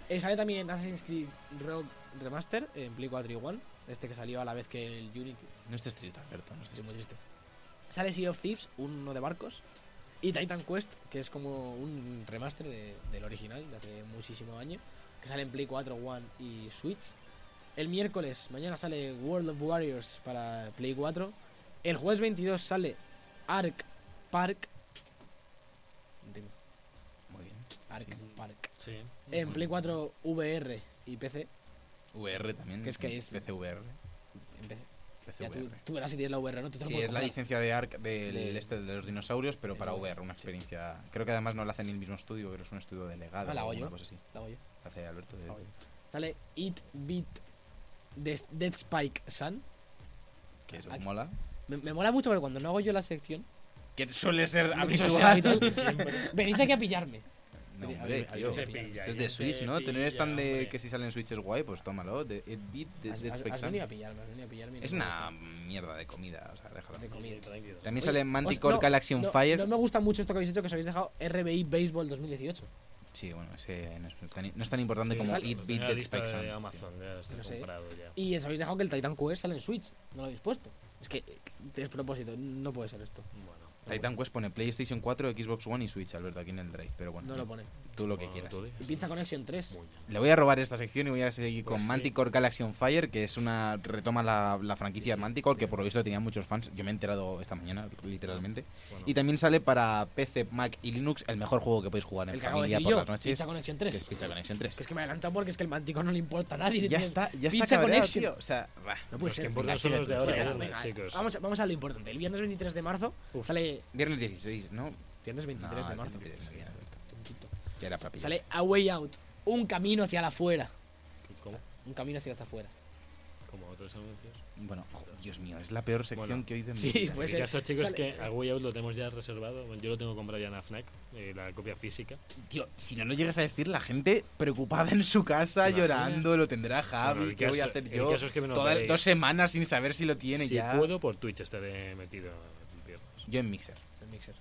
[SPEAKER 3] Eh, sale también Assassin's Creed Rogue Remaster en Play 4 y One. Este que salió a la vez que el Unity.
[SPEAKER 4] No estés triste, Alberto. No estés
[SPEAKER 3] Estoy muy
[SPEAKER 4] triste.
[SPEAKER 3] triste. Sale Sea of Thieves, uno de barcos. Y Titan Quest, que es como un remaster de- del original de hace muchísimo año. Que sale en Play 4, One y Switch. El miércoles, mañana sale World of Warriors para Play 4. El jueves 22 sale Ark Park.
[SPEAKER 4] Muy bien.
[SPEAKER 3] Ark
[SPEAKER 4] Sí.
[SPEAKER 3] Park.
[SPEAKER 2] Sí.
[SPEAKER 3] En Play 4 VR y PC.
[SPEAKER 4] VR también.
[SPEAKER 3] Que es que es-
[SPEAKER 4] PCVR.
[SPEAKER 3] En PC. Ya tú,
[SPEAKER 4] PCVR.
[SPEAKER 3] tú verás si tienes la VR, ¿no? Tú te lo
[SPEAKER 4] Sí,
[SPEAKER 3] puedes
[SPEAKER 4] es la
[SPEAKER 3] comprar.
[SPEAKER 4] licencia de Ark del
[SPEAKER 3] Del-
[SPEAKER 4] este de los dinosaurios, pero para
[SPEAKER 3] del-
[SPEAKER 4] VR, una
[SPEAKER 3] sí.
[SPEAKER 4] experiencia. Creo que además no la hacen en el mismo estudio, pero es un estudio delegado.
[SPEAKER 3] Ah, la
[SPEAKER 4] o
[SPEAKER 3] hago
[SPEAKER 4] alguna
[SPEAKER 3] yo.
[SPEAKER 4] cosa así.
[SPEAKER 3] La hago yo.
[SPEAKER 4] La hace Alberto. de-
[SPEAKER 3] Ah, bueno. Sale It Beat de Dead Spike Sun.
[SPEAKER 4] Que eso
[SPEAKER 3] Aquí.
[SPEAKER 4] mola.
[SPEAKER 3] Me, me mola mucho porque cuando no hago yo la sección,
[SPEAKER 4] Que suele ser
[SPEAKER 3] lo que suele ser habitual, venís aquí a pillarme.
[SPEAKER 4] No,
[SPEAKER 3] Te-
[SPEAKER 4] hombre,
[SPEAKER 3] te
[SPEAKER 4] tío.
[SPEAKER 3] pilla,
[SPEAKER 2] te
[SPEAKER 4] Es de Switch,
[SPEAKER 2] pilla,
[SPEAKER 4] ¿no? Tener stand de
[SPEAKER 2] hombre.
[SPEAKER 4] que si salen Switch es guay, pues tómalo. De It Beat, de
[SPEAKER 3] Has,
[SPEAKER 4] Dead
[SPEAKER 3] has-
[SPEAKER 4] Space
[SPEAKER 3] has
[SPEAKER 4] Sun.
[SPEAKER 3] venido a pillarme, has venido a pillarme. y no
[SPEAKER 4] Es
[SPEAKER 3] me
[SPEAKER 4] una
[SPEAKER 3] gusta.
[SPEAKER 4] mierda de comida, o sea, déjalo.
[SPEAKER 3] De comida.
[SPEAKER 2] Tranquilo.
[SPEAKER 4] También
[SPEAKER 3] Oye,
[SPEAKER 4] sale
[SPEAKER 3] os-
[SPEAKER 4] Manticore
[SPEAKER 3] no,
[SPEAKER 4] Galaxy on
[SPEAKER 3] no,
[SPEAKER 4] Fire.
[SPEAKER 3] No me gusta mucho esto que habéis hecho, que os habéis dejado RBI Baseball 2018.
[SPEAKER 4] Sí, bueno, ese no es tan, no es tan importante
[SPEAKER 2] Sí,
[SPEAKER 4] como
[SPEAKER 2] sale-
[SPEAKER 4] It
[SPEAKER 2] sale
[SPEAKER 4] Beat,
[SPEAKER 2] la
[SPEAKER 4] Dead
[SPEAKER 2] lista
[SPEAKER 4] Space
[SPEAKER 2] de
[SPEAKER 4] Sun.
[SPEAKER 2] Amazon, ya está
[SPEAKER 3] No sé.
[SPEAKER 2] comprado ya.
[SPEAKER 3] Y os habéis dejado que el Titan Quest sale en Switch. No lo habéis puesto. Es que, eh, despropósito, no puede ser esto.
[SPEAKER 2] Bueno,
[SPEAKER 4] Titan Quest pone PlayStation 4, Xbox One y Switch, Alberto, aquí en el Drive. Pero bueno,
[SPEAKER 3] No lo ponen.
[SPEAKER 4] tú lo que
[SPEAKER 2] Bueno,
[SPEAKER 4] quieras.
[SPEAKER 2] tú di.
[SPEAKER 3] Y Pizza Connection 3.
[SPEAKER 2] Muy bien.
[SPEAKER 4] Le voy a robar esta sección y voy a seguir
[SPEAKER 2] Pues
[SPEAKER 4] con
[SPEAKER 2] sí.
[SPEAKER 4] Manticore Galaxy on Fire, que es una retoma la, la franquicia Manticore, que por lo visto tenía muchos fans. Yo me he enterado esta mañana, literalmente.
[SPEAKER 2] Bueno,
[SPEAKER 4] Y también sale para PC, Mac y Linux el mejor juego que podéis jugar en
[SPEAKER 3] El que acabo de
[SPEAKER 4] familia
[SPEAKER 3] decir
[SPEAKER 4] por
[SPEAKER 3] yo.
[SPEAKER 4] las noches.
[SPEAKER 3] Pizza Connection
[SPEAKER 4] que es
[SPEAKER 3] 3.
[SPEAKER 4] Pizza Connection 3.
[SPEAKER 3] Que es que me adelantado porque es que el Mantico no le importa a nadie. si
[SPEAKER 4] ya
[SPEAKER 3] tiene
[SPEAKER 4] está, ya está
[SPEAKER 3] Pizza
[SPEAKER 4] cabreado,
[SPEAKER 3] Connection.
[SPEAKER 4] tío. O sea, bah.
[SPEAKER 3] No puede
[SPEAKER 2] Los
[SPEAKER 3] ser.
[SPEAKER 2] que importan
[SPEAKER 3] venga,
[SPEAKER 2] son
[SPEAKER 3] sí,
[SPEAKER 2] los de
[SPEAKER 3] sí,
[SPEAKER 2] ahora,
[SPEAKER 3] sí,
[SPEAKER 2] eh,
[SPEAKER 3] venga,
[SPEAKER 2] venga, chicos.
[SPEAKER 3] Vamos, a- vamos a lo importante. El viernes 23 de marzo
[SPEAKER 2] Uf.
[SPEAKER 3] sale.
[SPEAKER 4] Viernes 16, ¿no?
[SPEAKER 3] Viernes 23
[SPEAKER 4] No,
[SPEAKER 3] de marzo.
[SPEAKER 4] 23, sí, Alberto.
[SPEAKER 3] Tontito.
[SPEAKER 4] Ya era papi.
[SPEAKER 3] Sale A Way Out. Un camino hacia la afuera.
[SPEAKER 2] ¿Cómo?
[SPEAKER 3] Un camino hacia hasta afuera.
[SPEAKER 2] Como otros anuncios.
[SPEAKER 4] Bueno, oh, Dios mío, es la peor sección
[SPEAKER 2] Bueno,
[SPEAKER 4] que he oído en mi
[SPEAKER 3] sí,
[SPEAKER 4] vida.
[SPEAKER 3] pues-
[SPEAKER 2] El
[SPEAKER 3] eh,
[SPEAKER 2] caso, chicos,
[SPEAKER 3] sale-
[SPEAKER 2] es que a Way Out lo tenemos ya reservado. Bueno, Yo lo tengo comprado ya en la FNAC, eh, la copia física.
[SPEAKER 4] Tío, si no lo llegas a decir, la gente preocupada en su casa,
[SPEAKER 2] ¿Te imaginas?
[SPEAKER 4] llorando, lo tendrá Javi,
[SPEAKER 2] Bueno, el
[SPEAKER 4] ¿qué voy a
[SPEAKER 2] caso-
[SPEAKER 4] hacer
[SPEAKER 2] el
[SPEAKER 4] yo?
[SPEAKER 2] caso es que me lo
[SPEAKER 4] Todas-
[SPEAKER 2] veréis.
[SPEAKER 4] dos semanas sin saber si lo tiene
[SPEAKER 2] si
[SPEAKER 4] ya.
[SPEAKER 2] puedo, por Twitch estaré metido el viernes.
[SPEAKER 4] Yo en Mixer.
[SPEAKER 3] El mixer.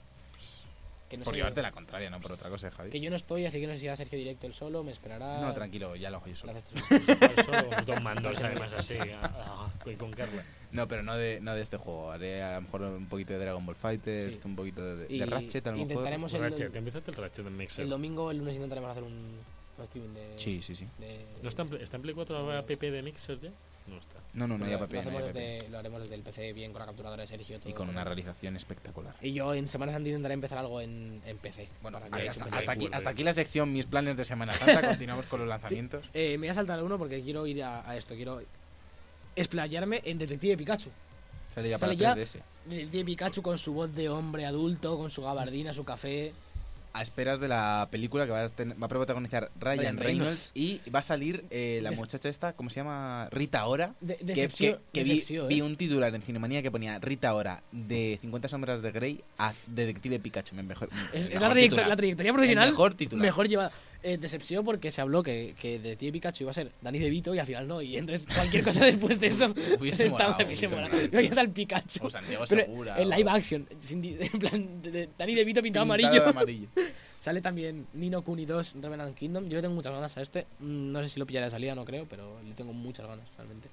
[SPEAKER 3] Que no
[SPEAKER 4] por
[SPEAKER 3] sé-
[SPEAKER 4] llevarte la contraria, no por otra cosa, Javi.
[SPEAKER 3] Que yo no estoy, así que no sé si irá Sergio directo el solo, me esperará.
[SPEAKER 4] No, tranquilo, ya lo hago yo solo.
[SPEAKER 3] Gracias, Sergio.
[SPEAKER 2] Solo con dos mandos, además, así, ah, ah, y con Carla.
[SPEAKER 4] No, pero no de, no de este juego. Haré a lo mejor un poquito de Dragon Ball Fighters,
[SPEAKER 3] Sí.
[SPEAKER 4] un poquito de, de
[SPEAKER 3] Y
[SPEAKER 4] Ratchet, a lo mejor.
[SPEAKER 3] intentaremos el,
[SPEAKER 2] Ratchet, que
[SPEAKER 3] el,
[SPEAKER 2] empezaste el Ratchet en Mixer.
[SPEAKER 3] domingo, el lunes intentaremos hacer un, un streaming de.
[SPEAKER 4] Sí, sí, sí.
[SPEAKER 3] de-
[SPEAKER 2] ¿No está en, Play- está en Play 4
[SPEAKER 3] Mm.
[SPEAKER 2] ahora PP de Mixer ya? No está.
[SPEAKER 4] No, no, no, ya
[SPEAKER 3] lo,
[SPEAKER 4] papel, no
[SPEAKER 3] hacemos
[SPEAKER 4] ya papel.
[SPEAKER 3] desde, lo haremos desde el PC bien con la capturadora de Sergio. todo.
[SPEAKER 4] Y con una realización espectacular.
[SPEAKER 3] Y yo en Semana Santa intentaré empezar algo en, en PC.
[SPEAKER 4] Bueno,
[SPEAKER 3] para que
[SPEAKER 4] ahí
[SPEAKER 3] veáis
[SPEAKER 4] hasta,
[SPEAKER 3] un PC.
[SPEAKER 4] hasta aquí,
[SPEAKER 2] ocurre.
[SPEAKER 4] hasta aquí la sección Mis planes de Semana Santa. Continuamos con los lanzamientos.
[SPEAKER 3] Eh, me voy a saltar uno porque quiero ir a, a esto. Quiero explayarme en Detective Pikachu.
[SPEAKER 4] Sale ya
[SPEAKER 3] Sale
[SPEAKER 4] para
[SPEAKER 3] ya.
[SPEAKER 4] 3DS.
[SPEAKER 3] Detective Pikachu con su voz de hombre adulto, con su gabardina, su café.
[SPEAKER 4] A esperas de la película que va a, ten- va a protagonizar Ryan,
[SPEAKER 3] Ryan
[SPEAKER 4] Reynolds,
[SPEAKER 3] Reynolds.
[SPEAKER 4] y va a salir eh, la
[SPEAKER 3] Des-
[SPEAKER 4] muchacha esta, ¿cómo se llama? Rita Ora.
[SPEAKER 3] De,
[SPEAKER 4] que-
[SPEAKER 3] decepción,
[SPEAKER 4] que que vi,
[SPEAKER 3] decepción,
[SPEAKER 4] vi
[SPEAKER 3] eh.
[SPEAKER 4] un titular en Cinemanía que ponía Rita Ora de 50 sombras de Grey a Detective Pikachu. Me mejor,
[SPEAKER 3] Es, es la,
[SPEAKER 4] mejor
[SPEAKER 3] trayectoria,
[SPEAKER 4] titular.
[SPEAKER 3] la trayectoria profesional
[SPEAKER 4] El mejor titular.
[SPEAKER 3] mejor llevada. Eh, decepción porque se habló que, que de ti Pikachu iba a ser Dani De Vito y al final no. Y entonces cualquier cosa después de eso
[SPEAKER 4] Hubiese
[SPEAKER 3] estaba
[SPEAKER 4] molado, hubiese
[SPEAKER 3] hubiese molado.
[SPEAKER 4] molado.
[SPEAKER 3] Imagínate al Pikachu.
[SPEAKER 4] O Santiago
[SPEAKER 3] Pero
[SPEAKER 4] Segura.
[SPEAKER 3] en
[SPEAKER 4] o-
[SPEAKER 3] live action, sin di- en plan, de- de- Dani De Vito pintado,
[SPEAKER 4] pintado
[SPEAKER 3] amarillo.
[SPEAKER 4] de amarillo.
[SPEAKER 3] Sale también Nino Kuni 2 Revenant Kingdom. Yo le tengo muchas ganas a este. Mm, No sé si lo pillaré de salida, no creo, pero le tengo muchas ganas realmente.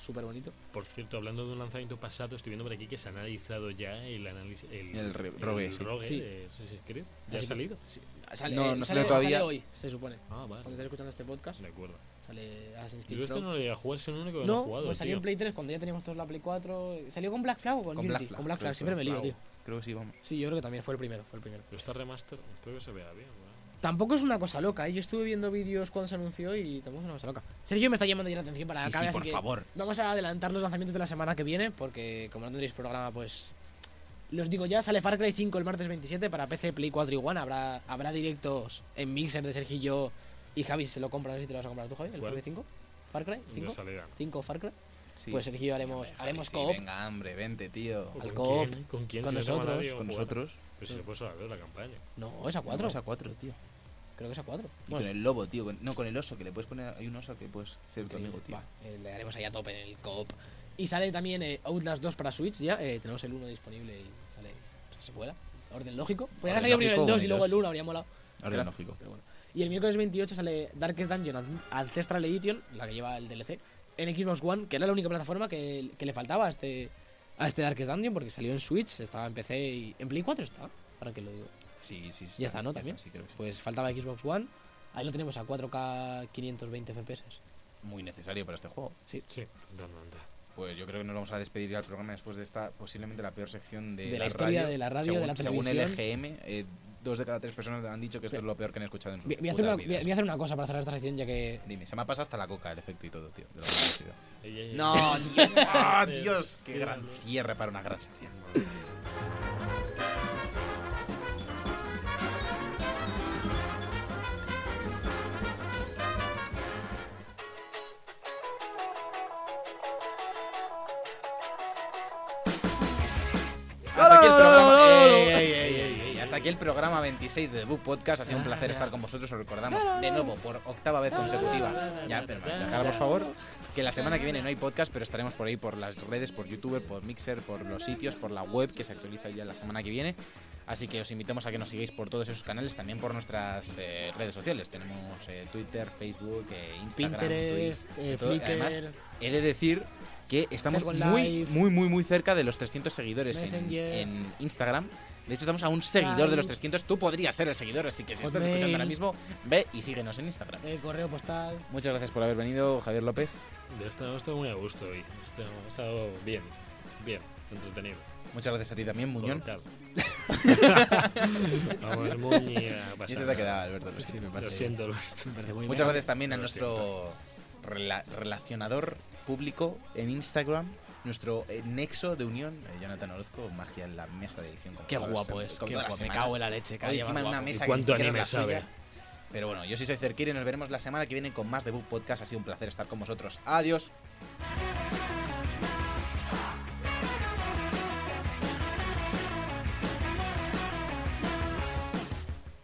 [SPEAKER 3] Súper bonito.
[SPEAKER 2] Por cierto, hablando de un lanzamiento pasado, estoy viendo por aquí que se ha analizado ya el análisis. El,
[SPEAKER 4] El re- rogue, sí.
[SPEAKER 2] rogue eh,
[SPEAKER 3] Sí.
[SPEAKER 2] de Assassin's Creed. ¿Ya ha
[SPEAKER 3] Así que-
[SPEAKER 2] salido?
[SPEAKER 3] Sale,
[SPEAKER 4] No,
[SPEAKER 3] eh,
[SPEAKER 4] no
[SPEAKER 3] sale,
[SPEAKER 4] salió todavía.
[SPEAKER 3] sale hoy, se supone.
[SPEAKER 2] Ah, vale.
[SPEAKER 3] Cuando estés escuchando este podcast,
[SPEAKER 2] De acuerdo.
[SPEAKER 3] sale Assassin's Creed
[SPEAKER 2] Yo este
[SPEAKER 3] Rogue.
[SPEAKER 2] no lo he jugado, es el único que no, he
[SPEAKER 3] No,
[SPEAKER 2] jugado.
[SPEAKER 3] pues salió
[SPEAKER 2] tío.
[SPEAKER 3] en Play 3 cuando ya teníamos todos la Play 4. ¿Salió con Black Flag o con,
[SPEAKER 4] Con
[SPEAKER 3] Unity?
[SPEAKER 4] Black Flag,
[SPEAKER 3] con Black Flag,
[SPEAKER 4] creo que
[SPEAKER 3] siempre me
[SPEAKER 4] con
[SPEAKER 3] lío, tío.
[SPEAKER 4] Creo que sí, vamos.
[SPEAKER 3] Sí, yo creo que también fue el primero, fue el primero.
[SPEAKER 2] Pero esta remaster, creo que se vea bien. ¿verdad?
[SPEAKER 3] Tampoco es una cosa loca, ¿eh? Yo estuve viendo vídeos cuando se anunció y tampoco es una cosa loca. Sergio me está llamando ya la atención para
[SPEAKER 4] Sí,
[SPEAKER 3] acá,
[SPEAKER 4] sí,
[SPEAKER 3] así
[SPEAKER 4] por
[SPEAKER 3] que
[SPEAKER 4] favor.
[SPEAKER 3] Vamos a adelantar los lanzamientos de la semana que viene, porque como no tendréis programa, pues... Los digo ya, sale Far Cry 5 el martes 27 para PC, Play 4 y One. Habrá, habrá directos en Mixer de Sergio y yo y Javi si se lo compran, no sé si te lo vas a comprar tú, Javi, el
[SPEAKER 2] ¿Cuál?
[SPEAKER 3] Far Cry 5. ¿Far Cry
[SPEAKER 2] De
[SPEAKER 3] 5?
[SPEAKER 2] salida.
[SPEAKER 3] ¿5 Far Cry?
[SPEAKER 4] Sí.
[SPEAKER 3] Pues Sergio y yo haremos,
[SPEAKER 4] Javi,
[SPEAKER 3] haremos
[SPEAKER 4] sí,
[SPEAKER 3] co-op.
[SPEAKER 4] Venga, hambre, vente, tío.
[SPEAKER 2] ¿Con
[SPEAKER 3] Al co-op,
[SPEAKER 2] quién? ¿Con quién?
[SPEAKER 3] con
[SPEAKER 2] Si no tengo a
[SPEAKER 3] nosotros,
[SPEAKER 2] nadie
[SPEAKER 4] Con
[SPEAKER 2] jugar.
[SPEAKER 4] nosotros.
[SPEAKER 2] Pues si se puso a ver la campaña.
[SPEAKER 3] No, es Pues a 4.
[SPEAKER 4] Vamos a cuatro, tío.
[SPEAKER 3] Creo que es a 4.
[SPEAKER 4] Y con el lobo, tío. con- no, con el oso, que le puedes poner. Hay un oso que puedes ser tu amigo, tío.
[SPEAKER 3] Eh, le daremos ahí a tope en el co-op. Y sale también eh, Outlast 2 para Switch ya. eh, tenemos el 1 disponible y sale o sea, secuela. Orden lógico. Podrían
[SPEAKER 4] Orden
[SPEAKER 3] haber salido primero
[SPEAKER 4] lógico,
[SPEAKER 3] el 2 y
[SPEAKER 4] bueno,
[SPEAKER 3] luego el
[SPEAKER 4] dos.
[SPEAKER 3] 1, habría molado.
[SPEAKER 4] Ahora es
[SPEAKER 3] Claro.
[SPEAKER 4] lógico.
[SPEAKER 3] Pero bueno. Y el miércoles 28 sale Darkest Dungeon An- Ancestral Edition, la que lleva el DLC, en Xbox One, que era la única plataforma que, que le faltaba a este, a este Darkest Dungeon, porque salió en Switch, estaba en PC y en Play 4 está, para que lo digo.
[SPEAKER 4] Sí, sí, sí.
[SPEAKER 3] Ya está, ¿no? También.
[SPEAKER 4] sí, creo que sí.
[SPEAKER 3] Pues faltaba Xbox One. Ahí lo tenemos a 4K 520 FPS.
[SPEAKER 4] Muy necesario para este juego.
[SPEAKER 2] Sí, totalmente.
[SPEAKER 4] Pues yo creo que nos vamos a despedir ya del programa después de esta posiblemente la peor sección de,
[SPEAKER 3] De la historia
[SPEAKER 4] radio.
[SPEAKER 3] de la radio, de
[SPEAKER 4] según,
[SPEAKER 3] la
[SPEAKER 4] según el
[SPEAKER 3] televisión.
[SPEAKER 4] EGM, eh, dos de cada tres personas han dicho que esto
[SPEAKER 3] Ve-
[SPEAKER 4] es lo peor que han escuchado en su
[SPEAKER 3] Voy,
[SPEAKER 4] vida.
[SPEAKER 3] voy a hacer una, voy a- voy a hacer una cosa para cerrar esta sección, ya que.
[SPEAKER 4] Dime, se me ha pasado hasta la coca el efecto y todo, tío. de lo que ha sido.
[SPEAKER 2] Ey, ey, ey.
[SPEAKER 4] No, Dios, ¡Ah, Dios, qué
[SPEAKER 2] Sí,
[SPEAKER 4] gran
[SPEAKER 2] vale.
[SPEAKER 4] cierre para una gran sección. Hasta aquí el programa. Ey, ey, ey, ey, ey. Hasta aquí el programa 26 de The Book Podcast. Ha sido un placer estar con vosotros. Os recordamos de nuevo por octava vez consecutiva. Ya, pero me vais a dejar, por favor. Que la semana que viene no hay podcast, pero estaremos por ahí por las redes, por YouTube, por Mixer, por los sitios, por la web que se actualiza ya la semana que viene. Así que os invitamos a que nos sigáis por todos esos canales, también por nuestras eh, redes sociales. Tenemos eh, Twitter, Facebook, eh, Instagram,
[SPEAKER 3] Pinterest,
[SPEAKER 4] Twitch, de
[SPEAKER 3] eh,
[SPEAKER 4] todo.
[SPEAKER 3] Flickr.
[SPEAKER 4] Además, he de decir que estamos
[SPEAKER 3] Second
[SPEAKER 4] muy,
[SPEAKER 3] Life.
[SPEAKER 4] muy, muy, muy cerca de los 300 seguidores en,
[SPEAKER 3] Messenger.
[SPEAKER 4] en Instagram. De hecho, estamos a un seguidor de los
[SPEAKER 3] Time.
[SPEAKER 4] 300. Tú podrías ser el seguidor, así que si estás escuchando
[SPEAKER 3] Hotmail.
[SPEAKER 4] ahora mismo, ve y síguenos en Instagram.
[SPEAKER 3] El eh, correo postal.
[SPEAKER 4] Muchas gracias por haber venido, Javier López.
[SPEAKER 2] Yo he estado, he estado muy a gusto hoy. He estado, he estado bien, bien, entretenido.
[SPEAKER 4] Muchas gracias a ti también, Muñón.
[SPEAKER 2] colocado. Vamos, Muñi, a
[SPEAKER 4] Y
[SPEAKER 2] pasar.
[SPEAKER 4] este te ha quedado, Alberto. Lo
[SPEAKER 2] pues, ah,
[SPEAKER 4] siento, me
[SPEAKER 2] Lo
[SPEAKER 4] parece.
[SPEAKER 2] siento, Alberto. me parece muy
[SPEAKER 4] Muchas
[SPEAKER 2] mal.
[SPEAKER 4] gracias también a
[SPEAKER 2] Lo
[SPEAKER 4] nuestro rela- relacionador público en Instagram, nuestro eh, nexo de unión, eh, Jonathan Orozco, magia en la mesa de edición. como
[SPEAKER 3] Qué
[SPEAKER 4] todas las
[SPEAKER 3] guapo
[SPEAKER 4] semanas-
[SPEAKER 3] es.
[SPEAKER 4] como
[SPEAKER 3] Qué
[SPEAKER 4] todas las
[SPEAKER 3] guapo. Me
[SPEAKER 4] semanas.
[SPEAKER 3] cago en la leche.
[SPEAKER 4] Hoy
[SPEAKER 3] Cada
[SPEAKER 4] encima en una
[SPEAKER 2] siento.
[SPEAKER 4] mesa
[SPEAKER 2] ¿Y
[SPEAKER 4] que
[SPEAKER 2] cuánto
[SPEAKER 4] ni siquiera
[SPEAKER 2] anime
[SPEAKER 4] es la suya.
[SPEAKER 2] sabe?
[SPEAKER 4] Pero bueno, yo soy Saiz Cerquiri y nos veremos la semana que viene con más Debug Podcast. Ha sido un placer estar con vosotros. Adiós.